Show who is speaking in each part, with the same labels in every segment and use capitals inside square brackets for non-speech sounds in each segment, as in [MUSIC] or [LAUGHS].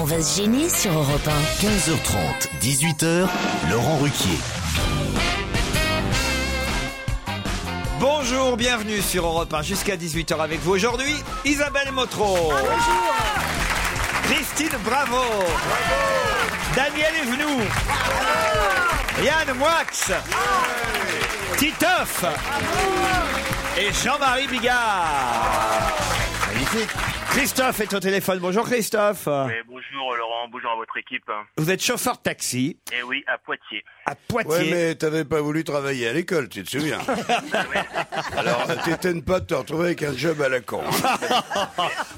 Speaker 1: On va se gêner sur Europe
Speaker 2: 15h30, 18h, Laurent Ruquier.
Speaker 3: Bonjour, bienvenue sur Europe 1 jusqu'à 18h avec vous aujourd'hui, Isabelle Motro. Bonjour. Christine Bravo. Daniel Evenou. Yann Moix. Titoff. Et Jean-Marie Bigard. Magnifique. Christophe est au téléphone. Bonjour Christophe.
Speaker 4: Eh, bonjour Laurent, bonjour à votre équipe.
Speaker 3: Vous êtes chauffeur de taxi [LAUGHS]
Speaker 4: Et oui, à Poitiers.
Speaker 3: à
Speaker 5: Ouais,
Speaker 3: Poitiers.
Speaker 5: mais t'avais pas voulu travailler à l'école, tu te
Speaker 3: [LAUGHS]
Speaker 5: souviens Alors, t'étonnes pas de te retrouver avec un job à la con.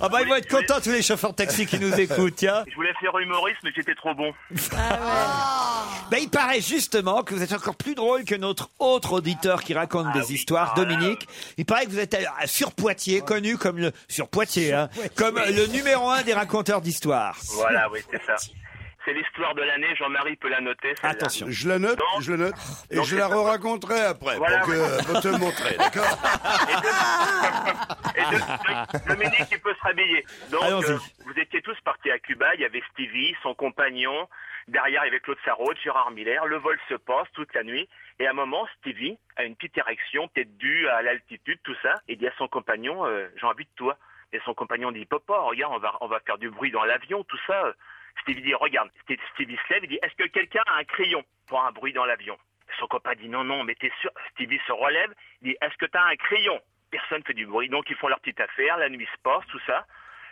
Speaker 3: Ah bah ils vont être contents tous les chauffeurs de taxi qui nous écoutent, tiens.
Speaker 4: Je voulais faire humoriste, mais j'étais trop bon.
Speaker 3: Bah, il paraît justement que vous êtes encore plus drôle que notre autre auditeur qui raconte des
Speaker 4: oui.
Speaker 3: histoires,
Speaker 4: Ah,
Speaker 3: Dominique. Il paraît que vous êtes à- à Surpoitiers, connu comme le Surpoitiers, hein, comme le numéro un des raconteurs d'histoires.
Speaker 4: Voilà, oui, c'est ça. C'est l'histoire de l'année, Jean-Marie peut la noter. celle-là.
Speaker 3: Attention.
Speaker 5: Je la note, je la note, et
Speaker 4: Non,
Speaker 5: je la
Speaker 4: c'est-
Speaker 5: re-raconterai après,
Speaker 4: Voilà,
Speaker 5: pour, que, pour te le montrer, d'accord
Speaker 3: [LAUGHS]
Speaker 4: Et de- Dominique, il peut se rhabiller. Donc,
Speaker 3: Allons-y.
Speaker 4: euh, vous étiez tous partis à Cuba, il y avait Stevie, son compagnon, derrière il y avait Claude Sarraute, Gérard Miller, le vol se passe toute la nuit, et à un moment, Stevie a une petite érection, peut-être due à l'altitude, tout ça, et dit à son compagnon, euh, j'ai envie de toi. Et son compagnon dit, Papa, regarde, on va, on va faire du bruit dans l'avion, tout ça. euh. Stevie dit, regarde, Ste- Stevie se lève, il dit, est-ce que quelqu'un a un crayon pour un bruit dans l'avion Son copain dit, non, non, mais t'es sûr. Stevie se relève, il dit, est-ce que t'as un crayon Personne fait du bruit, donc ils font leur petite affaire, la nuit se passe, tout ça.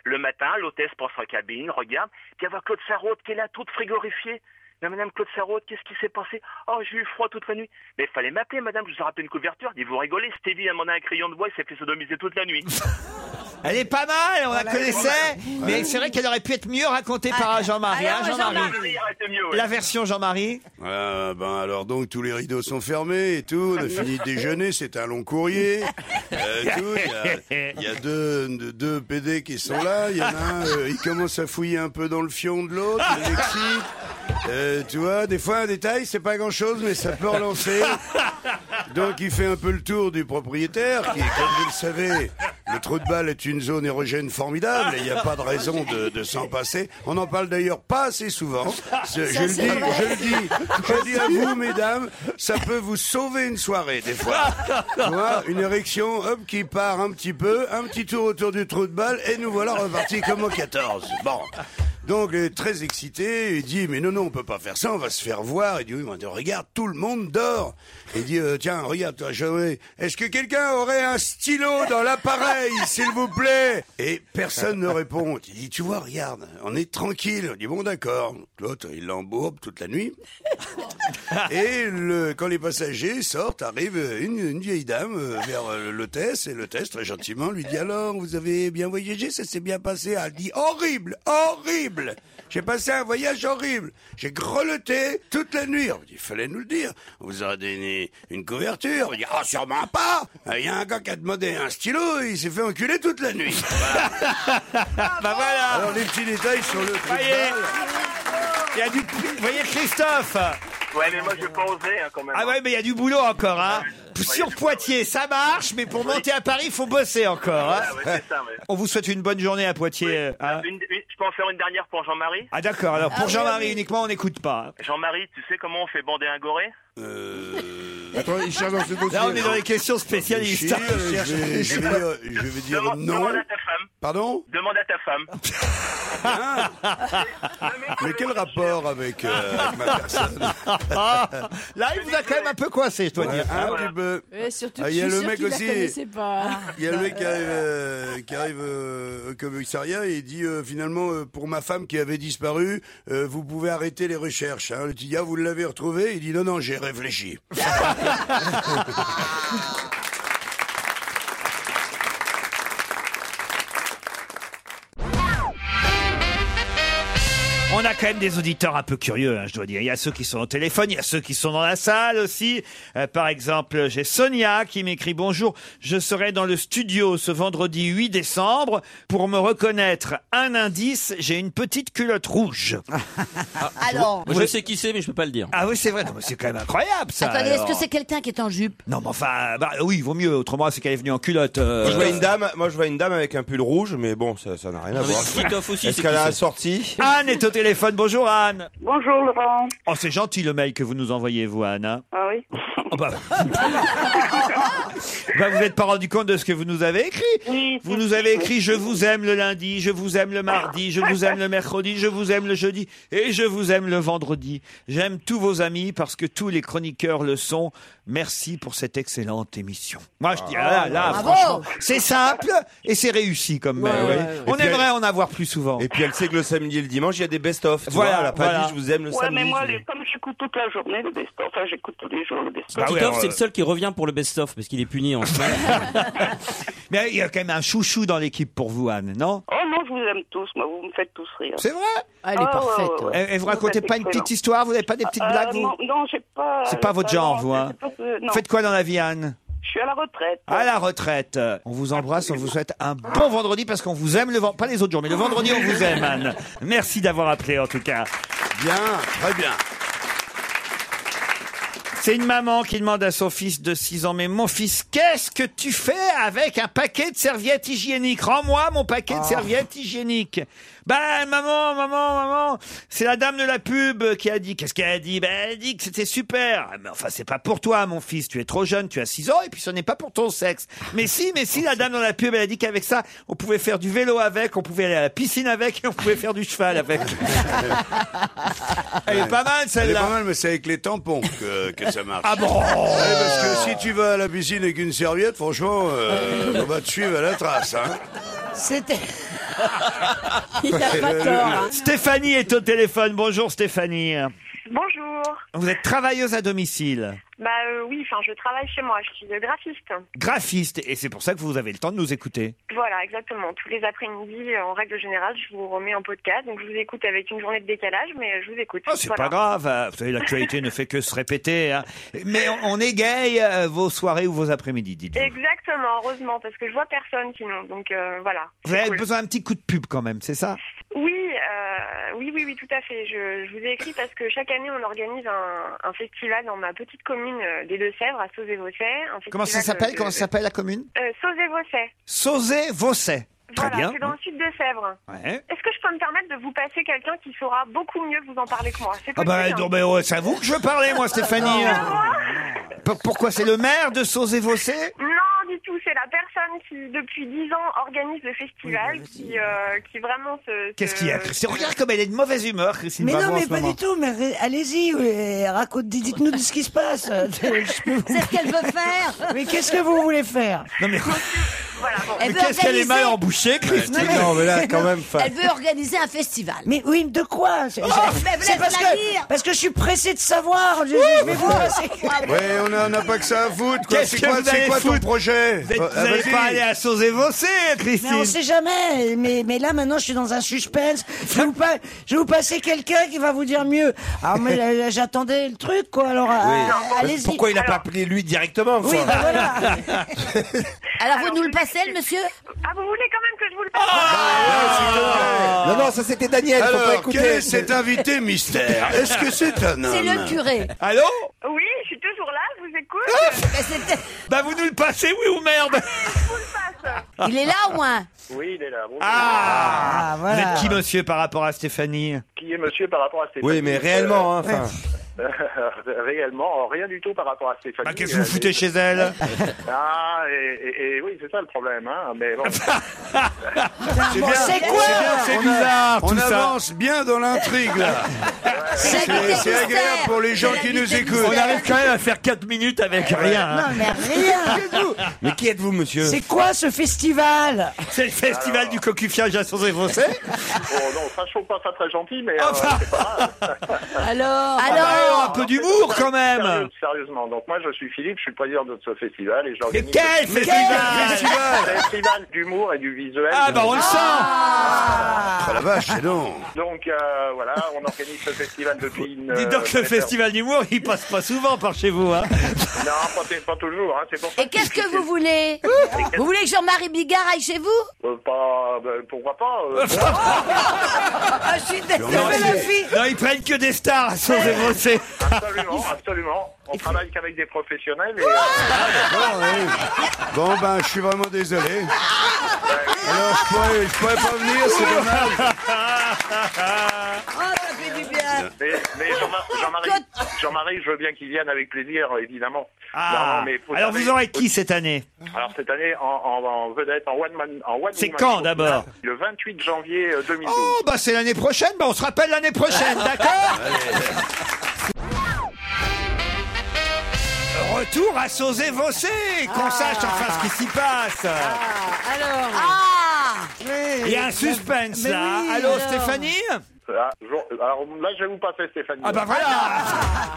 Speaker 4: Le matin, l'hôtesse pense en cabine, regarde, puis elle voit Claude Sarraute qui est là, toute frigorifiée. Non, madame Claude Sarraute, qu'est-ce qui s'est passé Oh, j'ai eu froid toute la nuit. Mais il fallait m'appeler, madame, je vous ai rappelé une couverture. Il dit, vous rigolez, Stevie a demandé un crayon de bois, il s'est fait sodomiser toute
Speaker 3: [LAUGHS]
Speaker 4: la nuit.
Speaker 3: Elle est pas mal, on la connaissait, mais c'est vrai qu'elle aurait pu être mieux racontée par Jean-Marie. hein, Jean-Marie.
Speaker 4: Arrêtez Ah, mieux, ouais.
Speaker 3: La version Jean-Marie.
Speaker 5: Ah, ben alors donc, tous les rideaux sont fermés et tout, on a fini de déjeuner, c'est un long
Speaker 3: [LAUGHS]
Speaker 5: courrier, euh, tout, il y a- il y a, deux, deux PD qui sont là, il y en a un, euh, il commence à fouiller un peu dans le fion de l'autre, il l'excite. Euh, tu vois, des fois un détail, c'est pas grand-chose, mais ça peut relancer. Donc il fait un peu le tour du propriétaire, qui, comme vous le savez, le trou de balle est une zone érogène formidable, et il n'y a pas de raison de, de s'en passer. On n'en parle d'ailleurs pas assez souvent. C'est- Je le dis, je le dis, je le dis à vous, mesdames, ça peut vous sauver une soirée des fois. Tu vois, une érection, hop, qui part un petit peu, un petit tour autour du trou de balle, et nous voilà repartis comme en 14. Bon. Donc, il est très excité, il dit, mais non, non, on peut pas faire ça, on va se faire voir. Il dit, oui, mais regarde, tout le monde dort. Il dit, euh, tiens, regarde, toi, Joey, est-ce que quelqu'un aurait un stylo dans l'appareil, s'il vous plaît? Et personne ne répond. Il dit, tu vois, regarde, on est tranquille. On dit, bon, d'accord. L'autre, il l'embourbe toute la nuit. Et le, quand les passagers sortent, arrive une, une vieille dame euh, vers euh, l'hôtesse et l'hôtesse très gentiment lui dit alors vous avez bien voyagé, ça s'est bien passé. Elle dit horrible, horrible. J'ai passé un voyage horrible. J'ai grelotté toute la nuit. Il fallait nous le dire. On vous aurait donné une couverture. On dit ah sûrement pas. Il y a un gars qui a demandé un stylo, il s'est fait enculer toute la nuit.
Speaker 3: [LAUGHS] Bah voilà.
Speaker 5: Alors les petits détails sur le.
Speaker 3: Vous voyez, il y a du, vous voyez Christophe.
Speaker 4: Ouais, mais moi, je vais pas oser, hein, quand même.
Speaker 3: Ah ouais, mais il y a du boulot encore, hein. Sur Poitiers, ça marche, mais pour monter à Paris, il faut bosser encore. hein.
Speaker 4: Ah ouais, c'est ça, ouais.
Speaker 3: On vous souhaite une bonne journée à Poitiers. euh, hein.
Speaker 4: Une- une- je peux en faire une dernière pour Jean-Marie
Speaker 3: Ah d'accord, alors pour Jean-Marie uniquement, on n'écoute pas.
Speaker 4: Jean-Marie, tu sais comment on fait bander un goré
Speaker 3: Euh,
Speaker 5: Attends, il cherche dans ce dossier.
Speaker 6: hein.
Speaker 3: Là, on est dans les questions
Speaker 5: Je vais-
Speaker 3: spécialistes. [LAUGHS]
Speaker 5: je vais- je vais dire- je vais dire
Speaker 4: Demande
Speaker 5: non.
Speaker 4: demande à ta femme. [LAUGHS]
Speaker 5: Pardon
Speaker 7: Demande à ta femme.
Speaker 5: Hein Mais quel rapport avec, euh, avec ma personne
Speaker 3: [LAUGHS] Ah, Là, il vous a quand même un peu coincé, je dois dire.
Speaker 5: Hein, tu peux-
Speaker 8: Et Eh, surtout,
Speaker 5: Ah,
Speaker 8: que
Speaker 5: il y
Speaker 8: je
Speaker 5: a
Speaker 8: suis
Speaker 5: le
Speaker 8: sûre
Speaker 5: mec
Speaker 8: qu'il la
Speaker 5: aussi.
Speaker 8: connaissait pas.
Speaker 5: Il y a le mec qui arrive, euh, qui arrive, euh, au commissariat et il dit euh, finalement euh, pour ma femme qui avait disparu, euh, vous pouvez arrêter les recherches. hein. Le petit gars, vous l'avez retrouvé Il dit non non, j'ai réfléchi.
Speaker 3: On a quand même des auditeurs un peu curieux, hein, je dois dire. Il y a ceux qui sont au téléphone, il y a ceux qui sont dans la salle aussi. Euh, par exemple, j'ai Sonia qui m'écrit Bonjour, je serai dans le studio ce vendredi 8 décembre. Pour me reconnaître, un indice, j'ai une petite culotte
Speaker 6: [LAUGHS]
Speaker 3: rouge.
Speaker 9: Ah, Alors,
Speaker 6: Moi, Ah, je sais qui c'est, mais je peux pas le dire.
Speaker 3: Ah oui, c'est vrai, non, mais c'est quand même incroyable ça.
Speaker 9: attendez, est-ce
Speaker 3: alors.
Speaker 9: que c'est quelqu'un qui est en jupe
Speaker 3: Non, mais enfin, bah, oui, il vaut mieux. Autrement, c'est qu'elle est venue en culotte. euh,
Speaker 10: Moi je, vois une dame, moi je vois une dame avec un pull rouge, mais bon, ça ça n'a rien à
Speaker 6: Non, mais
Speaker 10: voir.
Speaker 6: Titoff aussi,
Speaker 10: Est-ce
Speaker 6: c'est
Speaker 10: qu'elle
Speaker 6: qui
Speaker 10: a
Speaker 6: c'est
Speaker 10: sorti
Speaker 3: Anne est au téléphone. Bonjour Anne.
Speaker 11: [LAUGHS] Bonjour Laurent.
Speaker 3: Oh, c'est gentil le mail que vous nous envoyez, vous, Anne. hein.
Speaker 11: Ah oui.
Speaker 3: Oh, bah... [LAUGHS] Bah, vous n'êtes pas rendu compte de ce que vous nous avez écrit.
Speaker 11: Oui.
Speaker 3: Vous nous avez écrit je vous aime le lundi, je vous aime le mardi, je vous aime le mercredi, je vous aime le jeudi et je vous aime le vendredi. J'aime tous vos amis parce que tous les chroniqueurs le sont. Merci pour cette excellente émission. Moi je dis ah là, là,
Speaker 9: Bravo.
Speaker 3: franchement, c'est simple et c'est réussi comme même.
Speaker 10: ouais,
Speaker 3: oui.
Speaker 10: ouais.
Speaker 3: On
Speaker 10: Et puis,
Speaker 3: aimerait en avoir plus souvent.
Speaker 10: Et puis elle sait que le samedi et le dimanche, il y a des best-of. tu
Speaker 3: Voilà,
Speaker 10: vois, elle a pas
Speaker 3: voilà.
Speaker 10: dit je vous aime le
Speaker 11: Ouais,
Speaker 10: samedi.
Speaker 11: mais moi,
Speaker 10: je-
Speaker 11: les- comme j'écoute toute la journée le best enfin j'écoute tous les jours le best
Speaker 3: Bah ouais,
Speaker 6: Titoff,
Speaker 3: alors,
Speaker 6: c'est le seul qui revient pour le best-of, parce qu'il est
Speaker 3: [LAUGHS]
Speaker 6: puni en semaine.
Speaker 3: Mais il y a quand même un chouchou dans l'équipe pour vous Anne, non
Speaker 11: Oh non, je vous aime tous, moi, vous me faites tous rire.
Speaker 3: C'est vrai
Speaker 8: Ah, elle est
Speaker 11: Ah,
Speaker 8: parfaite.
Speaker 11: ouais, ouais, ouais.
Speaker 3: Et, et Oh, vous
Speaker 11: Vous
Speaker 3: racontez
Speaker 11: êtes
Speaker 3: pas une
Speaker 11: excellent.
Speaker 3: petite histoire, vous n'avez pas des petites
Speaker 11: Euh,
Speaker 3: blagues vous
Speaker 11: Non, non, j'ai pas.
Speaker 3: C'est pas votre
Speaker 11: euh,
Speaker 3: genre,
Speaker 11: non,
Speaker 3: vous, hein.
Speaker 11: c'est pas ce- non. Euh.
Speaker 3: Faites quoi dans la vie Anne
Speaker 11: Je suis à la retraite.
Speaker 3: à la retraite. On vous embrasse, on vous souhaite un bon vendredi parce qu'on vous aime le vendredi, pas les autres jours, mais le vendredi on vous aime Anne. Merci d'avoir appelé en tout cas.
Speaker 5: Bien, très bien.
Speaker 3: C'est une maman qui demande à son fils de 6 ans, mais mon fils, qu'est-ce que tu fais avec un paquet de serviettes hygiéniques Rends-moi mon paquet de serviettes hygiéniques. Ben, maman, maman, maman, c'est la dame de la pub qui a dit, qu'est-ce qu'elle a dit Ben, elle a dit que c'était super. Ah, Mais enfin, c'est pas pour toi, mon fils, tu es trop jeune, tu as 6 ans, et puis ce n'est pas pour ton sexe. Mais si, mais si, la dame dans la pub, elle a dit qu'avec ça, on pouvait faire du vélo avec, on pouvait aller à la piscine avec, et on pouvait faire du cheval
Speaker 5: [LAUGHS]
Speaker 3: avec. elle est pas mal,
Speaker 5: Elle est pas
Speaker 3: celle-là.
Speaker 5: mal, mais c'est avec les tampons que, que ça marche.
Speaker 3: Ah bon
Speaker 5: Ouais, parce que si tu vas à la piscine avec une serviette, franchement,
Speaker 3: [LAUGHS]
Speaker 5: euh, on va te suivre à la trace. Hein.
Speaker 9: C'était.
Speaker 8: Il a pas tort. hein.
Speaker 3: Euh, Stéphanie est au téléphone. Bonjour Stéphanie.
Speaker 11: Bonjour.
Speaker 3: Vous êtes travailleuse à domicile,
Speaker 11: Bah euh, oui, enfin, je travaille chez moi, je suis graphiste.
Speaker 3: graphiste, et c'est pour ça que vous avez le temps de nous écouter.
Speaker 11: Voilà, exactement. Tous les après-midi, euh, en règle générale, je vous remets en podcast. Donc, je vous écoute avec une journée de décalage, mais je vous écoute.
Speaker 3: Ah, c'est
Speaker 11: Voilà.
Speaker 3: pas grave, euh, vous savez, l'actualité ne fait que se répéter. hein. Mais on, on égaye euh, vos soirées ou vos après-midi, dites
Speaker 11: Exactement, heureusement, parce que je vois personne sinon. Donc, euh, voilà.
Speaker 3: Vous avez
Speaker 11: Cool.
Speaker 3: besoin d'un petit coup de pub quand même, c'est ça
Speaker 11: Oui, euh, oui, oui, oui, tout à fait. Je, je vous ai écrit parce que chaque année, on organise un, un festival dans ma petite commune euh, des Deux-Sèvres, à Sauzet-Vaussais.
Speaker 3: Comment ça s'appelle Comment ça s'appelle la commune
Speaker 11: euh, Sauzet-Vaussais.
Speaker 3: Sauzé Vaussais. Très
Speaker 11: Voilà,
Speaker 3: bien.
Speaker 11: c'est dans le sud de Sèvres.
Speaker 3: Ouais. Ah
Speaker 11: Est-ce que je peux me permettre de vous passer quelqu'un qui saura beaucoup mieux vous en parler que moi C'est
Speaker 3: Ah bah,
Speaker 11: possible hein.
Speaker 3: non, mais, ouais, c'est à vous que je parlais, moi,
Speaker 11: [LAUGHS]
Speaker 3: Stéphanie. hein. P- Pourquoi c'est le maire de Sauzé Vaussais
Speaker 11: Non, du tout. C'est la personne qui, depuis 10 ans, organise le festival, qui, euh, qui vraiment se. se-
Speaker 3: Qu'est-ce qu'il y a, Christine Regarde comme elle est de mauvaise humeur, Christine.
Speaker 12: Mais
Speaker 3: Bravo,
Speaker 12: non,
Speaker 3: en
Speaker 12: mais
Speaker 3: ce
Speaker 12: pas
Speaker 3: moment.
Speaker 12: du tout, mais ré- allez-y, oui, raconte, dites-nous de ce qui se
Speaker 9: [LAUGHS]
Speaker 12: passe. Je peux vous-
Speaker 9: C'est ce qu'elle veut faire
Speaker 12: [LAUGHS] Mais qu'est-ce que vous voulez faire
Speaker 3: Non, mais... [LAUGHS]
Speaker 11: Voilà, bon.
Speaker 3: Mais
Speaker 9: Elle veut
Speaker 3: qu'est-ce qu'elle est
Speaker 9: organiser-
Speaker 3: mal embouchée, Christine
Speaker 10: Non, mais
Speaker 9: [LAUGHS]
Speaker 10: là quand même. enfin,
Speaker 9: Elle veut organiser un festival.
Speaker 12: Mais oui, de quoi C'est
Speaker 9: mais vous
Speaker 12: c'est
Speaker 9: laissez
Speaker 12: parce,
Speaker 9: la
Speaker 12: que,
Speaker 9: dire.
Speaker 12: parce que je suis pressé de savoir. Je, je vais voir. c'est-
Speaker 5: Ouais, on a- on n'a pas que ça à foutre. quoi.
Speaker 3: Qu'est-ce
Speaker 5: C'est
Speaker 3: que
Speaker 5: quoi,
Speaker 3: vous
Speaker 5: c'est
Speaker 3: allez
Speaker 5: quoi ton
Speaker 3: foutre
Speaker 5: projet
Speaker 3: Vous êtes-
Speaker 5: Ah,
Speaker 3: vous n'allez
Speaker 5: vas-y.
Speaker 3: pas aller à Sauz et Vaussée,
Speaker 12: Mais on
Speaker 3: Christine
Speaker 12: sait jamais. Mais, mais là, maintenant, je suis dans un suspense. Je vais vous, pa- je vais vous passer quelqu'un qui va vous dire mieux. Alors, mais euh, j'attendais le truc, quoi. Alors, euh, allez-y.
Speaker 10: Pourquoi il a pas appelé lui directement
Speaker 12: Oui,
Speaker 10: enfin
Speaker 12: bah voilà.
Speaker 9: Alors, vous nous le passez, le monsieur Ah, bah,
Speaker 11: Ah, vous voulez quand même que je vous le passe
Speaker 6: Non, non, ça c'était Daniel,
Speaker 5: Alors, quel est cet invité mystère Est-ce que c'est un homme
Speaker 9: C'est le curé.
Speaker 3: Allô
Speaker 11: Oui, je suis toujours là, je vous écoute.
Speaker 9: Mais c'était-
Speaker 3: Bah vous nous le passez, oui
Speaker 12: [LAUGHS]
Speaker 3: ou merde
Speaker 9: Il est là au moins.
Speaker 7: Oui, il est là. Bon,
Speaker 3: Ah,
Speaker 12: Ah, voilà.
Speaker 3: Vous êtes qui, monsieur, par rapport à Stéphanie
Speaker 7: Qui est monsieur par rapport à Stéphanie
Speaker 10: Oui, mais réellement, hein, enfin.
Speaker 7: Euh, [LAUGHS] réellement, rien du tout par rapport à Stéphanie.
Speaker 3: Bah qu'est-ce que vous
Speaker 7: Euh,
Speaker 3: foutez chez elle
Speaker 7: Ah, et, et- et oui, c'est ça le problème. Hein. Mais bon,
Speaker 12: bon, c'est quoi
Speaker 5: c'est
Speaker 12: On a-
Speaker 5: bizarre
Speaker 12: on
Speaker 5: tout ça.
Speaker 12: avance
Speaker 5: bien dans l'intrigue là.
Speaker 12: C'est- c'est agréable
Speaker 5: pour les gens qui nous écoutent.
Speaker 3: On arrive quand même à faire 4 minutes avec rien. hein.
Speaker 12: Non, mais
Speaker 3: [LAUGHS]
Speaker 12: rien.
Speaker 3: Mais qui êtes-vous, monsieur
Speaker 12: C'est quoi ce festival
Speaker 3: C'est le festival du cocufiage à sans évoncé
Speaker 7: Bon, non, ça, je trouve pas ça très gentil, mais. Ah,
Speaker 12: Alors
Speaker 3: Ah,
Speaker 7: bah,
Speaker 3: bah, un peu d'humour quand même.
Speaker 7: Sérieux- Sérieusement, donc moi je suis Philippe, je suis le président de ce festival et je l'organise.
Speaker 3: quel Mais festival quel festival
Speaker 7: Le Festival d'humour et du visuel.
Speaker 3: Ah, bah, on le sent Oh,
Speaker 5: Ah la vache,
Speaker 3: [LAUGHS]
Speaker 5: c'est long.
Speaker 7: Donc euh, voilà, on organise ce festival depuis une.
Speaker 3: Dis donc,
Speaker 7: euh,
Speaker 3: le festival d'humour, il passe pas souvent par chez vous. Hein.
Speaker 7: Non, pas, pas toujours, hein, c'est pour ça.
Speaker 9: Et qu'est-ce que vous voulez Vous voulez que Jean-Marie Bigard aille chez vous
Speaker 7: Euh, pas, bah, pourquoi pas
Speaker 3: [LAUGHS]
Speaker 7: euh,
Speaker 9: Ah, Je suis désolée, la fille.
Speaker 3: Non, ils prennent que des stars à sans évoncé.
Speaker 7: Absolument, absolument. On travaille qu'avec des professionnels et. euh,
Speaker 5: Bon, Ah, oui. Bon, ben, je suis vraiment désolé. Alors, je pourrais, je pourrais pas venir, c'est dommage.
Speaker 3: Ah. [LAUGHS]
Speaker 9: Oh, ça fait du bien.
Speaker 7: Mais, mais Jean-Mar-
Speaker 3: Ah.
Speaker 7: Jean-Marie, Jean-Marie, je veux bien qu'il vienne avec plaisir, évidemment.
Speaker 3: Ah.
Speaker 7: Non, non, mais faut
Speaker 3: Alors,
Speaker 7: savoir-
Speaker 3: vous aurez qui cette année
Speaker 7: Alors cette année, en, en, en vedette, en one man, en one.
Speaker 3: C'est
Speaker 7: woman
Speaker 3: quand,
Speaker 7: show,
Speaker 3: d'abord
Speaker 7: Le 28 janvier euh, 2012.
Speaker 3: Oh, bah c'est l'année prochaine, bah on se rappelle l'année prochaine, [LAUGHS] d'accord Retour à Sauzé Vossé, qu'on sache enfin ce qui s'y passe.
Speaker 9: Alors Ah
Speaker 3: Il y a un suspense là. Allô Stéphanie
Speaker 7: Ah, je- alors là, je vais vous passer Stéphanie.
Speaker 3: Ah bah voilà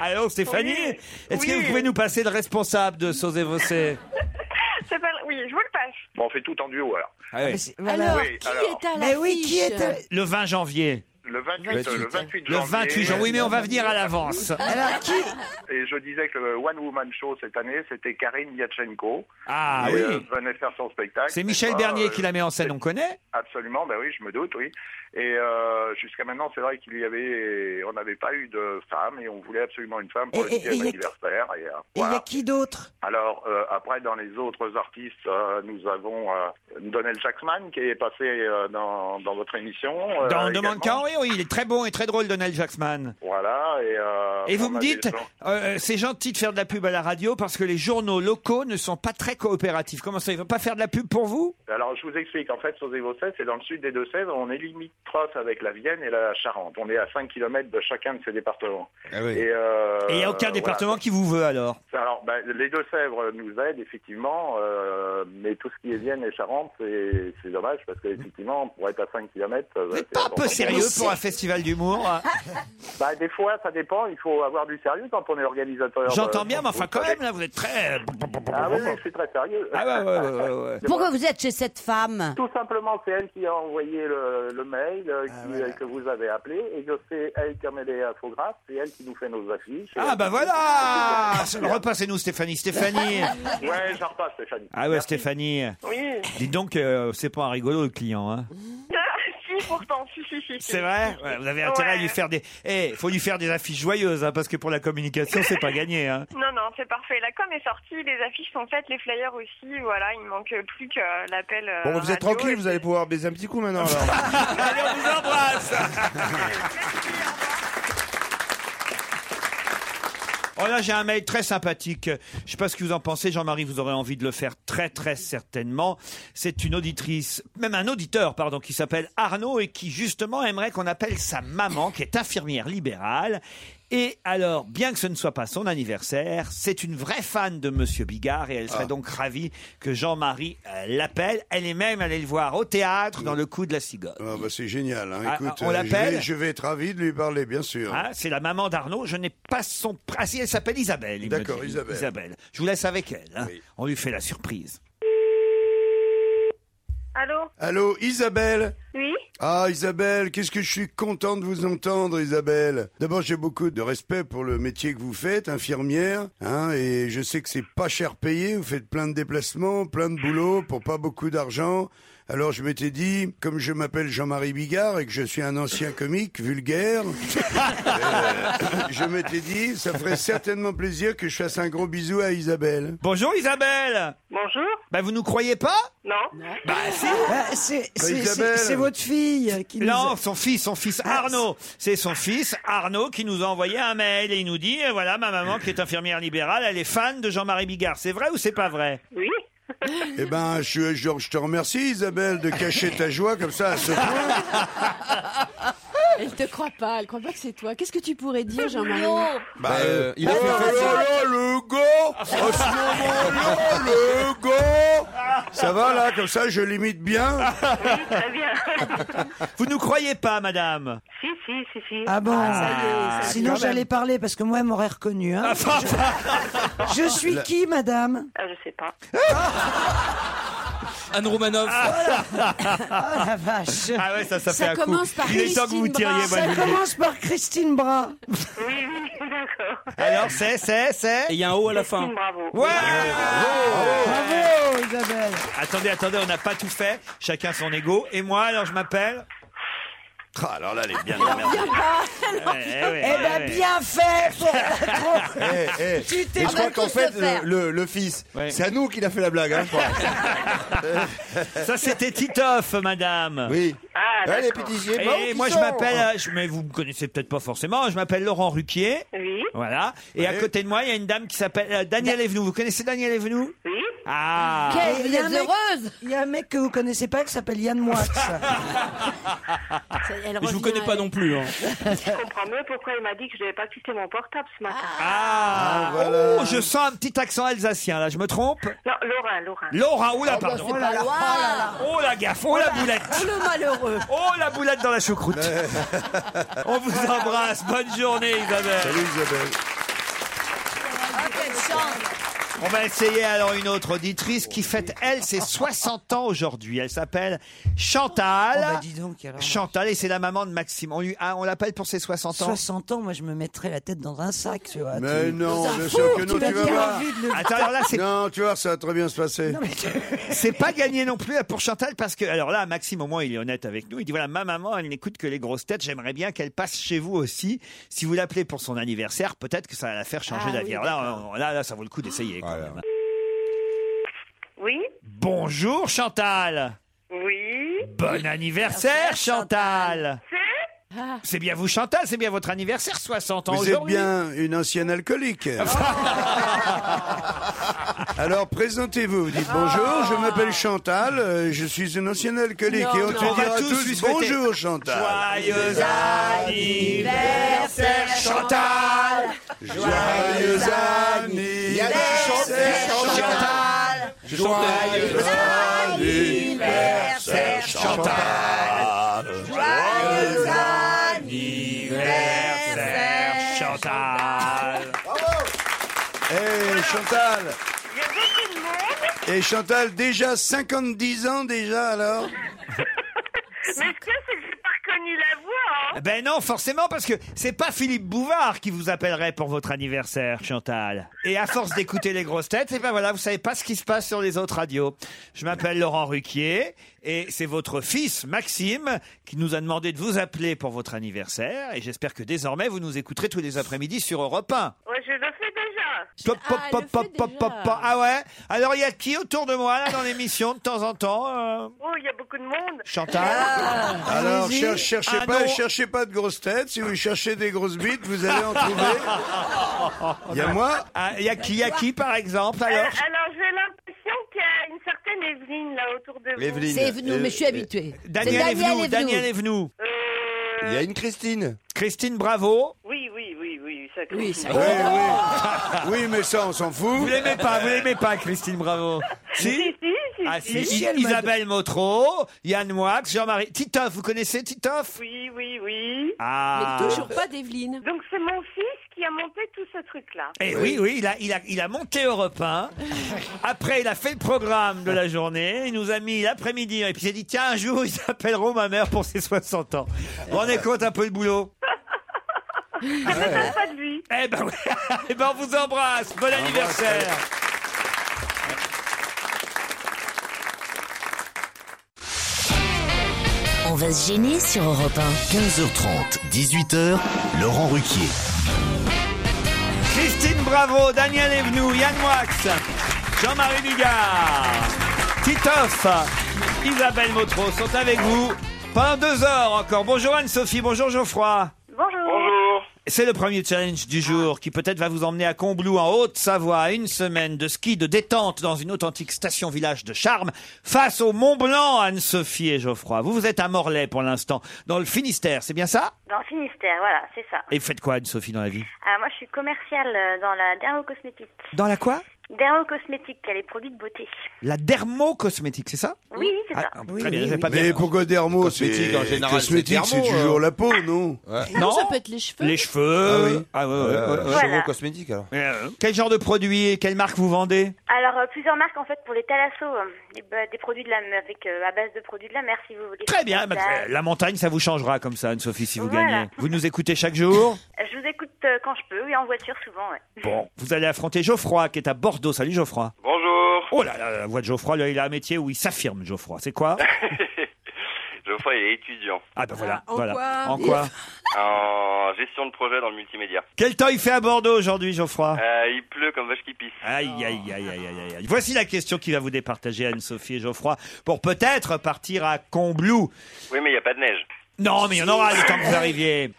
Speaker 3: Allô Stéphanie
Speaker 7: Oui.
Speaker 3: Est-ce que
Speaker 7: Oui.
Speaker 3: vous pouvez nous passer le responsable de Sauzé Vossé Ah
Speaker 11: C'est pas- Oui, je vous le passe.
Speaker 7: Bon, on fait tout en duo alors.
Speaker 3: Ah,
Speaker 11: Alors,
Speaker 7: Oui,
Speaker 11: qui
Speaker 7: alors,
Speaker 11: est à
Speaker 12: Mais oui, qui est à-
Speaker 3: Le 20 janvier.
Speaker 7: le 28, euh, le 28
Speaker 3: Le
Speaker 7: janvier. euh,
Speaker 3: 28 janvier, oui mais on va venir à l'avance.
Speaker 12: Alors, qui
Speaker 7: Et je disais que le One Woman Show cette année, c'était Karine Yatchenko.
Speaker 3: Ah,
Speaker 7: qui,
Speaker 3: oui.
Speaker 7: euh, venait faire son spectacle.
Speaker 3: C'est Michel
Speaker 7: Ah,
Speaker 3: Bernier
Speaker 7: euh,
Speaker 3: qui la met en scène, on connaît
Speaker 7: Absolument, ben oui, je me doute, oui. Et euh, jusqu'à maintenant, c'est vrai qu'il y avait, on n'avait pas eu de femme et on voulait absolument une femme pour
Speaker 12: Et- et-
Speaker 7: le 10e
Speaker 12: et il y a-
Speaker 7: anniversaire. Et, euh,
Speaker 12: Il y
Speaker 7: voilà.
Speaker 12: a qui d'autre
Speaker 7: Alors euh, après, dans les autres artistes, euh, nous avons euh, Donald Jackman qui est passé euh, dans, dans votre émission. euh,
Speaker 3: Dans
Speaker 7: également.
Speaker 3: Demande qu'à en rire, oui, il est très bon et très drôle, Donald Jacksman.
Speaker 7: Voilà. Et, euh,
Speaker 3: Et vous
Speaker 7: on
Speaker 3: me
Speaker 7: a des
Speaker 3: dites,
Speaker 7: gens-
Speaker 3: euh, c'est gentil de faire de la pub à la radio parce que les journaux locaux ne sont pas très coopératifs. Comment ça, ils ne veulent pas faire de la pub pour vous
Speaker 7: Alors, je vous explique. En fait, Sauzé-Vaucès, c'est dans le sud des Deux-Sèvres. On est limitrophe avec la Vienne et la Charente. On est à 5 km de chacun de ces départements. Et euh,
Speaker 3: Ah Et il n'y a aucun
Speaker 7: voilà.
Speaker 3: département qui vous veut alors
Speaker 7: Alors, ben, les Deux-Sèvres nous aident, effectivement, euh, mais tout ce qui est Vienne et Charente, c'est c'est dommage, parce qu'effectivement, pour être à euh, 5 km...
Speaker 3: Pas un peu sérieux pour un festival d'humour hein.
Speaker 7: bah, Des fois, ça dépend, il faut avoir du sérieux quand on est organisateur.
Speaker 3: J'entends
Speaker 7: Euh,
Speaker 3: bien, mais enfin quand même, là, vous êtes très...
Speaker 7: Ah
Speaker 3: [LAUGHS]
Speaker 7: oui, oui, je suis très sérieux.
Speaker 3: Ah ouais, ouais, ouais, ouais, ouais.
Speaker 9: Pourquoi vous êtes chez cette femme
Speaker 7: Tout simplement, c'est elle qui a envoyé le, le mail euh,
Speaker 10: Ah,
Speaker 7: qui- euh, que vous avez appelé, et que c'est elle, comme elle est infographe, c'est elle qui nous fait nos affiches.
Speaker 3: Ah bah
Speaker 7: [LAUGHS]
Speaker 3: voilà Ah, Repassez-nous Stéphanie, Stéphanie
Speaker 7: Ouais, j'en repasse, Stéphanie.
Speaker 3: Ah ouais, Stéphanie
Speaker 11: Oui.
Speaker 3: Dites donc, euh, c'est pas un rigolo le client, hein
Speaker 11: Ah, si, pourtant, si, si, si. si.
Speaker 3: C'est vrai Ouais, Vous avez intérêt à lui faire des... Eh, faut lui faire des affiches joyeuses, hein, parce que pour la communication, c'est pas gagné, hein
Speaker 11: Non, non, c'est parfait. La com est sortie, les affiches sont faites, les flyers aussi. Voilà, il ne manque plus que l'appel. euh,
Speaker 10: [LAUGHS] Bon, vous êtes
Speaker 11: radio.
Speaker 10: tranquille, vous allez pouvoir baiser un petit coup maintenant. Alors.
Speaker 3: Allez, on vous embrasse Oh là, j'ai un mail très sympathique. Je sais pas ce que vous en pensez, Jean-Marie, vous aurez envie de le faire très très certainement. C'est une auditrice, même un auditeur, pardon, qui s'appelle Arnaud et qui justement aimerait qu'on appelle sa maman, qui est infirmière libérale. Et alors, bien que ce ne soit pas son anniversaire, c'est une vraie fan de Monsieur Bigard et elle
Speaker 5: Ah.
Speaker 3: serait donc ravie que Jean-Marie euh, l'appelle. Elle est même allée le voir au théâtre dans le coup de la cigogne.
Speaker 5: Ah, bah, c'est génial. hein.
Speaker 3: Ah,
Speaker 5: Écoute,
Speaker 3: on
Speaker 5: euh, je
Speaker 3: l'appelle
Speaker 5: vais- je, vais être ravi de lui parler, bien sûr.
Speaker 3: Ah, c'est la maman d'Arnaud. Je n'ai pas son. pr- Ah si, elle s'appelle Isabelle. il me
Speaker 5: D'accord,
Speaker 3: dit.
Speaker 5: Isabelle.
Speaker 3: Je vous laisse avec elle. hein. On lui fait la surprise.
Speaker 11: Allô
Speaker 5: Allô, Isabelle
Speaker 11: Oui
Speaker 5: Ah, Isabelle, qu'est-ce que je suis content de vous entendre, Isabelle. D'abord, j'ai beaucoup de respect pour le métier que vous faites, infirmière, hein, et je sais que c'est pas cher payé. Vous faites plein de déplacements, plein de boulot pour pas beaucoup d'argent. Alors, je m'étais dit, comme je m'appelle Jean-Marie Bigard et que je suis un ancien comique vulgaire, [LAUGHS] Euh. je m'étais dit, ça ferait certainement plaisir que je fasse un gros bisou à Isabelle.
Speaker 3: Bonjour, Isabelle.
Speaker 11: Bonjour.
Speaker 3: Bah, vous nous croyez pas
Speaker 11: Non.
Speaker 3: Bah, si.
Speaker 12: Bah, c'est- c'est- C'est
Speaker 3: Isabelle.
Speaker 12: c'est votre fille qui nous a-
Speaker 3: Non, son fils, son fils
Speaker 5: Ah,
Speaker 3: Arnaud. C'est son fils Arnaud qui nous a envoyé un mail et il nous dit eh, voilà ma maman qui est infirmière libérale, elle est fan de Jean-Marie Bigard. C'est vrai ou c'est pas vrai
Speaker 11: Oui
Speaker 5: Eh ben, je, je, je te remercie, Isabelle, de cacher ta joie comme ça à ce point.
Speaker 8: Elle te croit pas, elle croit pas que c'est toi. Qu'est-ce que tu pourrais dire, Jean-Marie
Speaker 5: Bah,
Speaker 10: euh, il a
Speaker 5: oh
Speaker 10: fait
Speaker 5: là
Speaker 10: face à-
Speaker 5: là, le gars À ce Oh, moment-là, le gars Ça va, là, comme ça, Oh, je limite bien
Speaker 11: Très bien.
Speaker 3: [LAUGHS] Vous nous croyez pas, madame
Speaker 11: [LAUGHS] Si, si, si, si.
Speaker 12: Ah bon
Speaker 3: Ah, ça y est,
Speaker 12: Sinon
Speaker 3: quand même. Ah,
Speaker 12: j'allais parler parce que moi elle m'aurait reconnu. hein. [LAUGHS] je... je suis qui madame
Speaker 11: Ah, je sais pas.
Speaker 13: Anne Romanoff.
Speaker 12: Ah la vache
Speaker 3: Ah ouais, ça, ça,
Speaker 12: Ça
Speaker 3: fait un coup.
Speaker 12: commence par
Speaker 3: Il est temps que vous
Speaker 12: Christine
Speaker 3: tiriez,
Speaker 12: Bra.
Speaker 3: moi, je
Speaker 12: Ça
Speaker 3: vous le dis.
Speaker 12: commence par Christine Bra.
Speaker 11: Oui, oui, d'accord.
Speaker 3: Alors, c'est, c'est, c'est.
Speaker 6: Il y a un haut à la fin.
Speaker 11: Bravo.
Speaker 3: Ouais
Speaker 12: Bravo, Isabelle.
Speaker 3: Attendez, attendez, on n'a pas tout fait. Chacun son ego. Et moi, alors, je m'appelle.
Speaker 5: Ah, alors là, elle est bien
Speaker 12: Eh ben bien fait pour la
Speaker 14: Eh, eh,
Speaker 12: Tu t'es
Speaker 14: mais je crois
Speaker 12: mal
Speaker 14: qu'en
Speaker 12: tous
Speaker 14: fait,
Speaker 12: le
Speaker 14: le,
Speaker 12: faire.
Speaker 14: le- le fils, c'est à nous qu'il a fait la blague. Hein, je crois.
Speaker 3: [LAUGHS] Ça, c'était Titoff, madame. Oui.
Speaker 11: Ah,
Speaker 14: Ouais, les d'accord. petits chiens, bravo,
Speaker 3: Et
Speaker 14: qui
Speaker 3: moi, je
Speaker 14: sont.
Speaker 3: m'appelle, euh, je- mais vous me connaissez peut-être pas forcément, je m'appelle Laurent Ruquier.
Speaker 11: Oui.
Speaker 3: Voilà. Et à côté de moi, il y a une dame qui s'appelle euh, Daniel Evenou. Vous connaissez Daniel Evenou
Speaker 11: Oui.
Speaker 3: Ah.
Speaker 12: Il y a un mec- Il y a un mec que vous connaissez pas qui s'appelle Yann Moix.
Speaker 3: [LAUGHS]
Speaker 13: Je vous connais pas non plus. hein.
Speaker 11: Je comprends mieux pourquoi il m'a dit que je devais pas quitter mon portable ce matin.
Speaker 3: Ah, Oh, je sens un petit accent alsacien, là, je me trompe
Speaker 11: Non, Laurent, Laurent.
Speaker 3: Laura, oula,
Speaker 11: Ah, bah,
Speaker 3: pardon.
Speaker 11: c'est pas loin.
Speaker 3: Oh la gaffe, oh la boulette.
Speaker 11: Oh, le malheureux.
Speaker 3: Oh la boulette dans la choucroute. [LAUGHS] On vous embrasse, bonne journée Isabelle.
Speaker 5: Salut
Speaker 11: Ah,
Speaker 5: Isabelle.
Speaker 3: On va essayer alors une autre auditrice qui fête, elle, ses 60 ans aujourd'hui. Elle s'appelle Chantal.
Speaker 12: Oh, bah, dis donc, alors.
Speaker 3: Chantal, et c'est la maman de Maxime. On, lui- ah, on l'appelle pour ses 60 ans.
Speaker 12: 60 ans, moi je me mettrais la tête dans un sac, tu vois.
Speaker 5: Mais
Speaker 12: Ah, Tu-
Speaker 5: non,
Speaker 12: Dans un
Speaker 5: bien
Speaker 12: four,
Speaker 5: sûr que non,
Speaker 12: vas
Speaker 5: tu vas
Speaker 12: dire
Speaker 5: voir.
Speaker 12: envie de le-
Speaker 5: Non, tu vois, ça va très bien se passer.
Speaker 3: [LAUGHS] C'est pas gagné non plus pour Chantal parce que, alors là, Maxime, au moins, il est honnête avec nous. Il dit voilà, ma maman, elle n'écoute que les grosses têtes. J'aimerais bien qu'elle passe chez vous aussi. Si vous l'appelez pour son anniversaire, peut-être que ça va la faire changer
Speaker 11: Ah
Speaker 3: d'avis.
Speaker 11: oui,
Speaker 3: Alors là, on- là, là, ça vaut le coup d'essayer. quand même.
Speaker 11: Oui.
Speaker 3: Bonjour Chantal.
Speaker 11: Oui.
Speaker 3: Bon anniversaire Chantal. C'est bien vous Chantal, c'est bien votre anniversaire, 60 ans
Speaker 5: Vous êtes
Speaker 3: aujourd'hui.
Speaker 5: bien une ancienne
Speaker 3: [LAUGHS]
Speaker 5: alcoolique. Alors présentez-vous, vous dites bonjour, je m'appelle Chantal, euh, je suis une ancienne alcoolique
Speaker 3: Ah. Non,
Speaker 5: et on
Speaker 3: non.
Speaker 5: te
Speaker 3: On va
Speaker 5: dira
Speaker 3: tous lui
Speaker 5: tous
Speaker 3: souhaiter
Speaker 5: bonjour Chantal.
Speaker 3: Joyeux anniversaire Chantal.
Speaker 5: Joyeux anniversaire Chantal. Joyeux anniversaire Chantal. Joyeux Eh, anniversaire
Speaker 3: Chantal.
Speaker 5: Hey Chantal.
Speaker 11: Il y a beaucoup de monde.
Speaker 5: Et Chantal, déjà 50 ans déjà alors
Speaker 11: Mais ce que c'est que j'ai pas reconnu la voix. hein.
Speaker 3: Ben non, forcément, parce que c'est pas Philippe Bouvard qui vous appellerait pour votre anniversaire, Chantal. Et à force d'écouter les grosses têtes, et ben voilà, vous savez pas ce qui se passe sur les autres radios. Je m'appelle Laurent Ruquier, et c'est votre fils, Maxime, qui nous a demandé de vous appeler pour votre anniversaire, et j'espère que désormais vous nous écouterez tous les après-midi sur Europe 1.
Speaker 11: Ouais, je le fais déjà.
Speaker 3: Pop, pop,
Speaker 9: ah,
Speaker 3: pop, pop, pop, pop, pop. Ah ouais Alors il y a qui autour de moi, là, dans l'émission, de temps en temps euh,
Speaker 11: Oh, il y a beaucoup de monde. Ah.
Speaker 3: Chantal
Speaker 5: Alors, cher- cherchez
Speaker 3: Ah
Speaker 5: pas,
Speaker 3: non.
Speaker 5: cherchez pas de grosses têtes. Si vous cherchez des grosses bites, vous allez en trouver.
Speaker 3: [LAUGHS]
Speaker 5: Il y a moi.
Speaker 3: Ah, Il y a qui, il y a qui par exemple
Speaker 11: Euh,
Speaker 3: alors
Speaker 11: alors, j'ai l'impression qu'il y a une certaine Evelyne là autour de vous.
Speaker 14: Evelyne.
Speaker 9: C'est Evnou, mais je
Speaker 3: Euh,
Speaker 9: suis habituée.
Speaker 3: Daniel
Speaker 9: C'est
Speaker 3: Evenou, Daniel Evenou.
Speaker 14: Il y a une Christine.
Speaker 3: Christine Bravo.
Speaker 11: Oui, oui, oui, oui, ça
Speaker 9: Oui,
Speaker 11: compte.
Speaker 9: ça
Speaker 5: Oui,
Speaker 11: [LAUGHS]
Speaker 5: oui. Oui, mais ça, on s'en fout.
Speaker 3: Vous l'aimez pas, vous l'aimez pas, Christine Bravo. Si
Speaker 11: Si, si,
Speaker 3: Ah si,
Speaker 11: si.
Speaker 3: I- Isabelle Motro, Yann Moix, Jean-Marie. Titoff, vous connaissez Titoff
Speaker 11: Oui, oui, oui.
Speaker 3: Ah
Speaker 8: Toujours pas d'Evelyne.
Speaker 11: Donc, c'est mon fils qui a monté tout ce truc-là.
Speaker 3: Eh
Speaker 11: [LAUGHS]
Speaker 3: oui, oui, il a, il, a, il a monté Europe 1. Après, il a fait le programme de la journée. Il nous a mis l'après-midi. Et puis, il s'est dit, tiens, un jour, [LAUGHS] ils appelleront ma mère pour ses 60 ans. Vous vous rendez compte un peu le boulot
Speaker 11: Ça m'étonne pas de lui.
Speaker 3: Eh ben, ouais. [LAUGHS] Eh ben, on vous embrasse. Bon anniversaire.
Speaker 2: On va se gêner sur Europe 1. 15h30, 18h, Laurent Ruquier.
Speaker 3: Christine Bravo, Daniel Evenou, Yann Moix, Jean-Marie Bigard, Titoff, Isabelle Motro sont avec vous pendant deux heures encore. Bonjour Anne-Sophie, bonjour Geoffroy.
Speaker 11: Bonjour. Bonjour.
Speaker 3: C'est le premier challenge du jour qui peut-être va vous emmener à Combloux en Haute-Savoie, une semaine de ski de détente dans une authentique station village de charme face au Mont Blanc, Anne-Sophie et Geoffroy. Vous, vous êtes à Morlaix pour l'instant, dans le Finistère, c'est bien ça
Speaker 15: Dans le Finistère, voilà, c'est ça.
Speaker 3: Et vous faites quoi Anne-Sophie dans la vie
Speaker 15: Alors moi, je suis commerciale euh, dans la dermocosmétique.
Speaker 3: Dans la quoi
Speaker 15: Dermocosmétique, qui a les produits de beauté.
Speaker 3: La dermocosmétique, c'est ça
Speaker 15: Oui, oui, c'est ça.
Speaker 3: Ah, très bien, j'avais pas bien-
Speaker 5: Mais pourquoi dermo
Speaker 3: Cosmétique,
Speaker 5: c'est-
Speaker 3: en général, c'est
Speaker 5: Cosmétique, c'est
Speaker 3: dermo, euh.
Speaker 5: toujours la peau, non
Speaker 3: Non,
Speaker 8: ça peut être les cheveux.
Speaker 3: Les cheveux. Ah ouais, ouais, ouais, ouais.
Speaker 10: Chevaux cosmétiques alors.
Speaker 3: Euh, Quel genre de produit et quelle marque vous vendez
Speaker 15: Alors, euh, plusieurs marques, en fait, pour les thalassos, euh, des, bah, des produits de la mer, avec, euh, à base de produits de la mer, si vous voulez.
Speaker 3: Très bien, bah, euh, la montagne, ça vous changera comme ça, Anne-Sophie, si vous
Speaker 15: Voilà.
Speaker 3: gagnez. Vous nous écoutez chaque jour
Speaker 15: Je vous écoute euh, quand je peux, oui, en voiture souvent, ouais.
Speaker 3: Bon, vous allez affronter Geoffroy qui est à Bordeaux. Salut Geoffroy.
Speaker 16: Bonjour.
Speaker 3: Oh là là, la voix de Geoffroy, là, il a un métier où il s'affirme, Geoffroy. C'est quoi [LAUGHS]
Speaker 16: [LAUGHS] Geoffroy, il est étudiant.
Speaker 3: Ah ben voilà, en voilà. quoi En quoi
Speaker 16: En gestion de projet dans le multimédia.
Speaker 3: Quel temps il fait à Bordeaux aujourd'hui, Geoffroy
Speaker 16: Euh, il pleut comme vache qui pisse.
Speaker 3: Aïe, aïe, aïe, aïe, aïe, aïe, aïe. Voici la question qui va vous départager, Anne-Sophie et Geoffroy, pour peut-être partir à Combloux.
Speaker 16: Oui, mais il n'y a pas de neige.
Speaker 3: Non, mais il y en aura le temps que vous
Speaker 16: [LAUGHS]
Speaker 3: arriviez.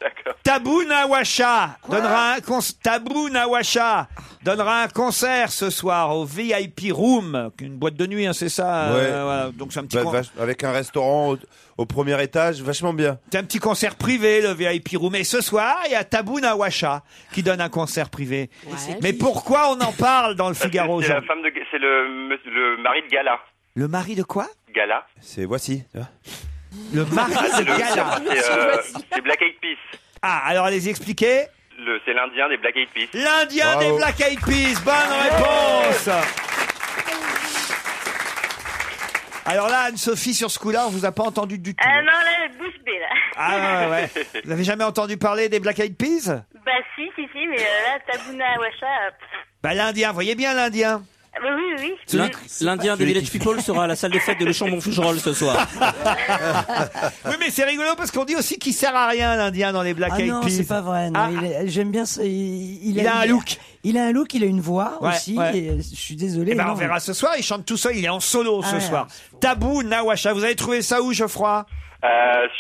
Speaker 3: Tabou Nawasha donnera un con- Tabou Nawasha donnera un concert ce soir au VIP Room, une boîte de nuit, hein, c'est ça. euh, voilà. Donc c'est un petit con-
Speaker 10: Avec un restaurant au, au premier étage, vachement bien.
Speaker 3: C'est un petit concert privé, le VIP Room. Et ce soir, il y a Tabou Nawasha qui donne un concert privé. Mais pourquoi on en parle dans le Figaro
Speaker 16: [LAUGHS] C'est la
Speaker 3: aujourd'hui
Speaker 16: femme de, c'est le, me- le mari de Gala.
Speaker 3: Le mari de quoi
Speaker 16: Gala.
Speaker 10: C'est voici.
Speaker 3: Le mari
Speaker 16: [LAUGHS] Ah, C'est
Speaker 3: de
Speaker 16: le-
Speaker 3: Gala.
Speaker 16: C'est euh, c'est Black Eyed Peas.
Speaker 3: Ah, alors allez-y expliquer.
Speaker 16: Le, c'est l'Indien des Black Eyed Peas.
Speaker 3: L'Indien des Black Eyed Peas, bonne réponse Alors là, Anne-Sophie, sur ce coup-là, on vous a pas entendu du tout.
Speaker 15: Euh, non, là, bouche bée, là.
Speaker 3: Ah ouais, ouais. Vous avez jamais entendu parler des Black Eyed Peas
Speaker 15: [LAUGHS] Bah si, si, si, mais euh, là, Tabuna Wacha...
Speaker 3: Bah l'Indien, voyez bien l'Indien.
Speaker 15: Oui, bah oui, oui.
Speaker 6: L'In- L'Indien des Village People sera à la salle des fêtes de Le Chambon-Fougerolles
Speaker 17: [LAUGHS]
Speaker 6: ce soir.
Speaker 3: Oui, mais c'est rigolo parce qu'on dit aussi qu'il sert à rien l'Indien dans les Black
Speaker 12: Ah
Speaker 3: Eyed
Speaker 12: non,
Speaker 3: Peas.
Speaker 12: c'est pas vrai. non. Il est- J'aime bien. ce- Il,
Speaker 3: Ah. Il a un look.
Speaker 12: Il a un look, il a une voix
Speaker 3: Ouais,
Speaker 12: aussi.
Speaker 3: ouais.
Speaker 12: et, euh, je suis désolé.
Speaker 3: Eh ben, on
Speaker 12: non.
Speaker 3: verra ce soir. Il chante tout seul. Il est en solo
Speaker 12: Ah
Speaker 3: ce
Speaker 12: ouais.
Speaker 3: soir. Tabou Nawasha. Vous avez trouvé ça où, Geoffroy
Speaker 16: Euh,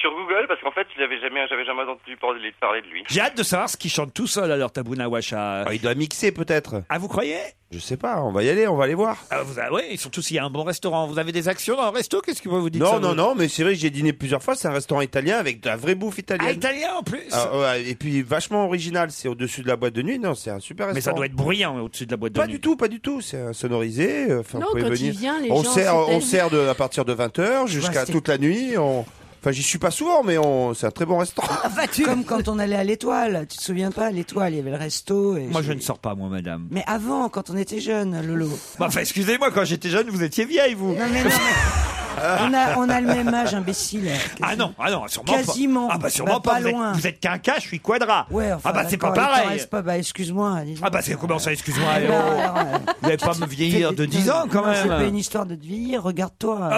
Speaker 16: sur Google, parce qu'en fait, je l'avais jamais, j'avais jamais entendu parler parler de lui.
Speaker 3: J'ai hâte de savoir ce qu'il chante tout seul alors Tabou Nawasha.
Speaker 10: Ah, il doit mixer peut-être.
Speaker 3: Ah, vous croyez
Speaker 10: Je sais pas, on va y aller, on va aller voir.
Speaker 3: Ah, vous avez, oui, surtout s'il y a un bon restaurant. Vous avez des actions dans un resto Qu'est-ce que vous dites
Speaker 10: Non,
Speaker 3: ça,
Speaker 10: non,
Speaker 3: vous
Speaker 10: non, mais c'est vrai que j'ai dîné plusieurs fois. C'est un restaurant italien avec de la vraie bouffe italienne.
Speaker 3: Ah, italien en plus
Speaker 10: Ah, ouais, et puis vachement original. C'est au-dessus de la boîte de nuit. Non, c'est un super restaurant.
Speaker 3: Mais ça doit être bruyant au-dessus de la boîte de
Speaker 10: Pas
Speaker 3: nuit.
Speaker 10: du tout, pas du tout. C'est euh, sonorisé. euh, Enfin,
Speaker 3: Non,
Speaker 10: vous pouvez
Speaker 3: quand il
Speaker 10: venir.
Speaker 3: vient, les
Speaker 10: on
Speaker 3: gens
Speaker 10: sert, on
Speaker 3: s'éteignent.
Speaker 10: sert de, à partir de 20h jusqu'à
Speaker 12: c'est-
Speaker 10: toute la nuit. On... Enfin, j'y suis pas souvent, mais on... c'est un très bon restaurant.
Speaker 12: Comme quand on allait à l'étoile. Tu te souviens pas, à l'étoile, il y avait le resto. Et
Speaker 3: Moi, je ne sors pas, moi, madame.
Speaker 12: Mais avant, quand on était jeune, Lolo.
Speaker 3: Bah, enfin, excusez-moi, quand j'étais jeune, vous étiez vieille, vous.
Speaker 12: Non, mais non,
Speaker 3: [LAUGHS]
Speaker 12: On a, on a le même âge, imbécile.
Speaker 3: Ah non, ah non, sûrement
Speaker 12: Quasiment.
Speaker 3: pas. Ah bah sûrement
Speaker 12: Bah,
Speaker 3: pas,
Speaker 12: pas
Speaker 3: vous êtes-
Speaker 12: loin.
Speaker 3: Vous êtes, qu'un cas, je suis quadra.
Speaker 12: Ouais, enfin,
Speaker 3: ah bah c'est pas
Speaker 12: d'accord, il t'en
Speaker 3: pareil.
Speaker 12: reste pas, bah, excuse-moi. dis donc.
Speaker 3: Ah bah c'est comment ça, excuse-moi.
Speaker 12: Eh
Speaker 3: allez,
Speaker 12: ben,
Speaker 3: oh.
Speaker 12: alors, euh,
Speaker 3: Vous n'allez pas me vieillir de 10 ans quand
Speaker 12: Non, C'est pas une
Speaker 3: même. bah,
Speaker 12: histoire de te vieillir, regarde-toi.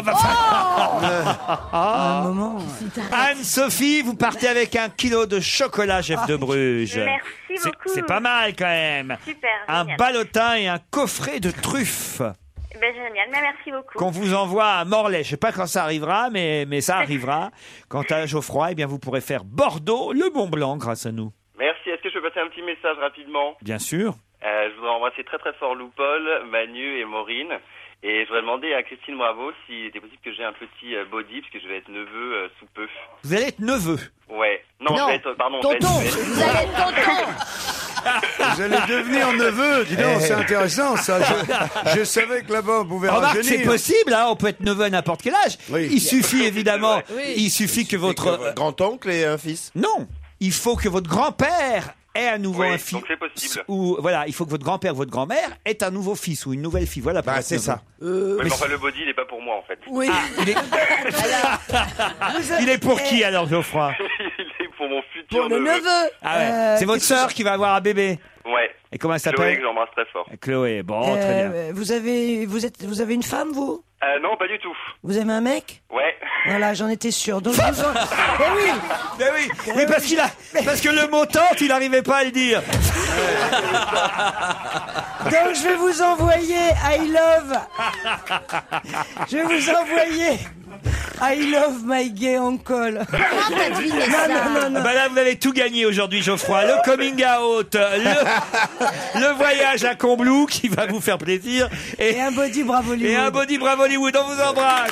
Speaker 3: Ah.
Speaker 12: un moment.
Speaker 3: Anne-Sophie, vous partez avec un kilo de chocolat, Jeff de Bruges.
Speaker 15: Merci
Speaker 3: C'est-
Speaker 15: beaucoup.
Speaker 3: C'est pas mal quand même.
Speaker 15: Super,
Speaker 3: Un
Speaker 15: génial.
Speaker 3: ballotin et un coffret de truffes
Speaker 15: Ben génial, mais merci beaucoup.
Speaker 3: qu'on vous envoie à Morlaix. Je sais pas quand ça arrivera, mais, mais ça arrivera. Quant à Geoffroy, eh bien vous pourrez faire Bordeaux, le Mont Blanc grâce à nous.
Speaker 16: Merci. Est-ce que je peux passer un petit message rapidement
Speaker 3: Bien sûr.
Speaker 16: Euh, je voudrais embrasser très très fort Lou Paul, Manu et Maureen. Et je voudrais demander à Christine Bravo s'il était possible que j'ai un petit euh, body, parce que je vais être neveu euh, sous peu.
Speaker 3: Vous allez être neveu.
Speaker 16: Ouais. Non, je vais être, euh, pardon, je vais être-
Speaker 9: tonton,
Speaker 16: je vais être-
Speaker 9: vous allez être tonton.
Speaker 5: Vous allez devenir neveu, dis donc,
Speaker 3: Eh.
Speaker 5: c'est intéressant ça. Je, je savais que là-bas on pouvait
Speaker 3: Remarque,
Speaker 5: rajeunir.
Speaker 3: c'est possible, hein, on peut être neveu à n'importe quel âge. Il suffit évidemment,
Speaker 10: Oui.
Speaker 3: il suffit que votre
Speaker 10: que votre grand-oncle ait un fils.
Speaker 3: Non, il faut que votre grand-père ait à nouveau
Speaker 10: Oui,
Speaker 3: un fils.
Speaker 10: donc c'est possible.
Speaker 3: Ou voilà, il faut que votre grand-père, votre grand-mère ait un nouveau fils ou une nouvelle fille. Voilà.
Speaker 10: Bah, c'est ça.
Speaker 3: Euh,
Speaker 16: Ouais, mais enfin, le body, il n'est pas pour moi en fait.
Speaker 3: Oui. il, est... Il est pour qui alors, Geoffroy
Speaker 16: il est pour mon Oh futur neveu.
Speaker 3: Ah ouais. c'est votre sœur qui va avoir un bébé.
Speaker 16: Ouais.
Speaker 3: Et comment elle
Speaker 16: Chloé,
Speaker 3: s'appelle
Speaker 16: que j'embrasse très fort.
Speaker 3: Chloé. Bon, Oh, très
Speaker 12: Euh,
Speaker 3: bien.
Speaker 12: vous avez, vous êtes, vous avez une femme, vous
Speaker 16: Euh, non, pas du tout.
Speaker 12: Vous avez un mec
Speaker 16: Ouais.
Speaker 12: Voilà, j'en étais sûr. Donc, je vous
Speaker 3: [LAUGHS]
Speaker 12: en- Eh oui.
Speaker 3: Mais oui, mais parce qu'il a, parce que le mot tante, il n'arrivait pas à le dire.
Speaker 12: Donc, je vais vous envoyer I love. Je vais vous envoyer I love my gay uncle.
Speaker 9: Ah,
Speaker 3: t'as deviné
Speaker 12: non,
Speaker 3: ça
Speaker 12: non, non, non.
Speaker 3: Ah bah là, vous avez tout gagné aujourd'hui, Geoffroy. Le coming out, le, le voyage à Combloux qui va vous faire plaisir. Et, un
Speaker 12: body bravo Hollywood.
Speaker 3: Et un body bravo Hollywood. On vous embrasse.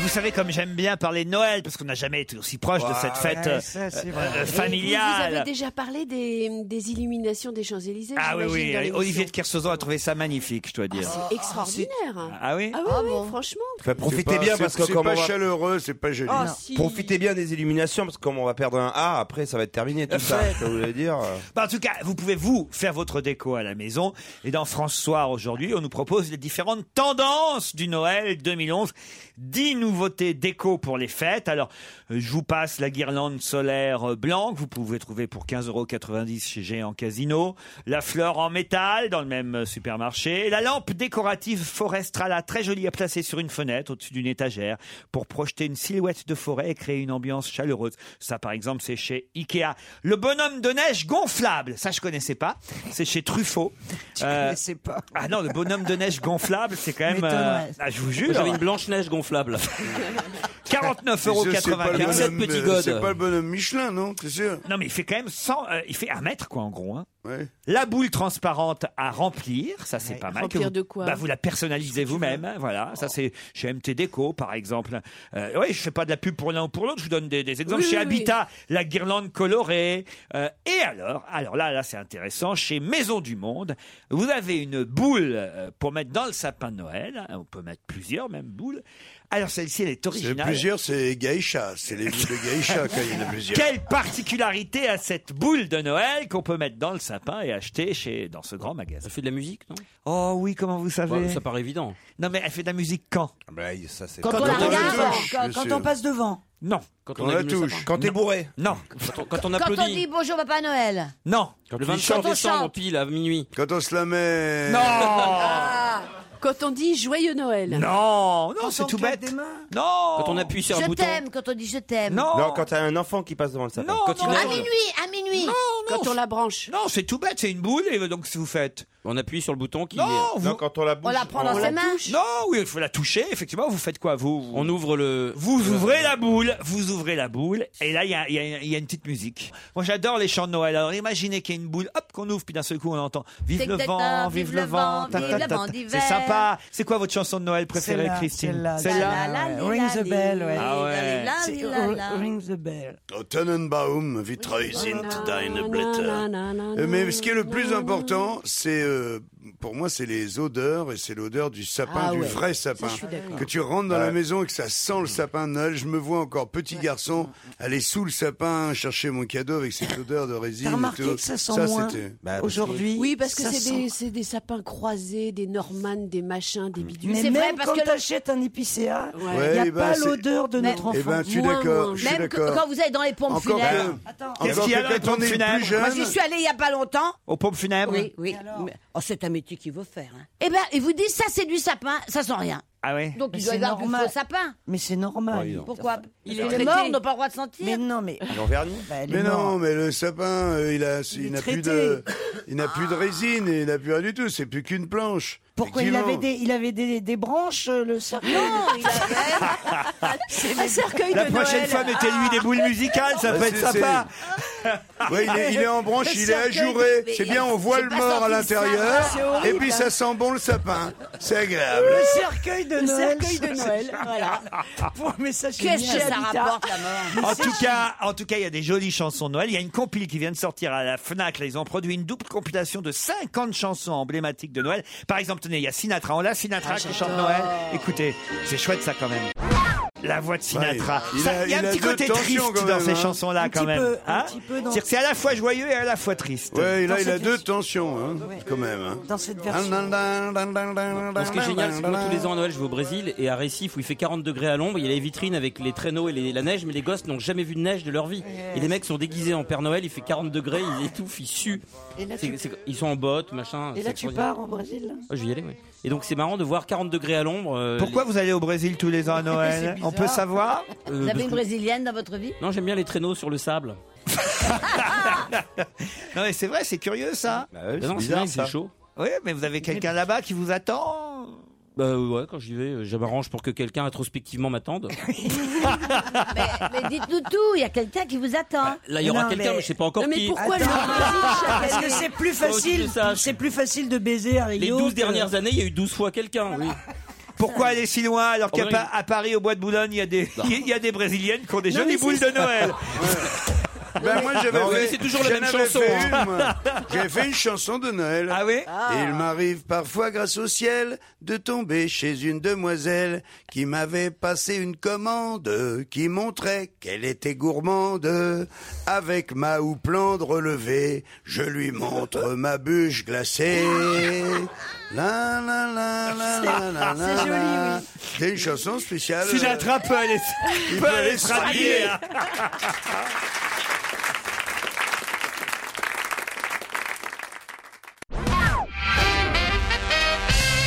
Speaker 3: Vous savez, comme j'aime bien parler de Noël, parce qu'on n'a jamais été aussi proche de cette fête
Speaker 4: ouais,
Speaker 3: euh,
Speaker 4: ça, c'est
Speaker 3: euh,
Speaker 4: vrai.
Speaker 3: euh,
Speaker 4: Et vous-
Speaker 8: Vous
Speaker 3: familiale.
Speaker 8: avez déjà parlé des, des illuminations des Champs-Élysées.
Speaker 3: Ah oui,
Speaker 8: j'imagine,
Speaker 3: oui,
Speaker 8: dans l'émission. Ah,
Speaker 3: Olivier de Kersauzon a trouvé ça magnifique, je dois dire.
Speaker 8: C'est extraordinaire.
Speaker 3: Ah oui
Speaker 8: Ah oui, oui, franchement.
Speaker 10: Enfin, profitez
Speaker 5: C'est pas-
Speaker 10: bien
Speaker 5: c'est-
Speaker 10: parce que
Speaker 5: c'est
Speaker 10: comme
Speaker 5: pas
Speaker 10: on va-
Speaker 5: chaleureux, c'est pas joli.
Speaker 8: Ah, si.
Speaker 10: Profitez bien des illuminations parce que comme on va perdre un A, après ça va être terminé tout ça.
Speaker 3: Ouais.
Speaker 10: Ça voulait dire. euh,
Speaker 3: Bah, en tout cas, vous pouvez vous faire votre déco à la maison. Et dans France Soir aujourd'hui, on nous propose les différentes tendances du Noël 2011. 10 nouveautés déco pour les fêtes. Alors, euh, je vous passe la guirlande solaire euh, blanc que vous pouvez trouver pour 15,90€ chez Géant Casino. La fleur en métal dans le même euh, supermarché. La lampe décorative Forestrala, très jolie à placer sur une fenêtre au-dessus d'une étagère pour projeter une silhouette de forêt et créer une ambiance chaleureuse. Ça, par exemple, c'est chez Ikea. Le bonhomme de neige gonflable, ça je connaissais pas. C'est chez Truffaut. Tu
Speaker 12: connaissais pas
Speaker 3: Ah non, le bonhomme de neige gonflable, c'est quand même.
Speaker 6: M'étonnerait.
Speaker 3: ah, je vous jure.
Speaker 6: J'avais une
Speaker 3: blanche neige [LAUGHS] gonflable. 49,95 euros.
Speaker 5: Mais ça, c'est pas le bonhomme, euh, C'est pas le bonhomme
Speaker 3: Michelin, non C'est sûr Non, mais il fait quand même 100, euh, il fait un mètre, quoi, en gros. hein. La boule transparente à remplir, ça c'est pas mal.
Speaker 8: Remplir
Speaker 3: que vous,
Speaker 8: de quoi
Speaker 3: bah, Vous la personnalisez vous-même, hein, voilà. Ça c'est chez MT Déco, par exemple. Euh, oui, je fais pas de la pub pour l'un ou pour l'autre, je vous donne des, des exemples.
Speaker 4: Oui,
Speaker 3: chez
Speaker 4: oui, oui.
Speaker 3: Habitat, la guirlande colorée. Euh, et alors, alors là, là c'est intéressant, chez Maison du Monde, vous avez une boule euh, pour mettre dans le sapin de Noël. hein, On peut mettre plusieurs, même boules. Alors celle-ci, elle est
Speaker 5: C'est
Speaker 3: originale.
Speaker 5: plusieurs, c'est Gaïcha. C'est les boules de Gaïcha quand il y en a plusieurs.
Speaker 3: Quelle particularité à cette boule de Noël qu'on peut mettre dans le sapin et acheter chez dans ce grand magasin Elle fait de la musique, non Oh oui, comment vous savez
Speaker 6: Bah, ça paraît évident.
Speaker 3: Non mais elle fait de la musique quand
Speaker 10: ça, c'est-
Speaker 6: Quand
Speaker 12: Quand, on la regarde, quand, quand on passe devant.
Speaker 3: Non.
Speaker 6: Quand
Speaker 12: on la
Speaker 6: allume le
Speaker 12: touche.
Speaker 6: sapin.
Speaker 12: Quand t'es
Speaker 6: Non.
Speaker 12: bourré.
Speaker 3: Non.
Speaker 6: Quand on, quand on
Speaker 9: Quand on
Speaker 6: applaudit.
Speaker 9: dit bonjour Papa Noël.
Speaker 3: Non.
Speaker 6: le
Speaker 3: on
Speaker 6: 25
Speaker 3: chante.
Speaker 6: décembre, pile à minuit.
Speaker 5: Quand on se la met.
Speaker 8: Ah. Quand on dit joyeux Noël.
Speaker 3: Non,
Speaker 8: non, c'est tout
Speaker 3: bête. [LAUGHS] Non.
Speaker 10: Quand on appuie sur un
Speaker 9: Je
Speaker 10: bouton.
Speaker 9: t'aime quand on dit je t'aime.
Speaker 10: Non, quand t'as un enfant qui passe devant le sapin.
Speaker 3: Non,
Speaker 10: quand
Speaker 3: non.
Speaker 9: À minuit, à minuit.
Speaker 3: Quand on la branche. Non, c'est tout bête, c'est une boule et donc si vous faites.
Speaker 6: On appuie sur le bouton qui
Speaker 3: Non,
Speaker 6: est.
Speaker 3: vous-
Speaker 6: quand on la
Speaker 9: On la prend dans ses mains.
Speaker 3: Non, oui, il faut la toucher. Effectivement, vous faites quoi vous, On
Speaker 6: ouvre le.
Speaker 3: Vous ouvrez la boule, vous ouvrez la boule, et là il y a, il y a- il y a une petite musique. Moi j'adore les chants de Noël. Alors imaginez qu'il y a une boule, hop, qu'on ouvre, puis d'un seul coup on entend Vive
Speaker 9: Tic
Speaker 3: le
Speaker 9: tac
Speaker 3: vent,
Speaker 9: tac,
Speaker 3: vive le vent, ta,
Speaker 9: vive
Speaker 3: ta,
Speaker 9: le
Speaker 3: ta,
Speaker 9: vent
Speaker 3: ta. C'est
Speaker 9: d'hiver.
Speaker 3: sympa. C'est quoi votre chanson de Noël préférée,
Speaker 12: Celle-là,
Speaker 3: Christine
Speaker 12: celle-là,
Speaker 3: Celle-là.
Speaker 12: celle-là, ouais. Ring the bell, ouais.
Speaker 3: Ah ouais.
Speaker 12: C'est-
Speaker 9: la, la.
Speaker 12: Ring the bell.
Speaker 5: Oh, Tannenbaum, wie treu sind deine Blätter. Euh, Mais ce qui est le plus important, c'est euh, pour moi, c'est les odeurs et c'est l'odeur du sapin,
Speaker 4: Ah
Speaker 5: du
Speaker 4: ouais.
Speaker 5: vrai
Speaker 4: Ça,
Speaker 5: sapin.
Speaker 4: je suis d'accord.
Speaker 5: que tu rentres dans
Speaker 4: Ouais.
Speaker 5: la maison et que ça sent le sapin de Noël. Je me vois encore petit garçon aller sous le sapin chercher mon cadeau avec cette odeur de résine.
Speaker 12: T'as
Speaker 5: et
Speaker 12: remarqué
Speaker 5: tout.
Speaker 12: que ça sent moins
Speaker 5: c'était-
Speaker 12: aujourd'hui
Speaker 8: Oui, Bah, parce que
Speaker 12: ça
Speaker 8: c'est
Speaker 12: sent-
Speaker 8: des, c'est des sapins croisés, des Norman, des machins,
Speaker 3: Mm.
Speaker 8: des bidules.
Speaker 12: Mais
Speaker 8: C'est
Speaker 12: même
Speaker 8: vrai, parce
Speaker 12: quand
Speaker 8: que le-
Speaker 12: t'achètes un épicéa, il
Speaker 8: Ouais.
Speaker 12: n'y a
Speaker 8: Ouais, eh ben,
Speaker 12: pas
Speaker 8: c'est-
Speaker 12: l'odeur de notre enfant.
Speaker 5: Eh ben, je suis d'accord. je suis
Speaker 9: Même que-
Speaker 5: d'accord.
Speaker 9: quand vous allez dans les pompes
Speaker 5: Encore
Speaker 9: funèbres.
Speaker 5: que- Attends. Qu'est-ce qu'il y a dans les
Speaker 9: Quand on
Speaker 5: pompes
Speaker 9: est
Speaker 5: funèbres
Speaker 9: plus jeune- Moi, j'y suis allée il y a pas longtemps.
Speaker 3: Aux pompes funèbres
Speaker 9: Oui, oui. Mais- oh, c'est un métier qu'il veut faire. Hein. Eh ben, ils vous disent ça, c'est du sapin, ça sent rien.
Speaker 3: Ah ouais
Speaker 9: Donc,
Speaker 12: Mais
Speaker 9: il doit y
Speaker 12: c'est
Speaker 9: avoir du
Speaker 12: normal.
Speaker 9: faux sapin.
Speaker 12: Mais c'est normal.
Speaker 9: Pourquoi
Speaker 12: Il
Speaker 9: Oh, Il
Speaker 12: est
Speaker 9: est
Speaker 12: traité.
Speaker 9: mort, on n'a pas le droit de sentir.
Speaker 12: Mais non, mais.
Speaker 5: en mais non, mais le sapin, euh, il a, il n'a plus de, il n'a plus de résine et il n'a plus rien du tout. C'est plus qu'une planche.
Speaker 12: Pourquoi il avait des, il avait des, des branches, euh, le cercueil Non, il avait.
Speaker 3: La prochaine fois, mettez-lui des boules musicales, ça
Speaker 5: Bah,
Speaker 3: peut être
Speaker 5: c'est-
Speaker 3: sympa.
Speaker 5: [LAUGHS] Ouais, il, est, il est en branche,
Speaker 14: Le
Speaker 5: il est
Speaker 14: cercueil,
Speaker 5: ajouré.
Speaker 14: mais
Speaker 5: C'est bien, on
Speaker 14: c'est
Speaker 5: voit le
Speaker 14: pas
Speaker 5: mort
Speaker 14: sorti de
Speaker 5: à
Speaker 14: ça,
Speaker 5: l'intérieur.
Speaker 14: c'est horrible,
Speaker 5: Et puis
Speaker 14: hein.
Speaker 5: ça sent bon le sapin. C'est agréable.
Speaker 12: cercueil de
Speaker 17: Le
Speaker 12: Noël.
Speaker 17: cercueil de Noël,
Speaker 12: [LAUGHS]
Speaker 17: voilà. Pour le message
Speaker 12: Qu'est-ce que ça rapporte, la
Speaker 17: mort
Speaker 3: En tout cas, en tout cas, il y a des jolies chansons de Noël. Il y a une compile qui vient de sortir à la Fnac. Là, ils ont produit une double compilation de 50 chansons emblématiques de Noël. Par exemple, tenez, il y a Sinatra. On l'a Sinatra
Speaker 4: Ah,
Speaker 3: qui
Speaker 4: j'adore.
Speaker 3: chante Noël. Écoutez, c'est chouette ça quand même. La voix de Sinatra.
Speaker 4: il
Speaker 3: Ça,
Speaker 4: a-
Speaker 3: Il y a
Speaker 4: il
Speaker 3: un
Speaker 4: a
Speaker 3: petit
Speaker 4: deux
Speaker 3: côté
Speaker 4: tensions,
Speaker 3: triste
Speaker 4: quand
Speaker 3: dans
Speaker 4: même,
Speaker 3: ces
Speaker 4: hein.
Speaker 3: chansons-là
Speaker 4: Un
Speaker 3: quand
Speaker 4: petit
Speaker 3: même.
Speaker 4: peu, un
Speaker 3: hein
Speaker 4: petit peu dans-
Speaker 3: C'est-à-dire que c'est à la fois joyeux et à la fois triste.
Speaker 5: Ouais, là, il a deux tensions, hein, quand même. hein.
Speaker 12: Dans cette
Speaker 5: version.
Speaker 6: Moi, ce qui est génial, c'est que moi, tous les ans à Noël, je vais au Brésil et à Recife où il fait 40 degrés à l'ombre, il y a les vitrines avec les traîneaux et les- la neige, mais les gosses n'ont jamais vu de neige de leur vie. Et les mecs sont déguisés en Père Noël, il fait 40 degrés, ils étouffent, ils suent.
Speaker 17: Et là,
Speaker 6: C'est-
Speaker 17: tu-
Speaker 6: c'est- ils sont en bottes, machin.
Speaker 17: Et
Speaker 6: c'est
Speaker 17: là, tu
Speaker 6: extraordinaire.
Speaker 17: pars au Brésil
Speaker 6: Oh, je vais y aller, oui. Et donc, c'est marrant de voir 40 degrés à l'ombre. euh,
Speaker 3: Pourquoi
Speaker 6: les-
Speaker 3: vous allez au Brésil tous les ans
Speaker 17: [LAUGHS]
Speaker 3: à Noël
Speaker 6: C'est
Speaker 3: On peut
Speaker 6: bizarre.
Speaker 3: savoir
Speaker 6: Euh,
Speaker 9: Vous
Speaker 6: parce
Speaker 9: avez une
Speaker 6: que-
Speaker 9: brésilienne dans votre vie
Speaker 6: Non, j'aime bien les traîneaux sur le sable.
Speaker 3: Non mais c'est vrai, c'est curieux ça.
Speaker 6: oui, Bah non, c'est c'est bizarre, dingue, c'est ça. chaud.
Speaker 3: Oui, mais vous avez quelqu'un là-bas qui vous attend.
Speaker 6: Bah ouais, quand j'y vais, euh, je m'arrange pour que quelqu'un introspectivement m'attende. [LAUGHS]
Speaker 9: Mais dites-nous tout, il y a quelqu'un qui vous attend.
Speaker 6: Là, il y aura quelqu'un, mais je sais pas encore qui.
Speaker 12: Parce que c'est plus
Speaker 6: Ah. Faut aussi que
Speaker 12: facile.
Speaker 6: je sache.
Speaker 12: C'est plus facile de baiser à Rio.
Speaker 6: Les 12
Speaker 12: que-
Speaker 6: dernières années, il y a eu 12 fois quelqu'un. Oui.
Speaker 3: [LAUGHS] Pourquoi aller si loin alors
Speaker 6: Oh,
Speaker 3: qu'à
Speaker 6: oui.
Speaker 3: Pa- à Paris, au Bois de Boulogne, il y a des, [LAUGHS] il y a des brésiliennes qui ont des
Speaker 6: Non,
Speaker 3: jolies
Speaker 6: mais
Speaker 3: boules de
Speaker 6: c'est-
Speaker 3: Noël.
Speaker 5: Ben, moi, j'avais
Speaker 3: Non, mais
Speaker 5: fait-
Speaker 3: c'est toujours la
Speaker 5: j'en
Speaker 3: même
Speaker 5: avais
Speaker 3: chanson,
Speaker 5: fait
Speaker 3: hein.
Speaker 5: une, moi. J'avais fait une chanson de Noël.
Speaker 3: Ah oui
Speaker 5: Il m'arrive parfois, grâce au ciel, de tomber chez une demoiselle qui m'avait passé une commande qui montrait qu'elle était gourmande. Avec ma houppelande relevée, je lui montre ma bûche glacée. La la la la la la la.
Speaker 4: C'est joli,
Speaker 5: la. C'est une chanson spéciale.
Speaker 3: Si j'attrape, peut aller,
Speaker 5: Il
Speaker 3: peut aller se rhabiller.
Speaker 5: rhabiller. hein.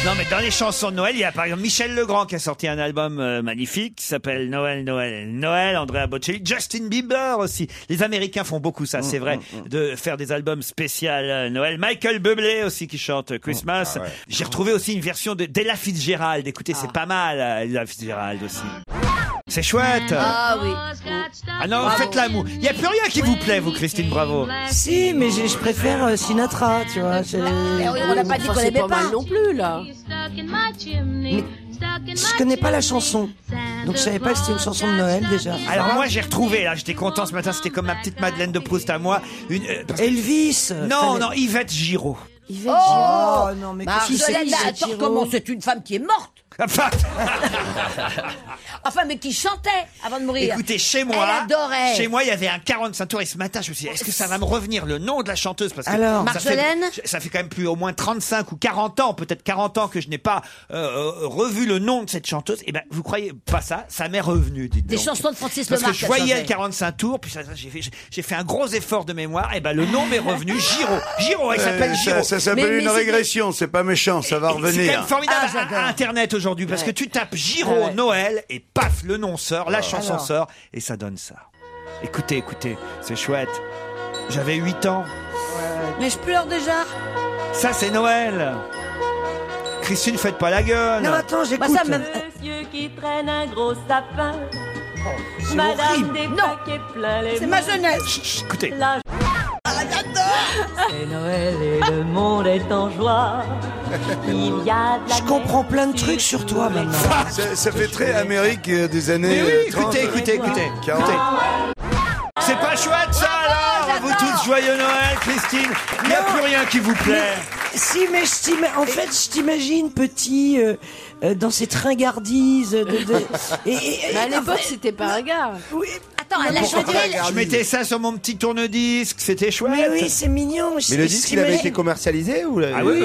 Speaker 3: Non, mais dans les chansons de Noël, il y a par exemple Michel Legrand qui a sorti un album euh, magnifique qui s'appelle Noël, Noël, Noël, Andrea Bocelli, Justin Bieber aussi. Les Américains font beaucoup ça, c'est vrai, de faire des albums spéciaux euh, Noël. Michael Bublé aussi qui chante euh, Christmas. J'ai retrouvé aussi une version de Della Fitzgerald. Écoutez,
Speaker 17: Ah.
Speaker 3: c'est pas mal, euh, Ella Fitzgerald aussi. C'est chouette.
Speaker 17: Ah oui.
Speaker 3: Ah non,
Speaker 17: Bravo.
Speaker 3: faites l'amour. Il n'y a plus rien qui vous plaît, vous, Christine Bravo.
Speaker 12: Si, mais j'ai- je préfère euh, Sinatra, tu vois. c'est-
Speaker 8: on n'a pas dit
Speaker 12: Enfin,
Speaker 8: qu'on
Speaker 12: c'est
Speaker 8: aimait pas.
Speaker 12: mal.
Speaker 8: non plus, là.
Speaker 12: Je connais pas la chanson, donc je savais pas que c'était une chanson de Noël déjà.
Speaker 3: Alors moi j'ai retrouvé là, j'étais content ce matin, c'était comme ma petite Madeleine de Proust à moi. Une, euh, parce-
Speaker 12: Elvis.
Speaker 3: Non,
Speaker 12: fallait-
Speaker 3: non, Yvette Giraud. [LAUGHS]
Speaker 12: Oh, non, mais
Speaker 9: Bah,
Speaker 12: qu'est-ce que c'est
Speaker 9: Solène,
Speaker 12: que
Speaker 9: là,
Speaker 12: ce
Speaker 9: attends,
Speaker 12: Giraud
Speaker 9: comment c'est une femme qui est morte
Speaker 3: Enfin,
Speaker 9: Enfin, mais qui chantait avant de mourir.
Speaker 3: écoutez, chez moi,
Speaker 9: Elle adorait.
Speaker 3: chez moi, il y avait un 45 tours et ce matin, je me suis dit, est-ce que ça va me revenir le nom de la chanteuse Parce que
Speaker 12: Alors
Speaker 3: ça fait-
Speaker 9: Marjolaine
Speaker 3: ça fait quand même plus au moins 35 ou 40 ans, peut-être 40 ans que je n'ai pas euh, euh, revu le nom de cette chanteuse. Et ben, vous croyez pas ça Ça m'est revenu, dites
Speaker 9: Des
Speaker 3: donc.
Speaker 9: chansons de Francis
Speaker 3: Parce que
Speaker 9: Lemarque,
Speaker 3: je
Speaker 9: elle
Speaker 3: voyais
Speaker 9: chantait.
Speaker 3: le 45 tours, puis ça, ça, j'ai fait, j'ai fait un gros effort de mémoire, et ben le nom m'est
Speaker 9: [LAUGHS]
Speaker 3: revenu, Giro. Giro, Oh, il s'appelle
Speaker 5: Euh, ça-
Speaker 3: Giro.
Speaker 5: Ça s'appelle une régression, c'est pas méchant, ça va
Speaker 3: C'est quand même
Speaker 14: hein.
Speaker 5: revenir.
Speaker 3: formidable
Speaker 12: Ah, bah,
Speaker 3: à- à Internet aujourd'hui, parce
Speaker 5: Ouais.
Speaker 3: que tu tapes Giro
Speaker 5: Ouais, ouais.
Speaker 3: Noël, et paf, le nom sort, la
Speaker 12: bah.
Speaker 5: Ah.
Speaker 3: chanson
Speaker 5: Alors.
Speaker 3: sort, et ça donne ça. Écoutez, écoutez, c'est chouette. J'avais 8 ans.
Speaker 9: Mais je pleure déjà.
Speaker 3: Ça, c'est Noël. Christine, faites pas la gueule. Bah,
Speaker 12: Bah,
Speaker 17: Moi, ça me-
Speaker 3: Oh,
Speaker 17: Monsieur qui traîne un gros sapin.
Speaker 3: c'est
Speaker 17: Madame
Speaker 3: horrible.
Speaker 17: des paquets plein les
Speaker 3: C'est
Speaker 17: mains.
Speaker 3: ma jeunesse. Chut, chut, écoutez.
Speaker 17: La- C'est Noël et le monde est en joie. Il y a de la
Speaker 12: Je comprends plein de trucs sur toi maintenant.
Speaker 5: Ça, ça fait très Amérique euh, des années.
Speaker 12: Mais oui,
Speaker 5: euh,
Speaker 12: écoutez,
Speaker 5: 30,
Speaker 12: écoutez,
Speaker 5: euh,
Speaker 12: écoutez,
Speaker 5: 40.
Speaker 12: Ah
Speaker 3: C'est pas chouette ça alors À vous tous, joyeux Noël, Christine. Il n'y a plus rien qui vous plaît.
Speaker 12: Si, mais je t'ima- en fait, je t'imagine petit euh, euh, dans ses tringardises. De, de-
Speaker 8: [LAUGHS]
Speaker 12: et- et- et-
Speaker 8: Mais à
Speaker 12: en
Speaker 8: l'époque,
Speaker 12: fait-
Speaker 8: c'était pas un gars.
Speaker 12: Oui.
Speaker 9: Attends,
Speaker 12: elle a
Speaker 3: Pourquoi
Speaker 12: choisi-
Speaker 3: pas Je mettais ça sur mon petit tourne-disque, c'était chouette.
Speaker 12: Mais oui, c'est mignon.
Speaker 14: Mais le disque, il avait été commercialisé ou
Speaker 3: Ah oui,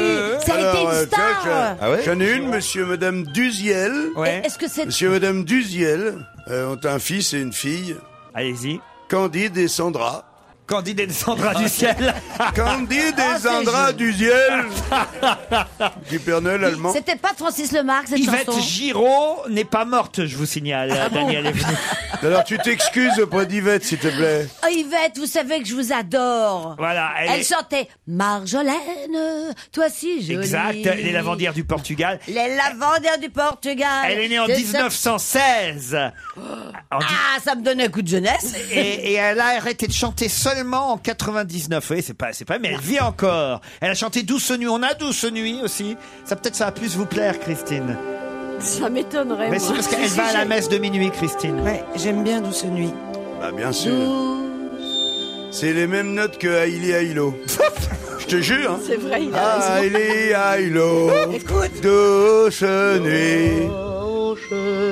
Speaker 12: ça a été une
Speaker 5: euh, tiens,
Speaker 12: star.
Speaker 5: j'en-
Speaker 14: Ah ouais
Speaker 5: J'en ai une, monsieur et madame Duziel.
Speaker 3: Ouais.
Speaker 9: Est-ce que c'est.
Speaker 5: Monsieur et madame Duziel euh, ont un fils et une fille.
Speaker 3: Allez-y.
Speaker 5: Candide et Sandra.
Speaker 3: Candide et Sandra du ciel.
Speaker 5: [LAUGHS] Candide et Sandra du ciel. [LAUGHS] du Père Noël allemand.
Speaker 9: C'était pas Francis Lemarque, cette
Speaker 3: Yvette
Speaker 9: chanson. Ah
Speaker 3: Giraud n'est pas morte, je vous signale, Daniel Evenou.
Speaker 5: [LAUGHS] Alors tu t'excuses auprès d'Yvette, s'il te plaît.
Speaker 9: Oh, Yvette, vous savez que je vous adore.
Speaker 3: Voilà, elle
Speaker 9: Elle,
Speaker 3: est-
Speaker 9: chantait Marjolaine, toi si jolie.
Speaker 3: Exact, elle est lavandière du Portugal.
Speaker 9: Les lavandières du Portugal.
Speaker 3: Elle est née en
Speaker 9: Ah, C'est
Speaker 3: 1916. En dix-
Speaker 9: Ah, ça me donne un coup de jeunesse.
Speaker 3: Et, et elle a arrêté de chanter seule seulement en 99. Vous voyez, c'est pas, c'est pas, mais elle vit encore. Elle a chanté Douce Nuit. On a Douce Nuit aussi. Ça peut-être ça va plus vous plaire, Christine.
Speaker 8: Ça m'étonnerait.
Speaker 3: Mais c'est
Speaker 8: moi.
Speaker 3: parce qu'elle va à la messe de minuit, Christine.
Speaker 12: Ouais, j'aime bien Douce Nuit.
Speaker 5: Bah bien sûr. C'est les mêmes notes que Hailey
Speaker 12: [LAUGHS]
Speaker 5: Hailo. Je te jure. hein.
Speaker 8: C'est vrai, il a raison.
Speaker 5: Hailey Hailo. Écoute. Douce nuit.
Speaker 12: Oh,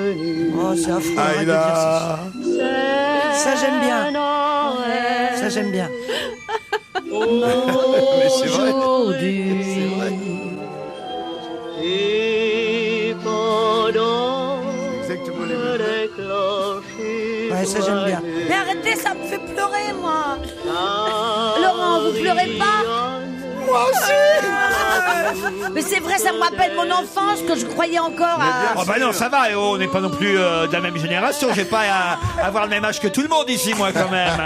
Speaker 14: Ah,
Speaker 12: c'est affreux. arrête de dire ça.
Speaker 5: Haïla.
Speaker 12: Ça, j'aime bien. Ça, j'aime bien.
Speaker 5: Mais c'est vrai.
Speaker 18: Exactement les mêmes.
Speaker 12: Ouais, ça, j'aime bien.
Speaker 9: Mais arrêtez, ça me fait pleurer, moi. Laurent, vous pleurez pas Moi aussi Mais c'est vrai, ça me rappelle mon enfance que je croyais encore à.
Speaker 3: Oh bah non, ça va, et oh, on n'est pas non plus euh, de la même génération, j'ai pas à avoir le même âge que tout le monde ici, moi, quand même.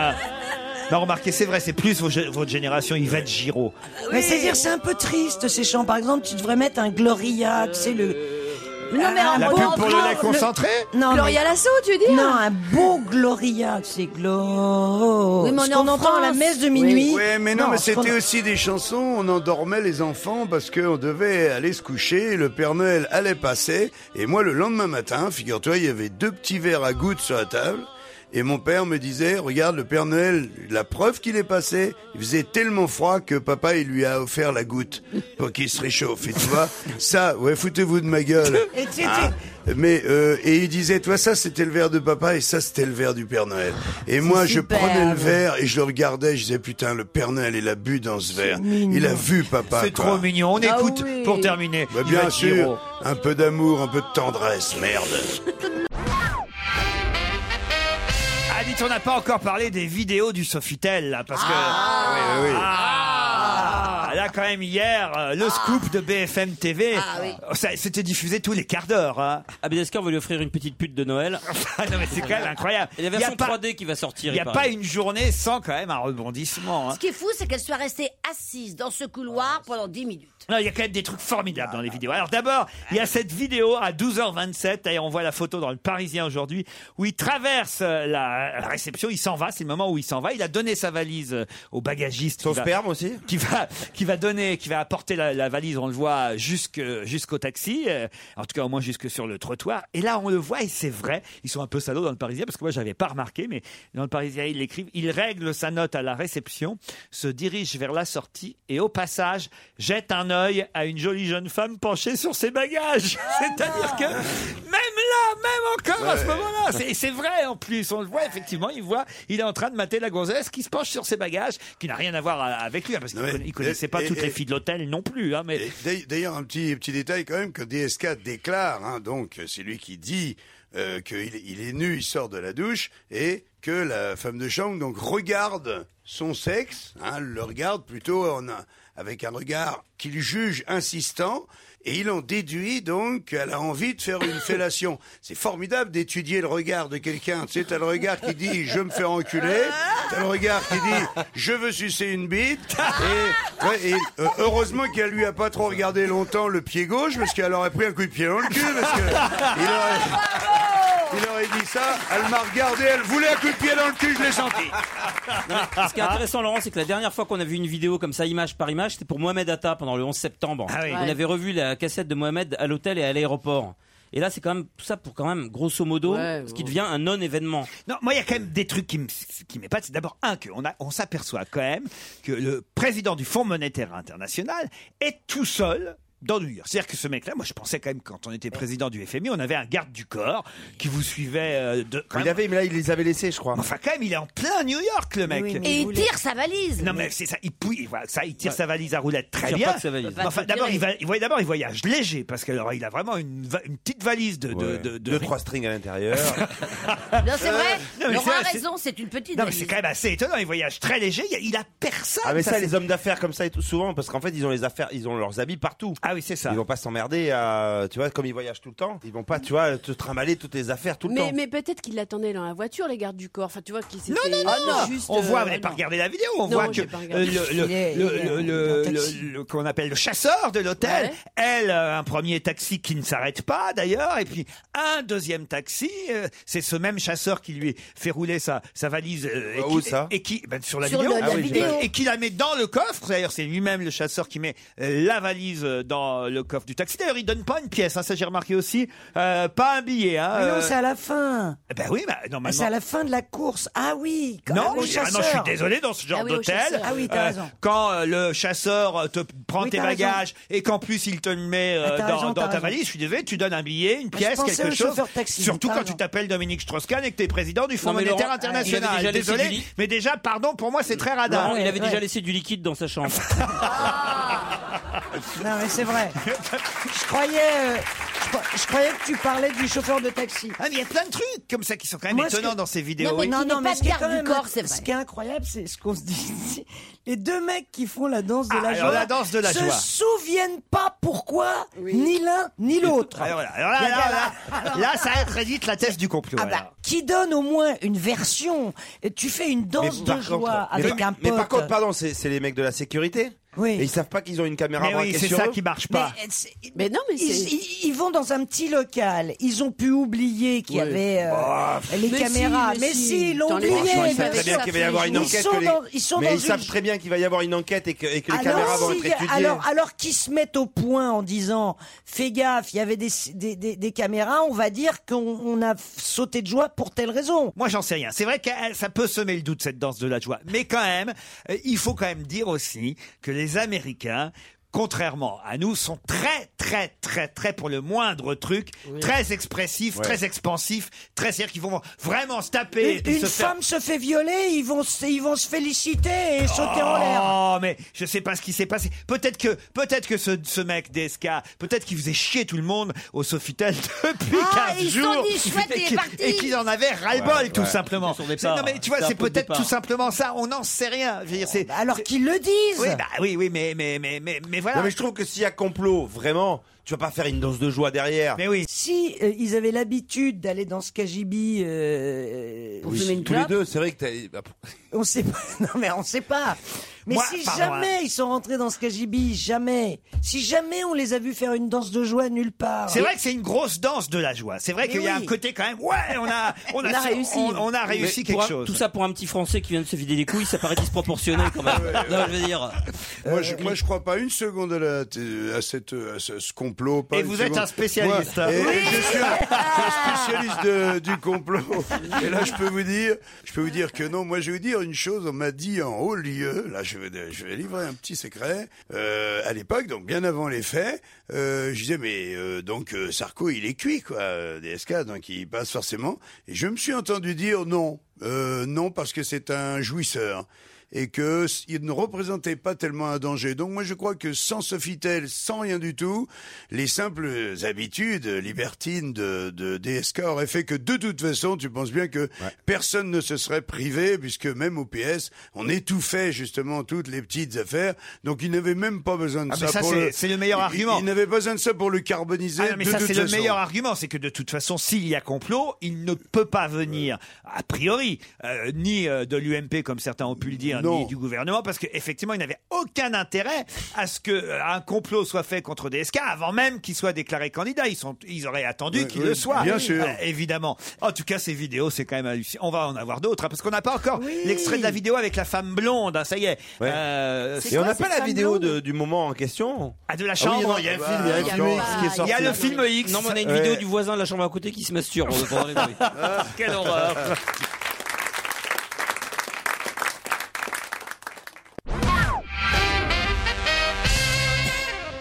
Speaker 3: Non, remarquez, c'est vrai, c'est plus vos gé- votre génération Yvette Giraud.
Speaker 12: Mais c'est-à-dire, c'est un peu triste ces chants. Par exemple, tu devrais mettre un Gloria, tu sais, le.
Speaker 8: Euh,
Speaker 12: Ah,
Speaker 8: Non, mais un La beau- pub pour le lait concentré Gloria Lasso, tu veux dire
Speaker 12: Non, un beau Gloria, tu sais, Glo.
Speaker 8: Oui, mais on
Speaker 12: Oh. Ce
Speaker 8: est en
Speaker 12: qu'on entend à la
Speaker 8: France.
Speaker 12: messe de minuit.
Speaker 5: Ouais, mais non, mais
Speaker 12: ce qu'on-
Speaker 5: c'était aussi des chansons, on endormait les enfants parce qu'on devait aller se coucher, le Père Noël allait passer, et moi le lendemain matin, figure-toi, il y avait deux petits verres à gouttes sur la table, et mon père me disait, regarde, le Père Noël, la preuve qu'il est passé, il faisait tellement froid que papa, il lui a offert la goutte pour qu'il se réchauffe, et tu
Speaker 12: [LAUGHS]
Speaker 5: vois, ça, ouais, foutez-vous de ma gueule. Ah.
Speaker 12: Et tu- tu-
Speaker 5: Mais euh, et il disait, toi ça c'était le verre de papa et ça c'était le verre du Père Noël. Et moi je
Speaker 12: superbe.
Speaker 5: prenais le verre et je le regardais, je disais putain le Père Noël il a bu dans ce verre, il a vu papa.
Speaker 3: C'est
Speaker 5: quoi.
Speaker 3: trop mignon. On écoute pour terminer.
Speaker 5: Bah, bien
Speaker 3: Yvette
Speaker 5: sûr,
Speaker 3: Giraud.
Speaker 5: un peu d'amour, un peu de tendresse, merde.
Speaker 3: Ah, dites, on n'a pas encore parlé des vidéos du Sofitel, là, parce que.
Speaker 5: oui, Ah. oui.
Speaker 3: Ah Là, quand même, hier, euh, le scoop de BFM TV,
Speaker 5: Ah,
Speaker 3: oh, ça, c'était diffusé tous les quarts d'heure. Hein. Ah,
Speaker 6: Abdescar veut lui offrir une petite pute
Speaker 3: [LAUGHS]
Speaker 6: de Noël.
Speaker 3: non, mais c'est quand même incroyable.
Speaker 6: Et la
Speaker 3: Il y a
Speaker 6: version
Speaker 3: pas-
Speaker 6: 3D qui va sortir.
Speaker 3: Il n'y a pas une journée sans quand même un rebondissement. hein.
Speaker 9: Ce qui est fou, c'est qu'elle soit restée assise dans ce couloir pendant 10 minutes.
Speaker 3: Non, il y a quand même des trucs formidables dans les vidéos. Alors d'abord, il y a cette vidéo à 12h27, et on voit la photo dans le Parisien aujourd'hui, où il traverse euh, la, la réception, il s'en va, c'est le moment où il s'en va, il a donné sa valise euh, au bagagiste. Son
Speaker 10: sperme
Speaker 3: aussi qui va, qui va donner, qui va apporter la, la valise, on le voit, jusque- jusqu'au taxi, euh, en tout cas au moins jusque sur le trottoir. Et là, on le voit, et c'est vrai, ils sont un peu salauds dans le Parisien, parce que moi, j'avais pas remarqué, mais dans le Parisien, ils l'écrivent, il règle sa note à la réception, se dirige vers la sortie, et au passage, jette un œil à une jolie jeune femme penchée sur ses bagages. [LAUGHS] C'est-à-dire que, même là, même encore à ce
Speaker 10: Ouais.
Speaker 3: moment-là, c'est- c'est vrai en plus, on le voit, effectivement, il voit, il est en train de mater la gonzesse qui se penche sur ses bagages, qui n'a rien à voir à- avec lui, hein, parce qu'il conna- il connaissait pas
Speaker 5: et-
Speaker 3: toutes
Speaker 5: et-
Speaker 3: les filles de l'hôtel non plus, hein, mais.
Speaker 5: D'ailleurs- D'ailleurs, un petit, petit détail quand même que DSK déclare, hein, donc euh, c'est lui qui dit euh, qu'il il est nu, il sort de la douche, et que la femme de chambre donc regarde son sexe, hein, le regarde plutôt en un- avec un regard qu'il juge insistant, et il en déduit donc qu'elle a envie de faire une fellation. C'est formidable d'étudier le regard de quelqu'un. Tu sais, t'as le regard qui dit « je me fais enculer », t'as le regard qui dit « je veux sucer une bite », et, ouais, et, euh, heureusement qu'elle lui a pas trop regardé longtemps le pied gauche, parce qu'elle aurait pris un coup de pied dans le cul, parce que il aurait... Il aurait dit ça, elle m'a regardé, elle voulait un coup de pied dans le cul, je l'ai senti.
Speaker 6: Ce qui est intéressant, Laurent, c'est que la dernière fois qu'on a vu une vidéo comme ça, image par image, c'était pour Mohamed Atta pendant le 11 septembre.
Speaker 3: Ah oui.
Speaker 6: On
Speaker 3: Ouais.
Speaker 6: avait revu la cassette de Mohamed à l'hôtel et à l'aéroport. Et là, c'est quand même tout ça pour quand même, grosso modo, ce
Speaker 12: oh.
Speaker 6: qui devient un non-événement.
Speaker 3: Non, moi, il y a quand même des trucs qui me- qui m'épatent. C'est d'abord, un, qu'on a- on s'aperçoit quand même que le président du Fonds monétaire international est tout seul dans New York. C'est-à-dire que ce mec-là, moi, je pensais quand même, quand on était président du FMI, on avait un garde du corps qui vous suivait euh, de... Il avait,
Speaker 14: mais là, il les avait laissés, je crois.
Speaker 3: Enfin, quand même, il est en plein New York, le mec.
Speaker 9: Et il tire sa valise.
Speaker 3: Non mais c'est ça, il pouille, voilà, ça, il tire
Speaker 6: Ouais.
Speaker 3: sa valise à roulette très
Speaker 6: Il tire
Speaker 3: bien.
Speaker 6: pas de sa valise.
Speaker 3: Mais Enfin, d'abord il, va- il voy- d'abord, il voyage léger parce que alors, il a vraiment une, va- une petite valise de, de, de- de-
Speaker 10: Deux, trois strings à
Speaker 3: [LAUGHS]
Speaker 10: l'intérieur.
Speaker 9: Non, c'est vrai.
Speaker 3: Non, mais
Speaker 9: Laurent
Speaker 3: c'est-
Speaker 9: a
Speaker 3: c'est-
Speaker 9: raison, c'est une petite
Speaker 3: Non mais
Speaker 9: valise.
Speaker 3: c'est quand même assez étonnant, il voyage très léger, il y a, il a personne.
Speaker 10: Ah mais ça,
Speaker 3: c'est-
Speaker 10: les hommes d'affaires comme ça et tout souvent parce qu'en fait ils ont les affaires, ils ont leurs habits partout.
Speaker 3: Ah Ah oui, c'est ça.
Speaker 10: Ils vont pas s'emmerder à, tu vois, comme ils voyagent tout le temps, ils vont pas, tu vois, te trimballer toutes les affaires tout le
Speaker 8: Mais,
Speaker 10: temps.
Speaker 8: mais peut-être qu'il l'attendait dans la voiture, les gardes du corps. Enfin, tu vois, qu'il s'était
Speaker 3: non, non, non.
Speaker 8: juste,
Speaker 3: on
Speaker 8: euh,
Speaker 3: voit, vous n'avez
Speaker 8: non.
Speaker 3: pas regardé la vidéo, on
Speaker 8: Non,
Speaker 3: voit que
Speaker 8: j'ai pas regardé.
Speaker 3: euh, le, le-
Speaker 8: Il est-
Speaker 3: le-
Speaker 8: il est
Speaker 3: le- le- le- le- qu'on appelle le chasseur de l'hôtel, elle, euh, un premier taxi qui ne s'arrête pas d'ailleurs, et puis un deuxième taxi, euh, c'est ce même chasseur qui lui fait rouler sa, sa valise euh, et, qui, et qui ben, sur la
Speaker 4: Sur
Speaker 3: vidéo,
Speaker 4: le- la Ah oui, vidéo. j'ai pas-
Speaker 3: et qui la met dans le coffre. D'ailleurs, c'est lui-même le chasseur qui met euh, la valise euh, dans le coffre du taxi. D'ailleurs, il donne pas une pièce, hein, ça j'ai remarqué aussi, Euh, pas un billet. Hein,
Speaker 12: Mais
Speaker 3: euh,
Speaker 12: non, c'est à la fin.
Speaker 3: Ben oui, bah,
Speaker 12: Ah,
Speaker 3: normalement.
Speaker 12: C'est à la fin de la course. Ah oui, quand
Speaker 3: Non,
Speaker 12: au
Speaker 3: mais- ah non,
Speaker 12: chasseur.
Speaker 3: je suis désolé dans ce genre
Speaker 12: Ah oui, au
Speaker 3: d'hôtel.
Speaker 12: chasseur. Ah oui, t'as
Speaker 3: euh,
Speaker 12: raison.
Speaker 3: Quand euh, le chasseur euh, te prend
Speaker 12: Oui,
Speaker 3: tes
Speaker 12: t'as raison.
Speaker 3: bagages et qu'en plus il te le met euh,
Speaker 12: Ah, t'as
Speaker 3: dans,
Speaker 12: raison,
Speaker 3: dans
Speaker 12: t'as
Speaker 3: ta
Speaker 12: raison.
Speaker 3: valise, je suis désolé, tu donnes un billet, une
Speaker 12: Mais je
Speaker 3: pièce,
Speaker 12: pensais
Speaker 3: quelque
Speaker 12: au
Speaker 3: chose.
Speaker 12: chauffeur de taxi,
Speaker 3: Surtout
Speaker 12: t'as
Speaker 3: quand
Speaker 12: raison.
Speaker 3: tu t'appelles Dominique Strauss-Kahn et que t'es président du Fonds
Speaker 6: Non, mais
Speaker 3: monétaire
Speaker 6: Laurent, il avait
Speaker 3: international.
Speaker 6: déjà laissé
Speaker 3: Désolé,
Speaker 6: du lit.
Speaker 3: mais déjà, pardon, pour moi c'est très radar.
Speaker 6: Laurent, il avait déjà laissé du liquide dans sa chambre.
Speaker 12: Non, mais c'est
Speaker 3: [LAUGHS]
Speaker 12: vrai. je croyais. euh, je, cro- je croyais que tu parlais du chauffeur de taxi.
Speaker 3: Ah, mais il y a plein de trucs comme ça qui sont quand même étonnants dans ces vidéos.
Speaker 12: Non, mais,
Speaker 3: Oui.
Speaker 12: non,
Speaker 3: Qui
Speaker 12: non,
Speaker 3: n'est
Speaker 12: mais
Speaker 3: pas
Speaker 12: ce qui est
Speaker 3: garde
Speaker 12: quand
Speaker 3: du
Speaker 12: même-
Speaker 3: corps, c'est
Speaker 12: Ce qui est incroyable, c'est ce qu'on se dit ici. Les deux mecs qui font la danse de
Speaker 3: Ah,
Speaker 12: la
Speaker 3: alors,
Speaker 12: joie.
Speaker 3: la danse de la
Speaker 12: se
Speaker 3: joie.
Speaker 12: souviennent pas pourquoi, ni l'un, ni l'autre.
Speaker 3: Alors là, alors là,
Speaker 12: Il y a-
Speaker 3: là, là, là, ça rédite la thèse du complot.
Speaker 12: Ah
Speaker 3: alors.
Speaker 12: bah, qui donne au moins une version. Et Tu fais une danse
Speaker 10: Mais
Speaker 12: de
Speaker 10: par
Speaker 12: joie
Speaker 10: contre- mais
Speaker 12: avec
Speaker 10: par-
Speaker 12: un pote.
Speaker 10: Mais par contre, pardon, c'est c'est les mecs de la sécurité. Et ils savent pas qu'ils ont une caméra
Speaker 3: Mais oui,
Speaker 10: braquée
Speaker 3: c'est
Speaker 10: sur
Speaker 3: ça
Speaker 10: eux.
Speaker 3: qui marche pas.
Speaker 12: Mais, euh, c'est-
Speaker 8: Mais non, mais c'est-
Speaker 12: ils, ils- ils vont dans un petit local. Ils ont pu oublier qu'il y
Speaker 10: Ouais.
Speaker 12: avait euh,
Speaker 10: Bah,
Speaker 12: les
Speaker 10: mais
Speaker 12: caméras.
Speaker 10: si, mais
Speaker 12: mais
Speaker 10: si.
Speaker 12: si, ils l'ont
Speaker 10: Dans les
Speaker 12: oublié.
Speaker 10: Franchement, ils
Speaker 12: bien
Speaker 10: savent très bien
Speaker 12: sûr.
Speaker 10: qu'il va y avoir une
Speaker 12: Ils
Speaker 10: enquête.
Speaker 12: sont
Speaker 10: que les-
Speaker 12: dans- ils sont
Speaker 10: mais
Speaker 12: dans
Speaker 10: ils
Speaker 12: une-
Speaker 10: savent très bien qu'il va y avoir une enquête et que, et que les
Speaker 12: alors,
Speaker 10: caméras vont
Speaker 12: si,
Speaker 10: être étudiées.
Speaker 12: alors, alors qu'ils se mettent au point en disant fais gaffe, il y avait des, des, des- des caméras, on va dire qu'on on a sauté de joie pour telle raison.
Speaker 3: Moi, j'en sais rien. C'est vrai que euh, ça peut semer le doute, cette danse de la joie. Mais quand même, euh, il faut quand même dire aussi que les Américains, contrairement à nous, sont très, très, très, très, pour le moindre truc, très expressifs, très expansifs, très, c'est-à-dire qu'ils vont vraiment se taper.
Speaker 12: Une,
Speaker 3: et
Speaker 12: une
Speaker 3: se faire-
Speaker 12: femme se fait violer, ils vont, se- ils vont se féliciter et sauter en l'air.
Speaker 3: Oh, mais je sais pas ce qui s'est passé. Peut-être que, peut-être que ce, ce mec d'SK, peut-être qu'il faisait chier tout le monde au Sofitel [LAUGHS] depuis
Speaker 4: Ah,
Speaker 3: 15
Speaker 4: ils se
Speaker 3: jours.
Speaker 4: sont dit, chouette, il est
Speaker 3: et qu'il-
Speaker 4: parti.
Speaker 3: et qu'ils en avaient ras-le-bol,
Speaker 4: Ouais,
Speaker 3: tout
Speaker 4: ouais.
Speaker 3: simplement.
Speaker 4: C'était son
Speaker 3: C'est-
Speaker 4: départ.
Speaker 3: Non, mais tu vois,
Speaker 4: C'était un
Speaker 3: c'est
Speaker 4: peu le
Speaker 3: peut-être
Speaker 4: départ.
Speaker 3: tout simplement ça. On n'en sait rien. Je veux dire, c'est-
Speaker 12: Bah, Alors qu'ils le disent.
Speaker 3: Oui, bah oui, oui, mais, mais, mais, mais, mais voilà.
Speaker 10: Non, mais je trouve que s'il y a complot, vraiment, tu vas pas faire une danse de joie derrière.
Speaker 3: Mais oui.
Speaker 12: Si euh, ils avaient l'habitude d'aller dans ce KGB, euh,
Speaker 10: Oui, tous les deux, c'est vrai que t'as. bah, pour-
Speaker 12: on sait pas. [LAUGHS] Non mais on sait pas. Mais
Speaker 10: Moi,
Speaker 12: si
Speaker 10: pardon,
Speaker 3: hein.
Speaker 12: jamais ils sont rentrés dans ce KGB, jamais. Si jamais on les a vus faire une danse de joie nulle part.
Speaker 3: C'est vrai que c'est une grosse danse de la joie. C'est vrai
Speaker 12: Mais
Speaker 3: qu'il y a
Speaker 12: Eh oui.
Speaker 3: un côté quand même. Ouais, on a, [LAUGHS] on
Speaker 12: [LAUGHS]
Speaker 3: a,
Speaker 12: On a
Speaker 3: su-
Speaker 12: réussi.
Speaker 3: On, on a
Speaker 6: Mais
Speaker 3: réussi
Speaker 6: pour
Speaker 3: quelque
Speaker 6: un-
Speaker 3: chose.
Speaker 6: Tout ça pour un petit Français qui vient de se vider les couilles, ça paraît disproportionné
Speaker 3: [LAUGHS]
Speaker 6: quand même. Non, je veux dire.
Speaker 3: Euh,
Speaker 5: Moi, je, moi, je crois pas une seconde à, la- t- à cette, à ce, ce complot. Pas
Speaker 3: Et
Speaker 5: une
Speaker 3: vous êtes
Speaker 5: seconde.
Speaker 3: un spécialiste,
Speaker 5: Moi,
Speaker 3: hein.
Speaker 5: et- et
Speaker 3: Oui.
Speaker 5: je suis un, je suis un spécialiste de- du complot. Et là, je peux vous dire, je peux vous dire que non. Moi, je vais vous dire une chose. On m'a dit en haut lieu. Là, je vais, je vais livrer un petit secret. Euh, à l'époque, donc bien avant les faits, euh, je disais mais euh, donc euh, Sarko, il est cuit quoi. euh, DSK, donc il passe forcément. Et je me suis entendu dire non, euh, non parce que c'est un jouisseur et que s- il ne représentait pas tellement un danger. Donc moi je crois que sans Sofitel, sans rien du tout, les simples habitudes libertines de, de DSK auraient fait que de toute façon, tu penses bien que personne ne se serait privé puisque même au PS, on étouffait justement toutes les petites affaires. Donc il n'avait même pas besoin de
Speaker 3: Ah, mais
Speaker 5: ça,
Speaker 3: ça,
Speaker 5: pour
Speaker 3: c'est- c'est le meilleur
Speaker 5: Il-
Speaker 3: argument.
Speaker 5: Il n'avait pas besoin de ça pour le carboniser.
Speaker 3: Ah non, mais
Speaker 5: de
Speaker 3: ça,
Speaker 5: toute
Speaker 3: c'est le
Speaker 5: façon.
Speaker 3: meilleur argument. C'est que de toute façon, s'il y a complot, il ne peut pas venir, a priori, euh, ni euh, de l'UMP, comme certains ont pu le dire, ni du gouvernement, parce qu'effectivement, il n'avait aucun intérêt à ce qu'un complot soit fait contre DSK avant même qu'il soit déclaré candidat. Ils, sont, ils auraient attendu
Speaker 4: Oui,
Speaker 3: qu'il
Speaker 4: oui,
Speaker 3: le soit.
Speaker 4: bien sûr.
Speaker 3: évidemment. En tout cas, ces vidéos, c'est quand même hallucinant. On va en avoir d'autres, hein, parce qu'on n'a pas encore l'extrait de la vidéo avec la femme blonde. hein, ça y est. Euh,
Speaker 10: Et on n'a pas la vidéo de- du moment en question.
Speaker 3: Ah, de la
Speaker 10: oui,
Speaker 3: chambre
Speaker 10: non, il y a un film, il y a un film X qui est sorti.
Speaker 6: Bah, Il y a le film
Speaker 3: X.
Speaker 6: Non, mais on a une
Speaker 10: Ouais.
Speaker 6: vidéo du voisin de la chambre à côté qui se masturbe. On va pas parler de
Speaker 3: [LAUGHS]
Speaker 6: lui.
Speaker 3: Ah, Quelle horreur.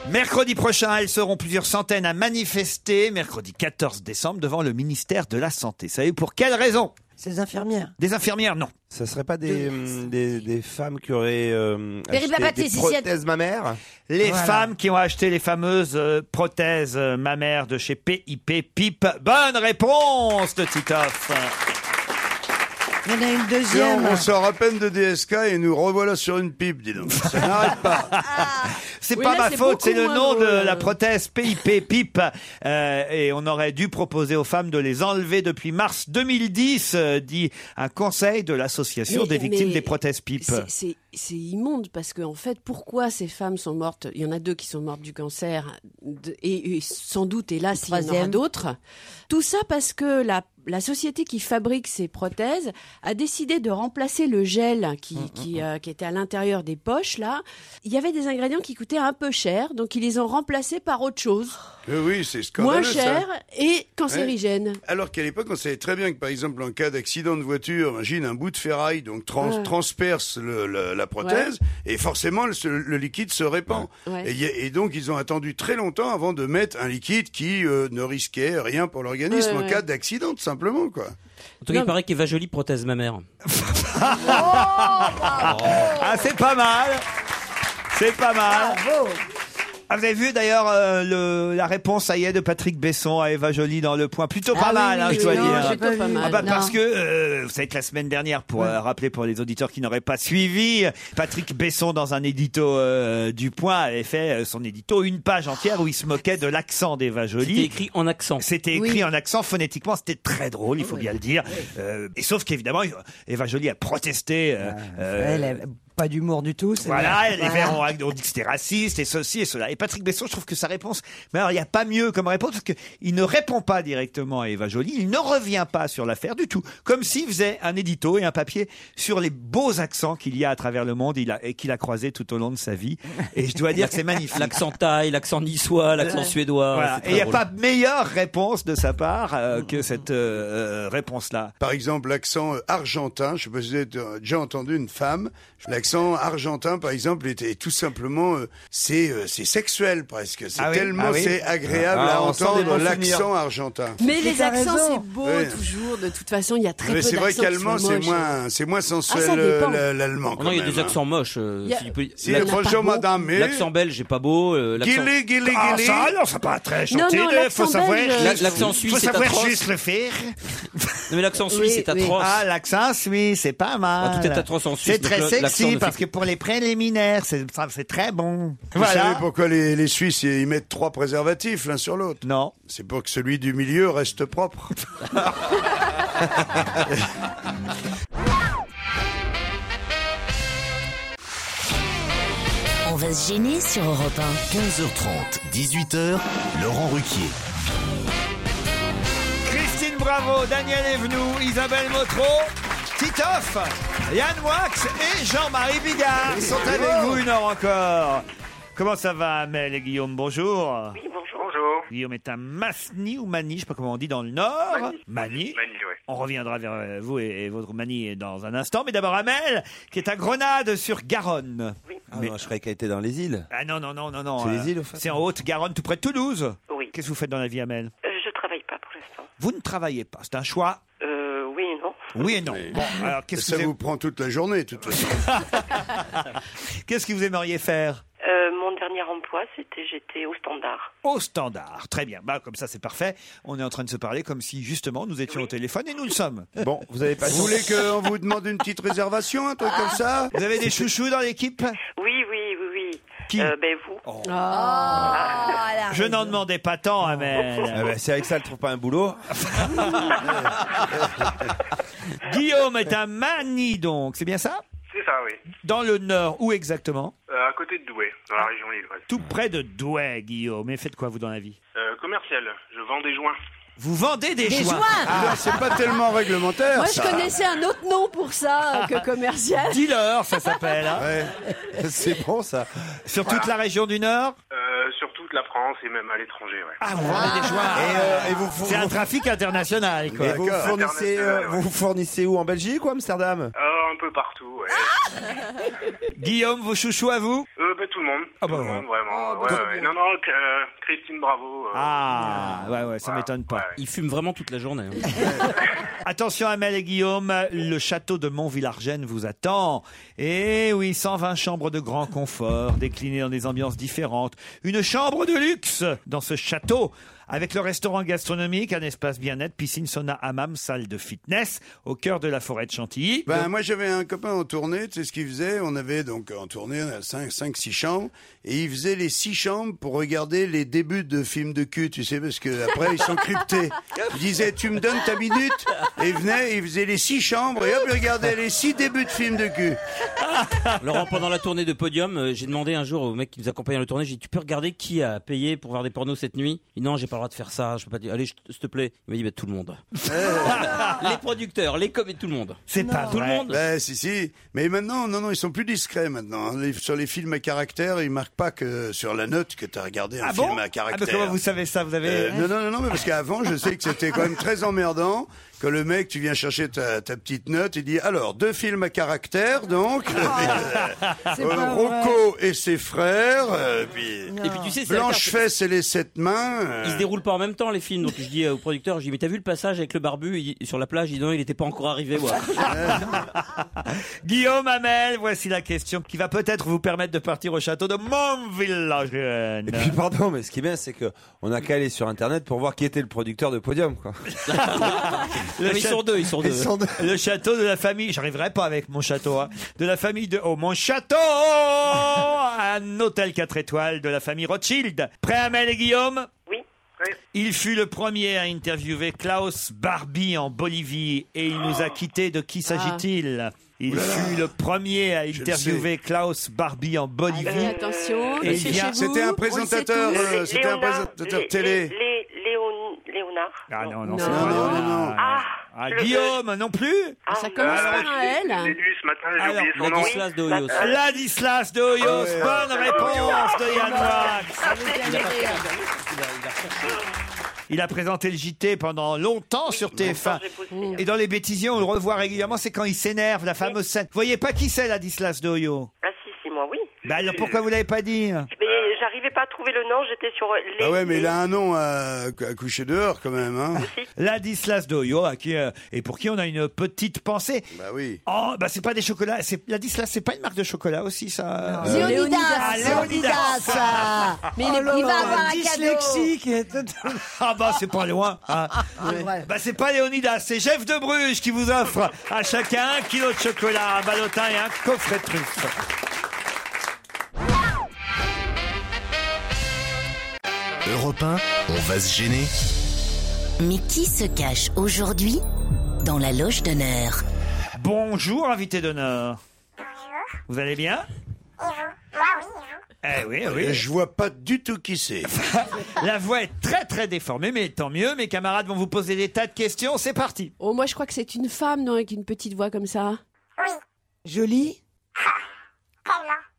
Speaker 3: Mercredi prochain, elles seront plusieurs centaines à manifester, mercredi 14 décembre, devant le ministère de la Santé. Savez-vous pour quelle raison
Speaker 12: Ces infirmières.
Speaker 3: Des infirmières, non.
Speaker 10: Ça serait pas des, hum, des, des femmes qui auraient euh, acheté des prothèses mammaires
Speaker 3: Les
Speaker 10: Voilà.
Speaker 3: femmes qui ont acheté les fameuses euh, prothèses euh, mammaires de chez PIP PIP. Bonne réponse de Titoff.
Speaker 12: Il y en a une
Speaker 5: Et on,
Speaker 12: deuxième.
Speaker 5: on sort à peine de DSK et nous revoilà sur une pipe, dis donc. Ça n'arrête
Speaker 3: [LAUGHS]
Speaker 5: pas.
Speaker 3: C'est pas ma faute, c'est le nom de la prothèse PIP PIP. Euh, et on aurait dû proposer aux femmes de les enlever depuis mars 2010, euh, dit un conseil de l'association
Speaker 8: Mais-
Speaker 3: des victimes
Speaker 8: mais
Speaker 3: des prothèses PIP.
Speaker 8: c'est- C'est c'est immonde parce que en fait, pourquoi ces femmes sont mortes Il y en a deux qui sont mortes du cancer de- et, et sans doute, hélas, il y en aura
Speaker 9: Troisième.
Speaker 8: d'autres. Tout ça parce que la la société qui fabrique ces prothèses a décidé de remplacer le gel qui,
Speaker 5: Mmh,
Speaker 8: qui, euh, qui était à l'intérieur des poches là. Il y avait des ingrédients qui coûtaient un peu cher, donc ils les ont remplacés par autre chose,
Speaker 5: Euh, oui, c'est scandaleux.
Speaker 8: moins cher
Speaker 5: ça.
Speaker 8: et cancérigène.
Speaker 5: Alors qu'à l'époque, on savait très bien que, par exemple, en cas d'accident de voiture, imagine un bout de ferraille donc trans-
Speaker 8: Ouais.
Speaker 5: transperce le- le- la prothèse et forcément le, le liquide se répand.
Speaker 8: Ouais.
Speaker 5: Et, il y a- et donc, ils ont attendu très longtemps avant de mettre un liquide qui euh, ne risquait rien pour l'organisme
Speaker 8: Ouais,
Speaker 5: en
Speaker 8: ouais.
Speaker 5: cas d'accident, tout simplement, quoi.
Speaker 6: En tout cas, il paraît qu'Eva Jolie prothèse ma mère.
Speaker 3: Ah, c'est pas mal. C'est pas mal. Ah, vous avez vu d'ailleurs euh, le- la réponse, ça y est, de Patrick Besson à Eva Jolie dans le point. Plutôt
Speaker 8: Ah
Speaker 3: pas
Speaker 8: oui,
Speaker 3: mal,
Speaker 8: oui,
Speaker 3: hein,
Speaker 8: oui,
Speaker 3: je dois
Speaker 8: non,
Speaker 3: dire.
Speaker 8: plutôt pas mal,
Speaker 3: Ah bah,
Speaker 8: non.
Speaker 3: parce que euh, vous savez que la semaine dernière, pour euh, rappeler pour les auditeurs qui n'auraient pas suivi, Patrick Besson dans un édito euh, du point avait fait euh, son édito une page entière où il se moquait de l'accent d'Eva Jolie. C'était écrit en accent. C'était écrit
Speaker 6: Oui.
Speaker 3: en accent phonétiquement, c'était très drôle,
Speaker 19: Ah
Speaker 3: il faut bien le dire. Euh, et sauf qu'évidemment, Eva Jolie a protesté. euh, euh,
Speaker 19: Ah, Elle, elle, pas d'humour du tout. c'est
Speaker 3: voilà,
Speaker 19: vrai.
Speaker 3: les Verts
Speaker 12: [LAUGHS]
Speaker 3: ont, on dit que c'était raciste et ceci et cela. Et Patrick Besson, je trouve que sa réponse, mais alors il n'y a pas mieux comme réponse parce qu'il ne répond pas directement à Eva Jolie, il ne revient pas sur l'affaire du tout, comme s'il faisait un édito et un papier sur les beaux accents qu'il y a à travers le monde il a- et qu'il a croisé tout au long de sa vie. Et je dois dire que c'est [LAUGHS] magnifique.
Speaker 6: L'accent thaï, l'accent niçois, l'accent
Speaker 3: Ouais.
Speaker 6: suédois.
Speaker 3: Voilà.
Speaker 6: c'est
Speaker 3: Et il n'y a
Speaker 6: très
Speaker 3: pas
Speaker 6: drôle.
Speaker 3: meilleure réponse de sa part euh, que cette euh, euh, réponse-là.
Speaker 5: Par exemple, l'accent euh, argentin, je ne sais pas si vous avez euh, déjà entendu une femme, l'accent argentin, par exemple, était tout simplement, euh, c'est euh, c'est sexuel presque. C'est
Speaker 3: Ah oui,
Speaker 5: tellement
Speaker 3: ah oui.
Speaker 5: c'est agréable
Speaker 3: Ah,
Speaker 5: à
Speaker 3: on sent des
Speaker 5: entendre
Speaker 3: bons
Speaker 5: l'accent
Speaker 3: souvenirs.
Speaker 5: argentin.
Speaker 8: Mais les
Speaker 3: t'as
Speaker 8: accents,
Speaker 3: raison.
Speaker 8: c'est beau
Speaker 5: Ouais.
Speaker 8: toujours. De toute façon, il y a très peu
Speaker 5: Mais c'est
Speaker 8: d'accents.
Speaker 5: vrai
Speaker 8: qui sont
Speaker 5: qu'allemand, c'est
Speaker 8: moches. Ah,
Speaker 5: moins, c'est moins sensuel
Speaker 8: ça
Speaker 5: euh,
Speaker 8: dépend.
Speaker 5: la- l'allemand.
Speaker 6: Oh non, il y a des accents moches. euh,
Speaker 5: Il y a- Si, bonjour, madame, mais-
Speaker 6: L'accent belge est pas beau. euh, l'accent-
Speaker 5: Guili, guili,
Speaker 3: Ah,
Speaker 5: guili.
Speaker 3: ça, alors, c'est pas très
Speaker 6: Non,
Speaker 3: gentil.
Speaker 6: non,
Speaker 3: de-
Speaker 6: l'accent
Speaker 3: faut savoir,
Speaker 6: belge, euh,
Speaker 3: juste-
Speaker 6: L'accent suisse
Speaker 3: faut
Speaker 6: est
Speaker 3: savoir
Speaker 6: atroce.
Speaker 3: juste le faire.
Speaker 6: [LAUGHS] Non, mais l'accent suisse est atroce.
Speaker 3: Ah, l'accent suisse, c'est pas mal.
Speaker 6: Ah, tout est atroce en Suisse,
Speaker 3: C'est
Speaker 6: donc
Speaker 3: très
Speaker 6: le- l'accent ne
Speaker 3: sexy
Speaker 6: fait
Speaker 3: parce
Speaker 6: que-
Speaker 3: que pour les préliminaires, c'est ça, c'est très bon.
Speaker 5: Vous savez pourquoi les, les Suisses ils mettent trois préservatifs l'un sur l'autre
Speaker 3: Non.
Speaker 5: C'est pour que celui du milieu reste
Speaker 3: [LAUGHS]
Speaker 5: propre.
Speaker 2: On va se gêner sur Europe 1. 15h30, 18h, Laurent Ruquier.
Speaker 3: Christine Bravo, Daniel Evenou, Isabelle Motro, Titoff, Yann Wax et Jean-Marie Bigard sont avec vous une heure encore. Comment ça va, Amel et Guillaume Bonjour.
Speaker 7: Bonjour.
Speaker 3: Guillaume est à Masni ou Mani, je sais pas comment on dit dans le Nord.
Speaker 7: Mani.
Speaker 3: Mani.
Speaker 7: Mani, ouais.
Speaker 3: On reviendra vers euh, vous et, et votre Mani dans un instant. Mais d'abord Amel, qui est à Grenade sur Garonne.
Speaker 10: Ah non, je croyais qu'elle était dans les îles.
Speaker 3: Ah non, non, non, non, non.
Speaker 10: C'est
Speaker 3: euh,
Speaker 10: les îles, au fait
Speaker 3: C'est en Haute-Garonne, tout près de Toulouse.
Speaker 7: Oui. Euh,
Speaker 3: Qu'est-ce que vous faites dans la vie, Amel
Speaker 7: Je travaille pas pour l'instant.
Speaker 3: Vous ne travaillez pas. C'est un choix. [LAUGHS]
Speaker 7: Euh, oui, non.
Speaker 3: Oui et non.
Speaker 7: Euh.
Speaker 3: Bon, alors qu'est-ce que
Speaker 5: Ça
Speaker 3: vous aimez-
Speaker 5: vous prend toute la journée, de toute façon.
Speaker 3: [LAUGHS] Qu'est-ce que vous aimeriez faire
Speaker 7: Euh, mon dernier emploi, c'était j'étais au standard.
Speaker 3: au standard Très bien. Bah, comme ça, c'est parfait. On est en train de se parler comme si justement nous étions au téléphone et nous le sommes.
Speaker 10: [LAUGHS] Bon, vous avez pas.
Speaker 5: Vous voulez qu'on vous demande une petite réservation, un truc comme ça
Speaker 3: Vous avez des chouchous dans l'équipe
Speaker 7: Oui, oui, oui, oui.
Speaker 3: Qui
Speaker 7: Euh, Ben vous.
Speaker 3: Oh.
Speaker 8: Ah.
Speaker 3: [LAUGHS]
Speaker 7: Ah,
Speaker 3: Je n'en demandais pas tant,
Speaker 10: Ah
Speaker 3: Amel.
Speaker 10: bah, c'est avec ça, elle trouve pas un boulot.
Speaker 3: [LAUGHS] Guillaume est à Mani, donc. C'est bien ça
Speaker 7: C'est ça, oui.
Speaker 3: Dans le Nord, où exactement
Speaker 7: Euh, à côté de Douai, dans la région lilloise.
Speaker 3: Tout près de Douai, Guillaume. Et faites quoi, vous, dans la vie
Speaker 7: Euh, commercial, je vends des joints.
Speaker 3: Vous vendez des,
Speaker 8: Des
Speaker 3: joints.
Speaker 8: joints
Speaker 3: Ah,
Speaker 5: C'est pas tellement réglementaire.
Speaker 8: Moi, je
Speaker 5: ça.
Speaker 8: connaissais un autre nom pour ça euh, que
Speaker 3: [LAUGHS]
Speaker 8: commercial.
Speaker 3: Dealer, ça s'appelle. hein.
Speaker 10: Ouais. C'est bon ça.
Speaker 3: Sur toute la région du Nord
Speaker 7: Euh, sur toute la France et même à l'étranger, ouais.
Speaker 3: Ah, vous vendez des joints.
Speaker 10: euh,
Speaker 3: C'est un trafic international, quoi.
Speaker 10: Et vous fournissez, euh, vous fournissez où en Belgique ou Amsterdam
Speaker 7: Euh, un peu partout, ouais.
Speaker 5: [LAUGHS]
Speaker 3: Guillaume, vos chouchous à vous
Speaker 7: Euh, ben, tout le monde.
Speaker 3: Ah,
Speaker 7: tout
Speaker 3: bah,
Speaker 7: le
Speaker 3: ouais.
Speaker 7: monde, vraiment. ouais,
Speaker 3: bah,
Speaker 7: ouais. Non, non, que, euh, Christine Bravo. euh,
Speaker 3: Ah, ouais, ouais, ça m'étonne pas.
Speaker 6: Il fume vraiment toute la journée. hein.
Speaker 3: [LAUGHS] Attention, Amel et Guillaume, le château de Montvillargennes vous attend. Et oui, 120 chambres de grand confort, déclinées dans des ambiances différentes. Une chambre de luxe dans ce château Avec le restaurant gastronomique, un espace bien-être, piscine, sauna, hammam, salle de fitness, au cœur de la forêt de Chantilly.
Speaker 5: Ben, moi, j'avais un copain en tournée, tu sais ce qu'il faisait On avait donc en tournée 5, 5 6 chambres, et il faisait les 6 chambres pour regarder les débuts de films de cul, tu sais, parce que après, ils sont cryptés. Il disait, tu me donnes ta minute, et il venait, il faisait les 6 chambres, et hop, il regardait les 6 débuts de films de cul.
Speaker 6: Laurent, pendant la tournée de Podium, euh, j'ai demandé un jour au mec qui nous accompagnait dans le tournée, j'ai dit, tu peux regarder qui a payé pour voir des pornos cette nuit Il dit, non, j'ai pas le droit de faire ça, je peux pas dire, allez, je- s'il te plaît. Il m'a dit, bah, tout le monde.
Speaker 5: Eh.
Speaker 6: [LAUGHS] les producteurs, les comédies, tout le monde. Tout le monde.
Speaker 5: Ben, si, si. Mais maintenant, non, non, ils sont plus discrets maintenant. Les- Sur les films à caractère, ils marquent pas que sur la note que tu as regardé un
Speaker 3: Ah
Speaker 5: film
Speaker 3: bon
Speaker 5: à
Speaker 3: Ah,
Speaker 5: caractère.
Speaker 3: mais comment vous savez ça Vous avez.
Speaker 5: Euh, non, non, non, non, mais parce qu'avant, je sais que c'était quand même très emmerdant que le mec, tu viens chercher ta, ta petite note, il dit alors deux films à caractère, donc
Speaker 18: C'est
Speaker 5: euh,
Speaker 18: pas
Speaker 5: Rocco et ses frères, euh, puis,
Speaker 6: Et puis, tu sais, c'est la
Speaker 5: Blanche Fesse et les sept mains. euh,
Speaker 6: Ils se déroulent pas en même temps les films, donc je dis euh, au producteur, je dis mais t'as vu le passage avec le barbu Il- sur la plage Il dit non, il était pas encore arrivé. Moi.
Speaker 3: [LAUGHS] Guillaume Hamel, voici la question qui va peut-être vous permettre de partir au château de Montvillageon.
Speaker 10: Et puis pardon, mais ce qui est bien, c'est que on a qu'à aller sur internet pour voir qui était le producteur de podium,
Speaker 3: [LAUGHS]
Speaker 10: quoi. [LAUGHS]
Speaker 3: Le
Speaker 10: Mais ils
Speaker 3: cha-
Speaker 10: sont deux, ils sont deux. Ils sont deux.
Speaker 3: Le château de la famille, j'arriverai pas avec mon château, hein. de la famille de... Oh, mon château Un hôtel 4 étoiles de la famille Rothschild. Prêt, Amel et Guillaume
Speaker 11: Oui.
Speaker 3: Il fut le premier à interviewer Klaus Barbie en Bolivie et il nous a quittés. De qui s'agit-il il
Speaker 5: Oulala.
Speaker 3: fut le premier à
Speaker 5: le sais.
Speaker 3: interviewer Klaus Barbie en Bolivie.
Speaker 8: Allez, attention,
Speaker 3: Et
Speaker 8: laissez
Speaker 3: il vient-
Speaker 8: chez vous, C'était un on le sait présentateur, tous. euh, c'était un
Speaker 3: présentateur
Speaker 11: Lé-
Speaker 3: télé.
Speaker 11: Lé- Lé- Léon- Léonard.
Speaker 3: Ah non, non,
Speaker 11: Non.
Speaker 3: c'est
Speaker 11: Non,
Speaker 3: pas
Speaker 11: non,
Speaker 3: Léonard. Ah, Guillaume non plus
Speaker 8: Ça commence par un L.
Speaker 3: Alors,
Speaker 6: oublié son nom. Ladislas de Hoyos.
Speaker 3: Ladislas de Hoyos,
Speaker 6: Ah ouais.
Speaker 3: bonne réponse de Yann Moix. Il a présenté le JT pendant longtemps sur TF1. Et dans les bêtisiers, on le revoit régulièrement, c'est quand il s'énerve, la fameuse scène. Vous voyez pas qui c'est Ladislas de Hoyos
Speaker 11: Ah si, ben, si, moi, oui.
Speaker 3: Bah alors pourquoi vous l'avez pas dit
Speaker 11: Mais j'arrivais pas à trouver le nom, j'étais sur euh, les...
Speaker 5: Ah ouais, mais il a un nom à, à coucher dehors quand même. Hein.
Speaker 3: Ladislas de Hoyos, à qui, euh, et pour qui on a une petite pensée.
Speaker 5: Bah oui.
Speaker 3: Oh, bah c'est pas des chocolats. c'est- Ladislas, c'est pas une marque de chocolat aussi, ça
Speaker 18: Non. Léonidas,
Speaker 3: Ah,
Speaker 18: Léonidas. [LAUGHS] Mais
Speaker 12: Oh
Speaker 18: il est- il va avoir un cadeau.
Speaker 3: dyslexique. [LAUGHS] Ah bah c'est pas loin. hein.
Speaker 18: Ouais. Ouais.
Speaker 3: Bah c'est pas Léonidas, c'est Jeff de Bruges qui vous offre à chacun un kilo de chocolat, un ballotin et un coffret de truffes.
Speaker 2: Europe 1, on va se gêner.
Speaker 20: Mais qui se cache aujourd'hui dans la loge d'honneur
Speaker 3: Bonjour invité d'honneur. Vous allez bien
Speaker 11: hein.
Speaker 3: Eh oui, oui.
Speaker 5: Je vois pas du tout qui c'est.
Speaker 3: [LAUGHS] La voix est très très déformée, mais tant mieux. Mes camarades vont vous poser des tas de questions. C'est parti.
Speaker 8: Oh, moi, je crois que c'est une femme, non, avec une petite voix comme ça.
Speaker 12: Jolie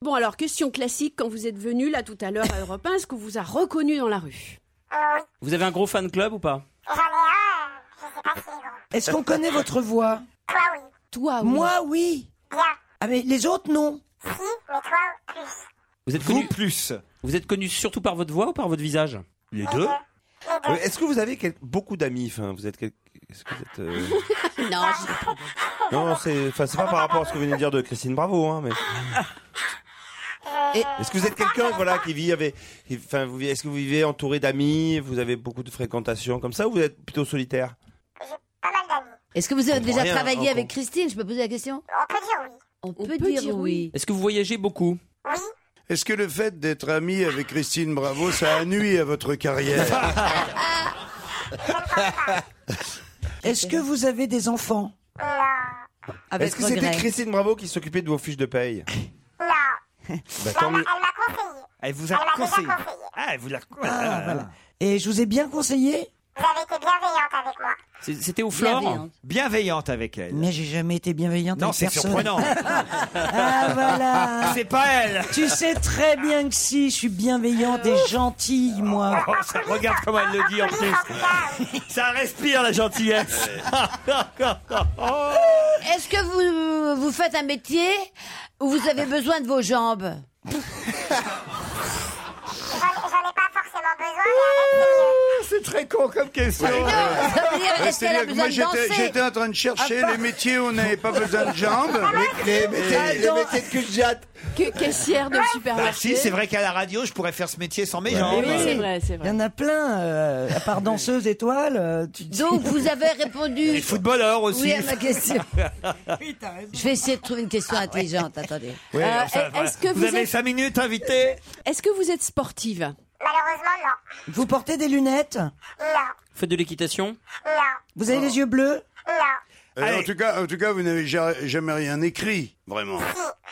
Speaker 8: Bon, alors, question classique. Quand vous êtes venu, là, tout à l'heure, à Europe 1, est-ce qu'on vous a reconnu dans la rue
Speaker 6: Vous avez un gros fan club ou pas
Speaker 12: Est-ce qu'on connaît votre voix
Speaker 8: Toi,
Speaker 12: oui. Moi, oui. Ah, mais les autres, non.
Speaker 6: Vous êtes connu
Speaker 3: plus.
Speaker 6: Vous êtes connu surtout par votre voix ou par votre visage
Speaker 3: Les deux.
Speaker 10: Euh, Est-ce que vous avez quel- beaucoup d'amis enfin, vous êtes quel- Est-ce que vous êtes, euh,
Speaker 8: [LAUGHS] Non.
Speaker 10: Non, c'est enfin, c'est pas par rapport à ce que vous venez de dire de Christine Bravo, hein, mais.
Speaker 12: Euh,
Speaker 10: Est-ce que vous êtes quelqu'un voilà qui vit avec qui- enfin vous vivez- est-ce que vous vivez entouré d'amis vous avez beaucoup de fréquentation comme ça ou vous êtes plutôt solitaire
Speaker 9: Est-ce que vous avez
Speaker 10: comprend
Speaker 9: déjà
Speaker 10: rien,
Speaker 9: travaillé
Speaker 6: hein,
Speaker 10: on
Speaker 9: avec Christine Je peux poser la question On peut dire oui. On, peut, dire, oui.
Speaker 6: Est-ce que vous voyagez beaucoup
Speaker 5: Hein Est-ce que le fait d'être ami avec Christine Bravo, ça a nuit à votre carrière
Speaker 12: Est-ce que vous avez des enfants Avec
Speaker 10: Est-ce que c'était
Speaker 12: regret.
Speaker 10: Christine Bravo qui s'occupait de vos fiches de paye Bah, tant mieux.
Speaker 3: Elle vous a conseillé. Ah, elle vous l'a
Speaker 12: Ah, voilà. Et je vous ai bien
Speaker 3: [LAUGHS]
Speaker 12: conseillé
Speaker 6: C'est- C'était au
Speaker 3: Flore
Speaker 12: Bienveillante.
Speaker 3: Bienveillante avec elle.
Speaker 12: Mais j'ai jamais été bienveillante
Speaker 3: Non,
Speaker 12: avec
Speaker 3: c'est
Speaker 12: personne.
Speaker 3: surprenant.
Speaker 12: Ah voilà.
Speaker 3: C'est pas elle.
Speaker 12: Tu sais très bien que si, je suis bienveillante et gentille, moi.
Speaker 3: Oh, ça- regarde comment elle le dit en plus. Ça respire la gentillesse.
Speaker 9: Oh. Est-ce que vous, vous faites un métier où vous avez besoin de vos jambes
Speaker 18: J'en ai pas forcément besoin, mais avec, c'est mieux.
Speaker 3: c'est très con comme question.
Speaker 5: Ouais.
Speaker 21: veut dire, est-ce qu'elle a
Speaker 5: C'est-à-dire que moi,
Speaker 21: besoin de
Speaker 5: j'étais-
Speaker 21: danser
Speaker 5: J'étais en train de chercher
Speaker 21: Ah, pas-
Speaker 5: les métiers où on n'avait pas besoin de jambes.
Speaker 3: Les- les métiers- les Attends. métiers
Speaker 5: de cul de jatte.
Speaker 8: Que caissière de supermarché.
Speaker 3: Bah si, c'est vrai qu'à la radio, je pourrais faire ce métier sans mes
Speaker 8: Ouais.
Speaker 3: jambes.
Speaker 8: Oui, c'est vrai, c'est vrai.
Speaker 12: Il y en a plein, euh, à part danseuse étoile. euh, tu-
Speaker 9: Donc vous avez répondu.
Speaker 3: Et footballeur aussi.
Speaker 9: Oui, à
Speaker 5: [LAUGHS]
Speaker 9: ma question. Je vais essayer de trouver une
Speaker 5: Ah
Speaker 9: question intelligente,
Speaker 5: [LAUGHS]
Speaker 9: attendez.
Speaker 3: Oui, enfin, voilà.
Speaker 8: est-ce que
Speaker 3: vous,
Speaker 8: vous
Speaker 3: avez
Speaker 8: êtes-
Speaker 3: 5 minutes, invité
Speaker 8: Euh, Est-ce que vous êtes sportive
Speaker 12: Vous portez des lunettes
Speaker 6: Faites de l'équitation
Speaker 12: Vous avez les yeux bleus
Speaker 5: Euh, en, tout cas, en tout cas, vous n'avez ja- jamais rien écrit, vraiment.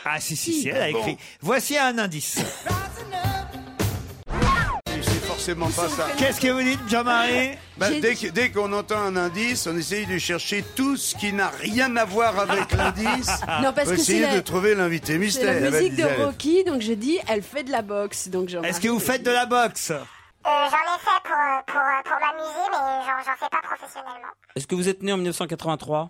Speaker 3: Ah si, si, si, elle a écrit. Voici un indice.
Speaker 5: C'est forcément pas ça.
Speaker 3: Qu'est-ce que vous dites, Jean-Marie
Speaker 5: Bah, dès que- dès qu'on entend un indice, on essaye de chercher tout ce qui n'a rien à voir [LAUGHS] avec l'indice.
Speaker 8: [LAUGHS] Non, parce que
Speaker 5: Pour
Speaker 8: c'est
Speaker 5: essayer
Speaker 8: la-
Speaker 5: de trouver l'invité
Speaker 8: C'est la
Speaker 5: mystère.
Speaker 8: musique de Rocky, donc je dis, elle fait de la boxe. Donc j'en-
Speaker 3: Est-ce que vous faites de la boxe
Speaker 11: Euh, j'en ai fait pour, euh, pour, euh, pour m'amuser, mais j'en, j'en fais pas professionnellement.
Speaker 6: Est-ce que vous êtes né en 1983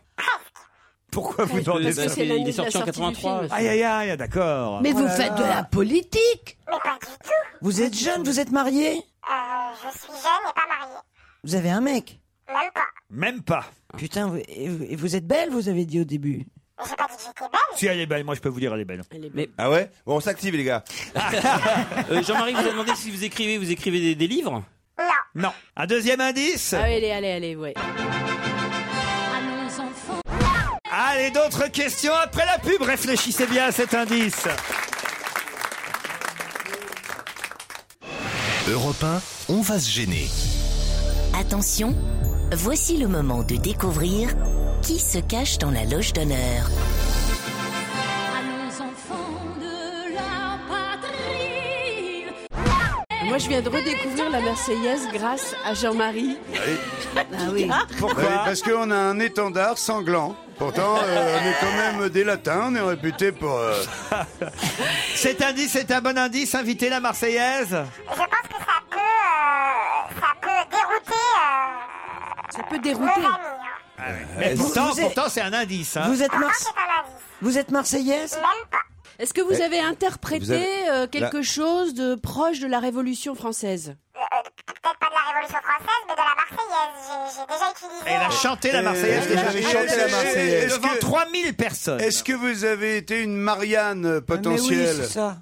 Speaker 3: Pourquoi vous
Speaker 6: Parce que-
Speaker 3: demandez
Speaker 6: parce
Speaker 3: ça
Speaker 6: qu'il est, sorti en 83.
Speaker 3: Aïe, aïe, aïe, Eh, d'accord.
Speaker 9: Mais vous faites de la politique
Speaker 12: Vous êtes jeune, vous êtes marié
Speaker 11: Euh, je suis jeune et pas mariée.
Speaker 12: Vous avez un mec
Speaker 11: Même pas.
Speaker 3: Même pas.
Speaker 12: Putain, vous, et vous- et vous êtes belle, vous avez dit au début.
Speaker 11: J'ai pas dit que j'étais belle.
Speaker 3: Si elle est belle, moi je peux vous dire elle est belle.
Speaker 10: Ah ouais Bon, on s'active, les
Speaker 3: [LAUGHS]
Speaker 10: gars.
Speaker 6: Euh, Jean-Marie, vous a demandé si vous écrivez, vous écrivez des, des livres
Speaker 3: Non. Un deuxième indice
Speaker 8: Ah, allez, allez, allez, ouais.
Speaker 3: Allez, d'autres questions après la pub. Réfléchissez bien à cet indice.
Speaker 22: Europe 1, on va se gêner.
Speaker 12: Attention,
Speaker 2: Voici le moment de découvrir qui se cache dans la loge d'honneur.
Speaker 23: Allons enfants de la patrie.
Speaker 8: Moi, je viens de redécouvrir la Marseillaise grâce à Jean-Marie.
Speaker 9: Ah oui.
Speaker 5: Pourquoi Parce qu'on a un étendard sanglant. Pourtant, euh, on est quand même des latins, on est réputé pour. [LAUGHS] euh,
Speaker 3: Cet indice est un bon indice. Invitez la Marseillaise.
Speaker 11: Je pense que ça peut, euh, ça peut dérouter euh,
Speaker 8: Ça peut
Speaker 11: nos amis. hein.
Speaker 6: Euh,
Speaker 3: Mais pourtant,
Speaker 12: vous êtes-
Speaker 3: pourtant, c'est un indice. hein.
Speaker 12: vous êtes
Speaker 11: Pourtant,
Speaker 12: Marse-
Speaker 11: Ah, c'est un indice.
Speaker 12: vous êtes marseillaise
Speaker 8: Est-ce que vous
Speaker 10: Eh,
Speaker 8: avez interprété
Speaker 10: vous avez-
Speaker 8: euh, quelque
Speaker 10: la-
Speaker 8: chose de proche de la Révolution française
Speaker 11: Peut-être pas de la Révolution française, mais de la Marseillaise. J'ai, j'ai déjà utilisé.
Speaker 3: Elle a chanté la Marseillaise.
Speaker 5: Et-
Speaker 3: déjà.
Speaker 5: et-
Speaker 10: chanté la
Speaker 5: et-
Speaker 10: Marseillaise.
Speaker 5: est-ce
Speaker 3: Devant
Speaker 5: que-
Speaker 3: 3000 personnes.
Speaker 5: Est-ce que vous avez été une Marianne potentielle
Speaker 12: ça.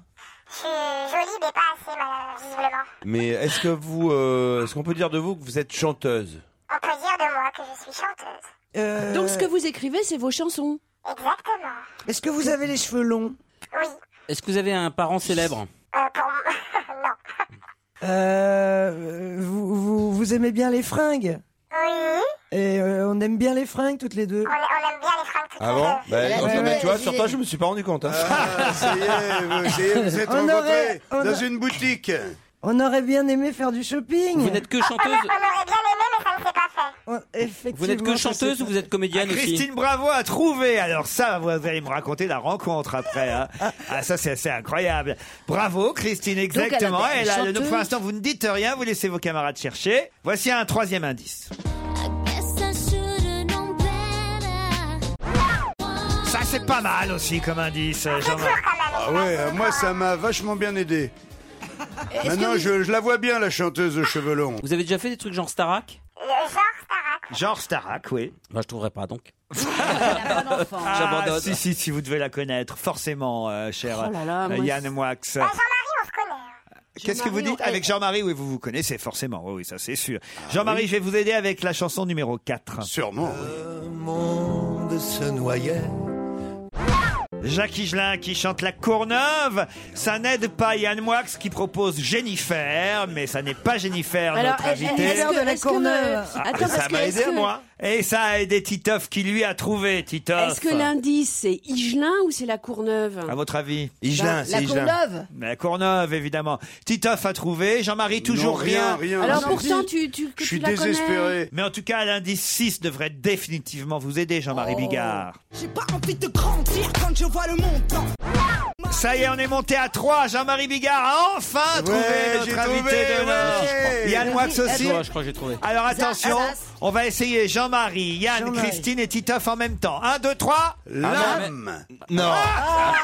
Speaker 11: Je suis jolie, mais pas assez, mal- visiblement.
Speaker 10: Mais est-ce que vous. euh, est-ce qu'on peut dire de vous que vous êtes chanteuse
Speaker 11: On peut dire de moi que je suis chanteuse.
Speaker 12: Euh,
Speaker 8: Donc, ce que vous écrivez, c'est vos chansons.
Speaker 11: Exactement.
Speaker 12: Est-ce que vous avez les cheveux longs
Speaker 11: Oui.
Speaker 6: Est-ce que vous avez un parent célèbre
Speaker 11: Euh, pour m- non.
Speaker 12: Euh, vous, vous, vous aimez bien les fringues
Speaker 11: Oui.
Speaker 12: Et euh, on aime bien les fringues toutes les deux.
Speaker 11: On, on aime bien les fringues toutes
Speaker 10: Ah
Speaker 11: les
Speaker 10: bon
Speaker 11: deux.
Speaker 10: Bah,
Speaker 12: Ouais,
Speaker 10: enfin,
Speaker 12: ouais,
Speaker 10: bah, Tu vois,
Speaker 12: j'ai-
Speaker 10: sur toi, je me suis pas rendu compte. hein.
Speaker 5: Ah, ça y est, vous, ça y est, vous êtes
Speaker 12: On
Speaker 5: rencontrés
Speaker 12: aurait- on
Speaker 5: dans
Speaker 12: a-
Speaker 5: une boutique.
Speaker 12: On aurait bien aimé faire du shopping.
Speaker 6: Vous n'êtes que
Speaker 11: On, a-
Speaker 6: chanteuse
Speaker 11: on aurait bien aimé, mais ça ne s'est pas fait.
Speaker 12: On- effectivement,
Speaker 6: Vous n'êtes que
Speaker 12: ça,
Speaker 6: chanteuse
Speaker 12: c'est
Speaker 6: ou vous êtes comédienne aussi
Speaker 3: Ah, Christine Bravo a trouvé. Alors ça, vous allez me raconter la rencontre après.
Speaker 6: [LAUGHS]
Speaker 3: hein. Ah ça, c'est assez incroyable. Bravo, Christine,
Speaker 9: elle a
Speaker 3: exactement.
Speaker 9: été
Speaker 3: Et là, donc,
Speaker 9: chanteuse.
Speaker 3: pour l'instant, vous ne dites rien, vous laissez vos camarades chercher. Voici un troisième indice. Ça, c'est pas mal aussi comme indice, Jean-Marc.
Speaker 5: Ah ouais, euh, moi ça m'a vachement bien aidé. Maintenant, je, je la vois bien, la chanteuse aux cheveux longs.
Speaker 6: Vous avez déjà fait des trucs genre Starak
Speaker 11: Le genre Starak.
Speaker 3: Genre Starak, oui.
Speaker 6: Bah, je trouverais
Speaker 3: [LAUGHS]
Speaker 6: pas donc.
Speaker 3: Ah,
Speaker 6: J'abandonne.
Speaker 3: si, si, si, vous devez la connaître, forcément, euh, cher
Speaker 8: Oh là là,
Speaker 3: euh,
Speaker 8: moi,
Speaker 3: Yann Moix.
Speaker 11: Bah, Jean-Marie, on se connaît. hein.
Speaker 3: Qu'est-ce que vous dites Avec Jean-Marie, oui, vous vous connaissez forcément. Oui, oui, ça c'est sûr.
Speaker 11: Ah,
Speaker 3: Jean-Marie, je vais vous aider avec la chanson numéro 4.
Speaker 5: Sûrement. oui.
Speaker 24: monde se noyait.
Speaker 3: Jacques Higelin qui chante La Courneuve. Ça n'aide pas Yann Moix qui propose Jennifer, mais ça n'est pas Jennifer, notre
Speaker 8: est- est-ce
Speaker 3: invité.
Speaker 8: que-
Speaker 12: de la
Speaker 8: est-ce que,
Speaker 12: Courneuve.
Speaker 8: euh,
Speaker 3: Ah,
Speaker 8: attends,
Speaker 3: mais
Speaker 8: parce
Speaker 3: ça
Speaker 8: que
Speaker 3: m'a
Speaker 8: est-ce
Speaker 3: aidé,
Speaker 8: que-
Speaker 3: moi. Et ça a aidé Titoff qui lui a trouvé Titoff.
Speaker 8: Est-ce que l'indice, c'est Higelin ou c'est la Courneuve
Speaker 10: Ah
Speaker 3: À votre avis
Speaker 8: Ben,
Speaker 10: Higelin,
Speaker 9: La
Speaker 10: c'est Higelin.
Speaker 9: Courneuve
Speaker 3: Mais La Courneuve, évidemment. Titoff a trouvé. Jean-Marie, toujours
Speaker 5: Non, rien, rien.
Speaker 8: Alors
Speaker 5: non.
Speaker 8: pourtant, tu, tu, que
Speaker 5: Je
Speaker 8: tu
Speaker 5: suis
Speaker 8: la connais.
Speaker 5: désespéré.
Speaker 3: Mais en tout cas, l'indice 6 devrait définitivement vous aider, Jean-Marie
Speaker 5: Oh.
Speaker 3: Bigard.
Speaker 25: J'ai pas envie de grandir quand je vois le montant.
Speaker 3: Ça y est, on est monté à 3. Jean-Marie Bigard a enfin trouvé
Speaker 5: j'ai
Speaker 3: notre invité
Speaker 5: trouvé,
Speaker 3: d'honneur.
Speaker 5: ouais.
Speaker 3: Yann Moix aussi.
Speaker 6: Ouais, je crois que j'ai trouvé.
Speaker 3: Alors attention,
Speaker 9: Zas.
Speaker 3: on va essayer Jean Jean-Marie, Yann,
Speaker 4: Jean-Marie.
Speaker 3: Christine et Titoff en même temps. 1, 2,
Speaker 6: Ah,
Speaker 3: 3.
Speaker 4: L'âme. Non.
Speaker 3: Ah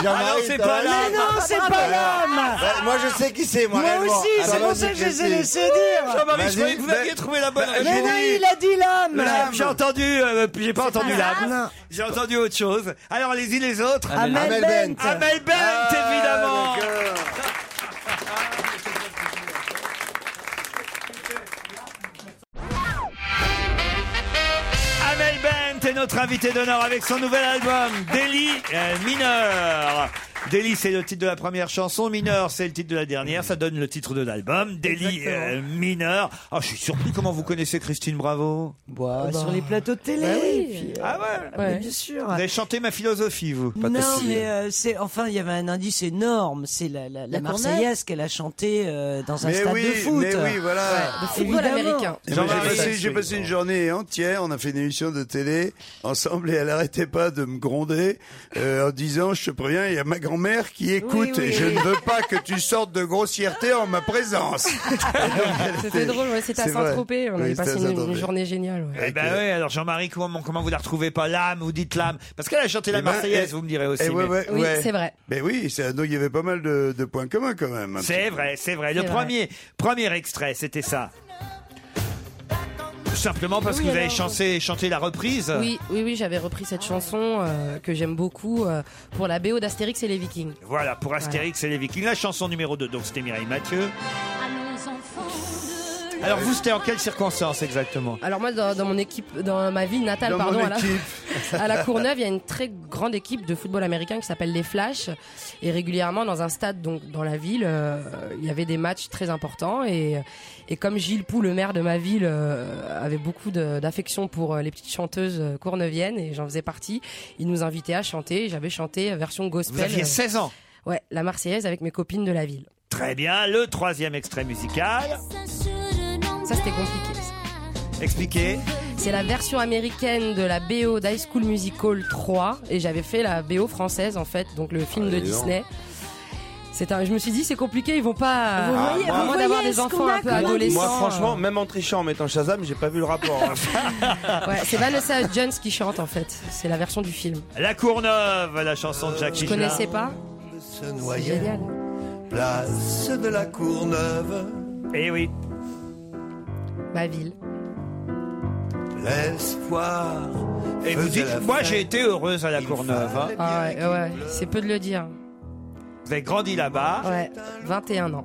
Speaker 3: non, c'est pas l'âme.
Speaker 12: Mais non, c'est pas l'âme.
Speaker 10: Ouais, Bah, moi, je sais qui c'est, moi.
Speaker 12: Moi
Speaker 10: réellement.
Speaker 12: aussi,
Speaker 10: Ah,
Speaker 12: c'est
Speaker 10: bah,
Speaker 12: pour
Speaker 10: vas-y,
Speaker 12: ça que je les ai
Speaker 10: Christine.
Speaker 12: laissés dire.
Speaker 3: Jean-Marie, je
Speaker 10: Vas-y,
Speaker 3: croyais que vous
Speaker 10: bah,
Speaker 3: aviez trouvé la Ah, bonne
Speaker 10: bah,
Speaker 3: réponse.
Speaker 12: Mais non, il a dit l'âme.
Speaker 3: L'âme, J'ai entendu, euh, j'ai pas entendu
Speaker 12: pas grave.
Speaker 3: l'âme. J'ai entendu autre chose. Alors allez-y les autres.
Speaker 12: Amel Amel Bent. Bent.
Speaker 3: Amel Bent,
Speaker 12: Ah,
Speaker 3: évidemment. Amel Bent est notre invité d'honneur avec son nouvel album Délit euh, mineur. Délit, c'est le titre de la première chanson. Mineur, c'est le titre de la dernière. Ça donne le titre de l'album. Délit euh, mineur. Ah, je suis surpris comment vous connaissez Christine Bravo.
Speaker 19: Ah, Sur les plateaux de télé.
Speaker 3: Bah oui,
Speaker 19: puis, euh,
Speaker 3: Ah ouais,
Speaker 19: mais Bien sûr.
Speaker 3: Vous avez chanté ma philosophie, vous.
Speaker 19: non, mais euh, c'est enfin il y avait un indice énorme, c'est la, la, la
Speaker 3: La Cornette.
Speaker 19: Marseillaise qu'elle a chantée euh, dans un
Speaker 5: Mais
Speaker 19: stade
Speaker 5: Eh oui,
Speaker 19: de foot.
Speaker 5: mais oui, voilà.
Speaker 19: Ouais,
Speaker 5: De
Speaker 12: football
Speaker 19: évidemment.
Speaker 12: américain.
Speaker 5: Eh ben,
Speaker 19: Jean-Marie,
Speaker 5: J'ai passé,
Speaker 19: oui,
Speaker 5: j'ai passé une journée entière, on a fait une émission de télé ensemble et elle arrêtait pas de me gronder euh, en disant je te préviens, il y a ma grand-mère qui écoute
Speaker 13: oui,
Speaker 5: et je
Speaker 13: oui.
Speaker 5: ne veux pas que tu sortes de grossièreté en ma présence.
Speaker 13: C'était drôle, ouais, c'était à
Speaker 5: C'est vrai.
Speaker 13: Saint-Tropez. On
Speaker 5: Oui,
Speaker 13: avait
Speaker 5: c'était à
Speaker 13: passé une, une
Speaker 5: Saint-Tropez.
Speaker 13: journée géniale.
Speaker 19: euh,
Speaker 13: ouais.
Speaker 3: Eh ben oui, alors Jean-Marie, comment, comment vous la retrouvez pas l'âme Vous dites l'âme. Parce qu'elle a chanté la
Speaker 5: Eh ben,
Speaker 3: Marseillaise,
Speaker 5: eh,
Speaker 3: vous me direz aussi.
Speaker 5: eh ouais,
Speaker 3: mais-
Speaker 5: ouais, ouais. Mais oui, c'est- donc il y avait pas mal de, de points communs quand même.
Speaker 3: C'est vrai, c'est vrai. Le
Speaker 5: C'est vrai.
Speaker 3: premier, premier extrait, c'était ça. Simplement parce
Speaker 13: Oui,
Speaker 3: que vous avez
Speaker 13: alors-
Speaker 3: chanté, chanté la reprise.
Speaker 13: Oui, oui, oui, j'avais repris cette chanson euh, que j'aime beaucoup euh, pour la BO d'Astérix et les Vikings.
Speaker 3: Voilà, pour Astérix et les Vikings, la chanson numéro 2, donc c'était Mireille Mathieu. Alors vous, c'était en quelles circonstances exactement
Speaker 13: Alors moi, dans, dans mon équipe, dans ma ville natale,
Speaker 3: Dans
Speaker 13: pardon,
Speaker 3: mon
Speaker 13: à la, [LAUGHS] à la Courneuve, il y a une très grande équipe de football américain qui s'appelle les Flash. Et régulièrement, dans un stade, donc dans la ville, euh, il y avait des matchs très importants. Et, et comme Gilles Pou, le maire de ma ville, euh, avait beaucoup de- d'affection pour euh, les petites chanteuses euh, courneuviennes, et j'en faisais partie, il nous invitait à chanter. et J'avais chanté euh, version gospel.
Speaker 3: Vous aviez
Speaker 13: euh,
Speaker 3: 16 ans
Speaker 13: Ouais, la Marseillaise avec mes copines de la ville.
Speaker 3: Très bien, le troisième extrait musical.
Speaker 13: Ça, c'était compliqué. ça.
Speaker 3: Expliquez.
Speaker 13: C'est la version américaine de la BO d'High School Musical 3 et j'avais fait la BO française en fait, donc le film de dis donc. Disney. C'est un, je me suis dit c'est compliqué, ils vont pas
Speaker 10: Ah,
Speaker 13: à moins d'avoir des enfants un peu adolescents.
Speaker 10: Moi, franchement, même en trichant, en mettant Shazam, j'ai pas vu le rapport. hein.
Speaker 13: [LAUGHS] euh, ouais, c'est Vanessa Jones qui chante en fait. C'est la version du film.
Speaker 3: La Courneuve, la chanson de Jacques
Speaker 13: Je connaissais pas.
Speaker 14: Se
Speaker 13: C'est
Speaker 14: noyer,
Speaker 13: génial.
Speaker 14: place de la Courneuve,
Speaker 3: Eh oui.
Speaker 13: Ma ville.
Speaker 14: l'espoir.
Speaker 3: Et vous dites, moi j'ai été heureuse à la Courneuve. hein.
Speaker 13: Ah ouais, ouais, ouais, c'est peu de le dire.
Speaker 3: Vous avez grandi là-bas.
Speaker 13: Ouais, 21 ans.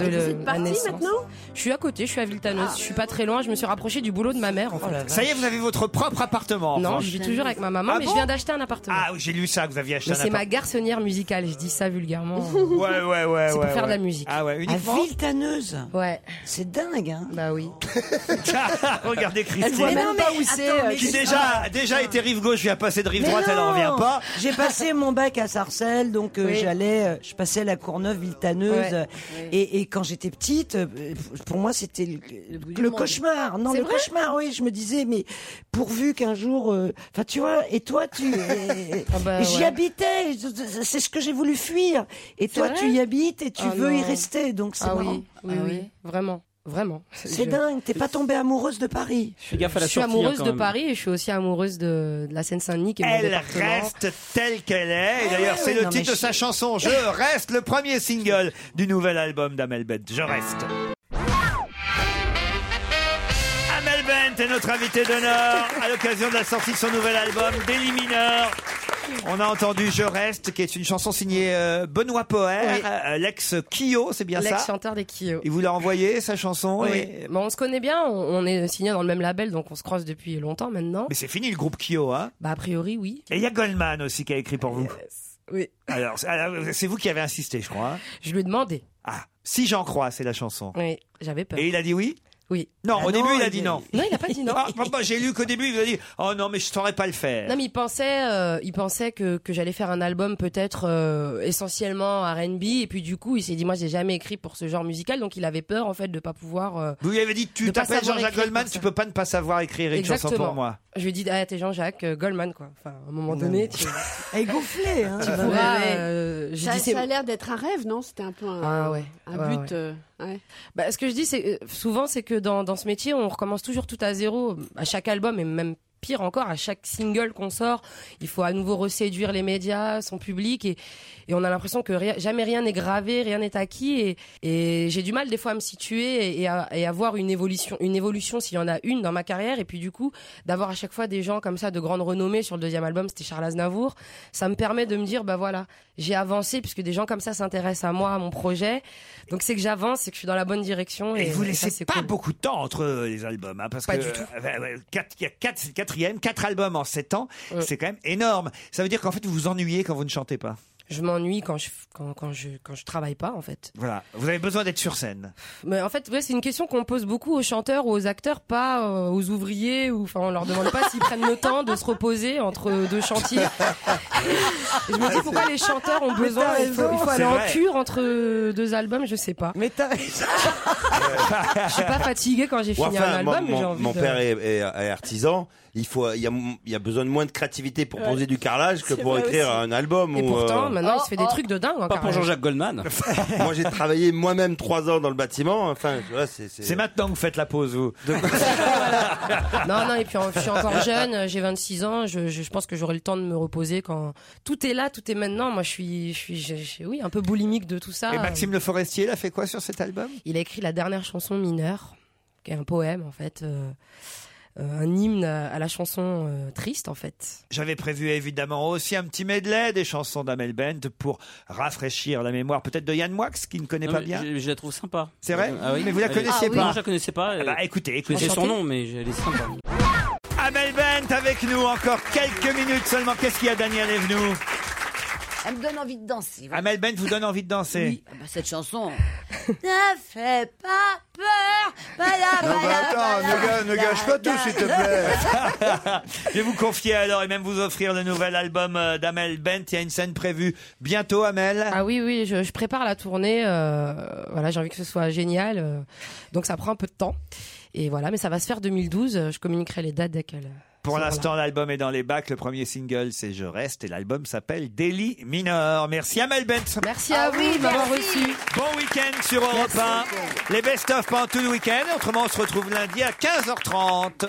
Speaker 13: De le-
Speaker 3: Vous êtes
Speaker 13: la
Speaker 3: parti
Speaker 13: naissance.
Speaker 3: maintenant
Speaker 13: Je suis à côté, je suis à Viltanos. Je suis pas très loin, je me suis rapprochée du boulot de ma mère en
Speaker 14: Oh
Speaker 13: fait.
Speaker 3: Oh Ça y est, vous avez votre propre appartement. en
Speaker 13: Non,
Speaker 3: France.
Speaker 13: je vis toujours avec ma maman,
Speaker 3: Ah
Speaker 13: mais
Speaker 3: bon
Speaker 13: je viens d'acheter un appartement.
Speaker 3: Ah oui, j'ai lu ça, que vous aviez acheté
Speaker 13: Mais
Speaker 3: un
Speaker 13: c'est ma [LAUGHS]
Speaker 3: appartement.
Speaker 13: garçonnière musicale, je dis ça vulgairement.
Speaker 3: [LAUGHS] Ouais, ouais, ouais.
Speaker 13: C'est pour
Speaker 3: ouais,
Speaker 13: faire de la
Speaker 3: ouais.
Speaker 13: musique.
Speaker 3: Ah ouais,
Speaker 13: À
Speaker 3: uniquement.
Speaker 13: Viltaneuse Ouais. C'est dingue, hein Bah oui.
Speaker 3: [LAUGHS] Regardez Christine.
Speaker 13: Elle voit Mais même non,
Speaker 19: pas où c'est, euh,
Speaker 3: Qui
Speaker 19: Christine.
Speaker 3: déjà, déjà était rive gauche, vient passer de rive
Speaker 19: Mais
Speaker 3: droite, elle en
Speaker 19: non
Speaker 3: revient pas.
Speaker 19: J'ai passé mon bac à Sarcelles, donc euh,
Speaker 3: Oui.
Speaker 19: j'allais, euh, je passais la Courneuve, Viltaneuse,
Speaker 13: Ouais.
Speaker 19: euh, et, et quand j'étais petite, euh, pour moi c'était le, le
Speaker 13: monde.
Speaker 19: cauchemar. Non,
Speaker 13: euh, C'est
Speaker 19: le
Speaker 13: vrai
Speaker 19: cauchemar. Oui, je me disais, mais pourvu qu'un jour, euh, enfin tu vois, et toi
Speaker 13: [LAUGHS]
Speaker 19: tu, et-
Speaker 13: Ah bah,
Speaker 19: et j'y
Speaker 13: ouais.
Speaker 19: habitais, je- c'est ce que j'ai voulu fuir. Et toi
Speaker 13: vrai
Speaker 19: tu y habites et tu
Speaker 13: Ah
Speaker 19: veux y
Speaker 13: non.
Speaker 19: rester, donc c'est
Speaker 13: Ah oui,
Speaker 19: marrant.
Speaker 13: oui, oui, vraiment, vraiment.
Speaker 19: C'est
Speaker 13: Je-
Speaker 19: dingue. T'es pas tombée amoureuse de Paris.
Speaker 6: Fais gaffe à la
Speaker 13: Je suis
Speaker 6: sortie, hein,
Speaker 13: amoureuse
Speaker 6: quand
Speaker 13: de
Speaker 6: même.
Speaker 13: Paris et je suis aussi amoureuse de, de la Seine-Saint-Denis qui est mon
Speaker 3: Elle
Speaker 13: département. Ah
Speaker 3: reste telle qu'elle est. Et d'ailleurs,
Speaker 13: ouais,
Speaker 3: c'est
Speaker 13: ouais,
Speaker 3: le
Speaker 13: non,
Speaker 3: titre
Speaker 13: mais
Speaker 3: de
Speaker 13: je-
Speaker 3: sa chanson. Je reste le premier single du nouvel album d'Amel Bent. Je reste. Amel Bent est notre invité d'honneur à l'occasion de la sortie de son nouvel album Délit mineur. On a entendu Je reste, qui est une chanson signée euh, Benoît Poher,
Speaker 13: Oui.
Speaker 3: euh, l'ex Kyo, c'est bien ça
Speaker 13: L'ex-chanteur des Kyo.
Speaker 3: Il vous l'a envoyé sa chanson
Speaker 13: Oui.
Speaker 3: et-
Speaker 13: Bon, on se connaît bien, on, on est signé dans le même label, donc on se croise depuis longtemps maintenant.
Speaker 3: Mais c'est fini le groupe Kyo, hein
Speaker 13: Bah a priori oui.
Speaker 3: Et il y a Goldman aussi qui a écrit pour vous.
Speaker 13: Oui.
Speaker 3: Alors, c'est- alors, c'est vous qui avez insisté, je crois. hein.
Speaker 13: Je lui ai demandé.
Speaker 3: Ah, si j'en crois, c'est la chanson.
Speaker 13: Oui, j'avais peur.
Speaker 3: Et il a dit oui
Speaker 13: Oui.
Speaker 3: Non,
Speaker 13: Ah
Speaker 3: au
Speaker 13: non,
Speaker 3: début, il a
Speaker 13: il
Speaker 3: dit
Speaker 13: a-
Speaker 3: non.
Speaker 13: Non, il n'a pas dit non.
Speaker 3: Ah, papa, j'ai lu qu'au début, il a dit Oh non, mais je saurais pas le faire.
Speaker 13: Non mais il pensait, euh, il pensait que, que j'allais faire un album peut-être euh, essentiellement R&B et puis du coup il s'est dit moi j'ai jamais écrit pour ce genre musical donc il avait peur en fait de pas pouvoir. euh,
Speaker 3: Vous lui avez dit Tu
Speaker 13: de pas
Speaker 3: t'appelles
Speaker 13: savoir
Speaker 3: Jean-Jacques
Speaker 13: écrire
Speaker 3: Goldman,
Speaker 13: pour
Speaker 3: tu
Speaker 13: ça.
Speaker 3: peux pas ne pas savoir écrire une chanson
Speaker 13: Exactement.
Speaker 3: pour moi.
Speaker 13: Je lui ai dit, ah, t'es Jean-Jacques euh, Goldman, quoi. Enfin, à un moment donné, tu.
Speaker 8: Elle est gonflée, hein.
Speaker 13: Tu
Speaker 8: Ah,
Speaker 13: pourras,
Speaker 8: ouais.
Speaker 13: euh, j'ai
Speaker 8: ça,
Speaker 13: dit, c'est-
Speaker 8: ça a l'air d'être un rêve, non C'était un peu un,
Speaker 13: Ah ouais,
Speaker 8: un
Speaker 13: ouais, ouais.
Speaker 8: but. euh, ouais.
Speaker 13: Bah, ce que je dis, c'est euh, souvent, c'est que dans, dans ce métier, on recommence toujours tout à zéro, à chaque album et même pire encore, à chaque single qu'on sort, il faut à nouveau reséduire les médias, son public, et, et on a l'impression que rien- jamais rien n'est gravé, rien n'est acquis, et, et j'ai du mal des fois à me situer et, et à, et à voir une évolution, une évolution s'il y en a une dans ma carrière, et puis du coup, d'avoir à chaque fois des gens comme ça de grande renommée sur le deuxième album, c'était Charles Aznavour, ça me permet de me dire, bah voilà, j'ai avancé, puisque des gens comme ça s'intéressent à moi, à mon projet, donc c'est que j'avance, c'est que je suis dans la bonne direction.
Speaker 3: Et vous laissez
Speaker 13: ça, c'est
Speaker 3: pas
Speaker 13: cool.
Speaker 3: beaucoup de temps entre euh, les albums, hein, parce
Speaker 13: Pas
Speaker 3: que
Speaker 13: du tout.
Speaker 3: euh, ouais, ouais, quatre- il y a quatre, c'est le quatrième, quatre albums en sept ans,
Speaker 13: Euh.
Speaker 3: c'est quand même énorme. Ça veut dire qu'en fait vous vous ennuyez quand vous ne chantez pas.
Speaker 13: Je m'ennuie quand je, quand, quand je, quand je travaille pas, en fait.
Speaker 3: Voilà, vous avez besoin d'être sur scène.
Speaker 13: Mais en fait, ouais, c'est une question qu'on pose beaucoup aux chanteurs ou aux acteurs, pas euh, aux ouvriers, ou enfin, on leur demande pas s'ils prennent le temps de se reposer entre
Speaker 19: [LAUGHS]
Speaker 13: deux chantiers. Et je me dis pourquoi les chanteurs ont
Speaker 19: Mais
Speaker 13: besoin,
Speaker 19: t'as
Speaker 13: il faut, il faut
Speaker 19: raison.
Speaker 13: aller
Speaker 19: C'est
Speaker 13: en
Speaker 19: vrai.
Speaker 13: cure entre deux albums, je sais pas.
Speaker 19: Mais t'as raison.
Speaker 13: [LAUGHS] je suis pas fatiguée quand j'ai
Speaker 10: Ou
Speaker 13: fini
Speaker 10: enfin,
Speaker 13: un
Speaker 10: mon-
Speaker 13: album, mais
Speaker 10: mon,
Speaker 13: j'ai envie
Speaker 10: mon
Speaker 13: de-
Speaker 10: père est, est- est artisan. Il faut, il y a, il y a besoin de moins de créativité pour
Speaker 13: Ouais.
Speaker 10: poser du carrelage que
Speaker 13: C'est
Speaker 10: pour
Speaker 13: vrai
Speaker 10: écrire
Speaker 13: aussi.
Speaker 10: un album.
Speaker 13: Et
Speaker 10: ou,
Speaker 13: pourtant,
Speaker 10: euh,
Speaker 13: maintenant, il se
Speaker 19: Oh,
Speaker 13: fait des trucs de dingue. hein, encore.
Speaker 10: Goldman. [LAUGHS] Moi, j'ai travaillé moi-même trois ans dans le bâtiment. Enfin, tu vois, c'est.
Speaker 3: C'est maintenant que vous faites la pause, vous.
Speaker 13: Non, non, et puis en- je suis encore jeune, j'ai 26 ans, je, je, je pense que j'aurai le temps de me reposer quand tout est là, tout est maintenant. Moi, je suis, je suis, je- je- oui, un peu boulimique de tout ça.
Speaker 3: Et Maxime Le Forestier, il a fait quoi sur cet album
Speaker 13: Il a écrit la dernière chanson mineure, qui est un poème en fait, euh, euh, un hymne à à la chanson euh, triste en fait.
Speaker 3: J'avais prévu évidemment aussi un petit medley des chansons d'Amel Bent pour rafraîchir la mémoire peut-être de Yann Moix qui ne connaît
Speaker 6: Non,
Speaker 3: pas
Speaker 6: mais
Speaker 3: bien.
Speaker 6: Je, je la trouve sympa.
Speaker 3: C'est vrai
Speaker 6: Ah oui.
Speaker 3: Mais vous la
Speaker 6: Elle-
Speaker 3: connaissez pas
Speaker 6: Non, je la connaissais pas. euh,
Speaker 3: Ah bah, écoutez,
Speaker 6: Je connaissais
Speaker 3: écoutez.
Speaker 6: son nom, mais elle est sympa.
Speaker 3: Amel Bent avec nous encore quelques minutes seulement. Qu'est-ce qu'il y a Daniel est venu
Speaker 18: Elle me donne envie de danser. voilà.
Speaker 3: Amel Bent vous donne envie de danser.
Speaker 18: Ah bah, cette chanson. ne fais pas peur. Bala,
Speaker 5: Non, bah
Speaker 18: bala,
Speaker 5: attends,
Speaker 18: bala.
Speaker 5: ne, ga- ne gâche pas tout, s'il te plaît.
Speaker 3: [LAUGHS] Je vais vous confier alors et même vous offrir le nouvel album euh, d'Amel Bent. Il y a une scène prévue bientôt, Amel.
Speaker 13: Ah oui, oui, je, je prépare la tournée. euh, voilà, j'ai envie que ce soit génial, euh, donc ça prend un peu de temps. Et voilà, mais ça va se faire 2012. euh, Je communiquerai les dates dès qu'elle.
Speaker 3: Pour l'instant, l'album est dans les bacs. Le premier single, c'est Je reste et l'album s'appelle Daily Minor. Merci Amel Bent.
Speaker 13: Merci à vous de m'avoir reçu.
Speaker 3: Bon week-end sur Europe 1. Les best-of pendant tout le week-end. Autrement, on se retrouve lundi à 15h30.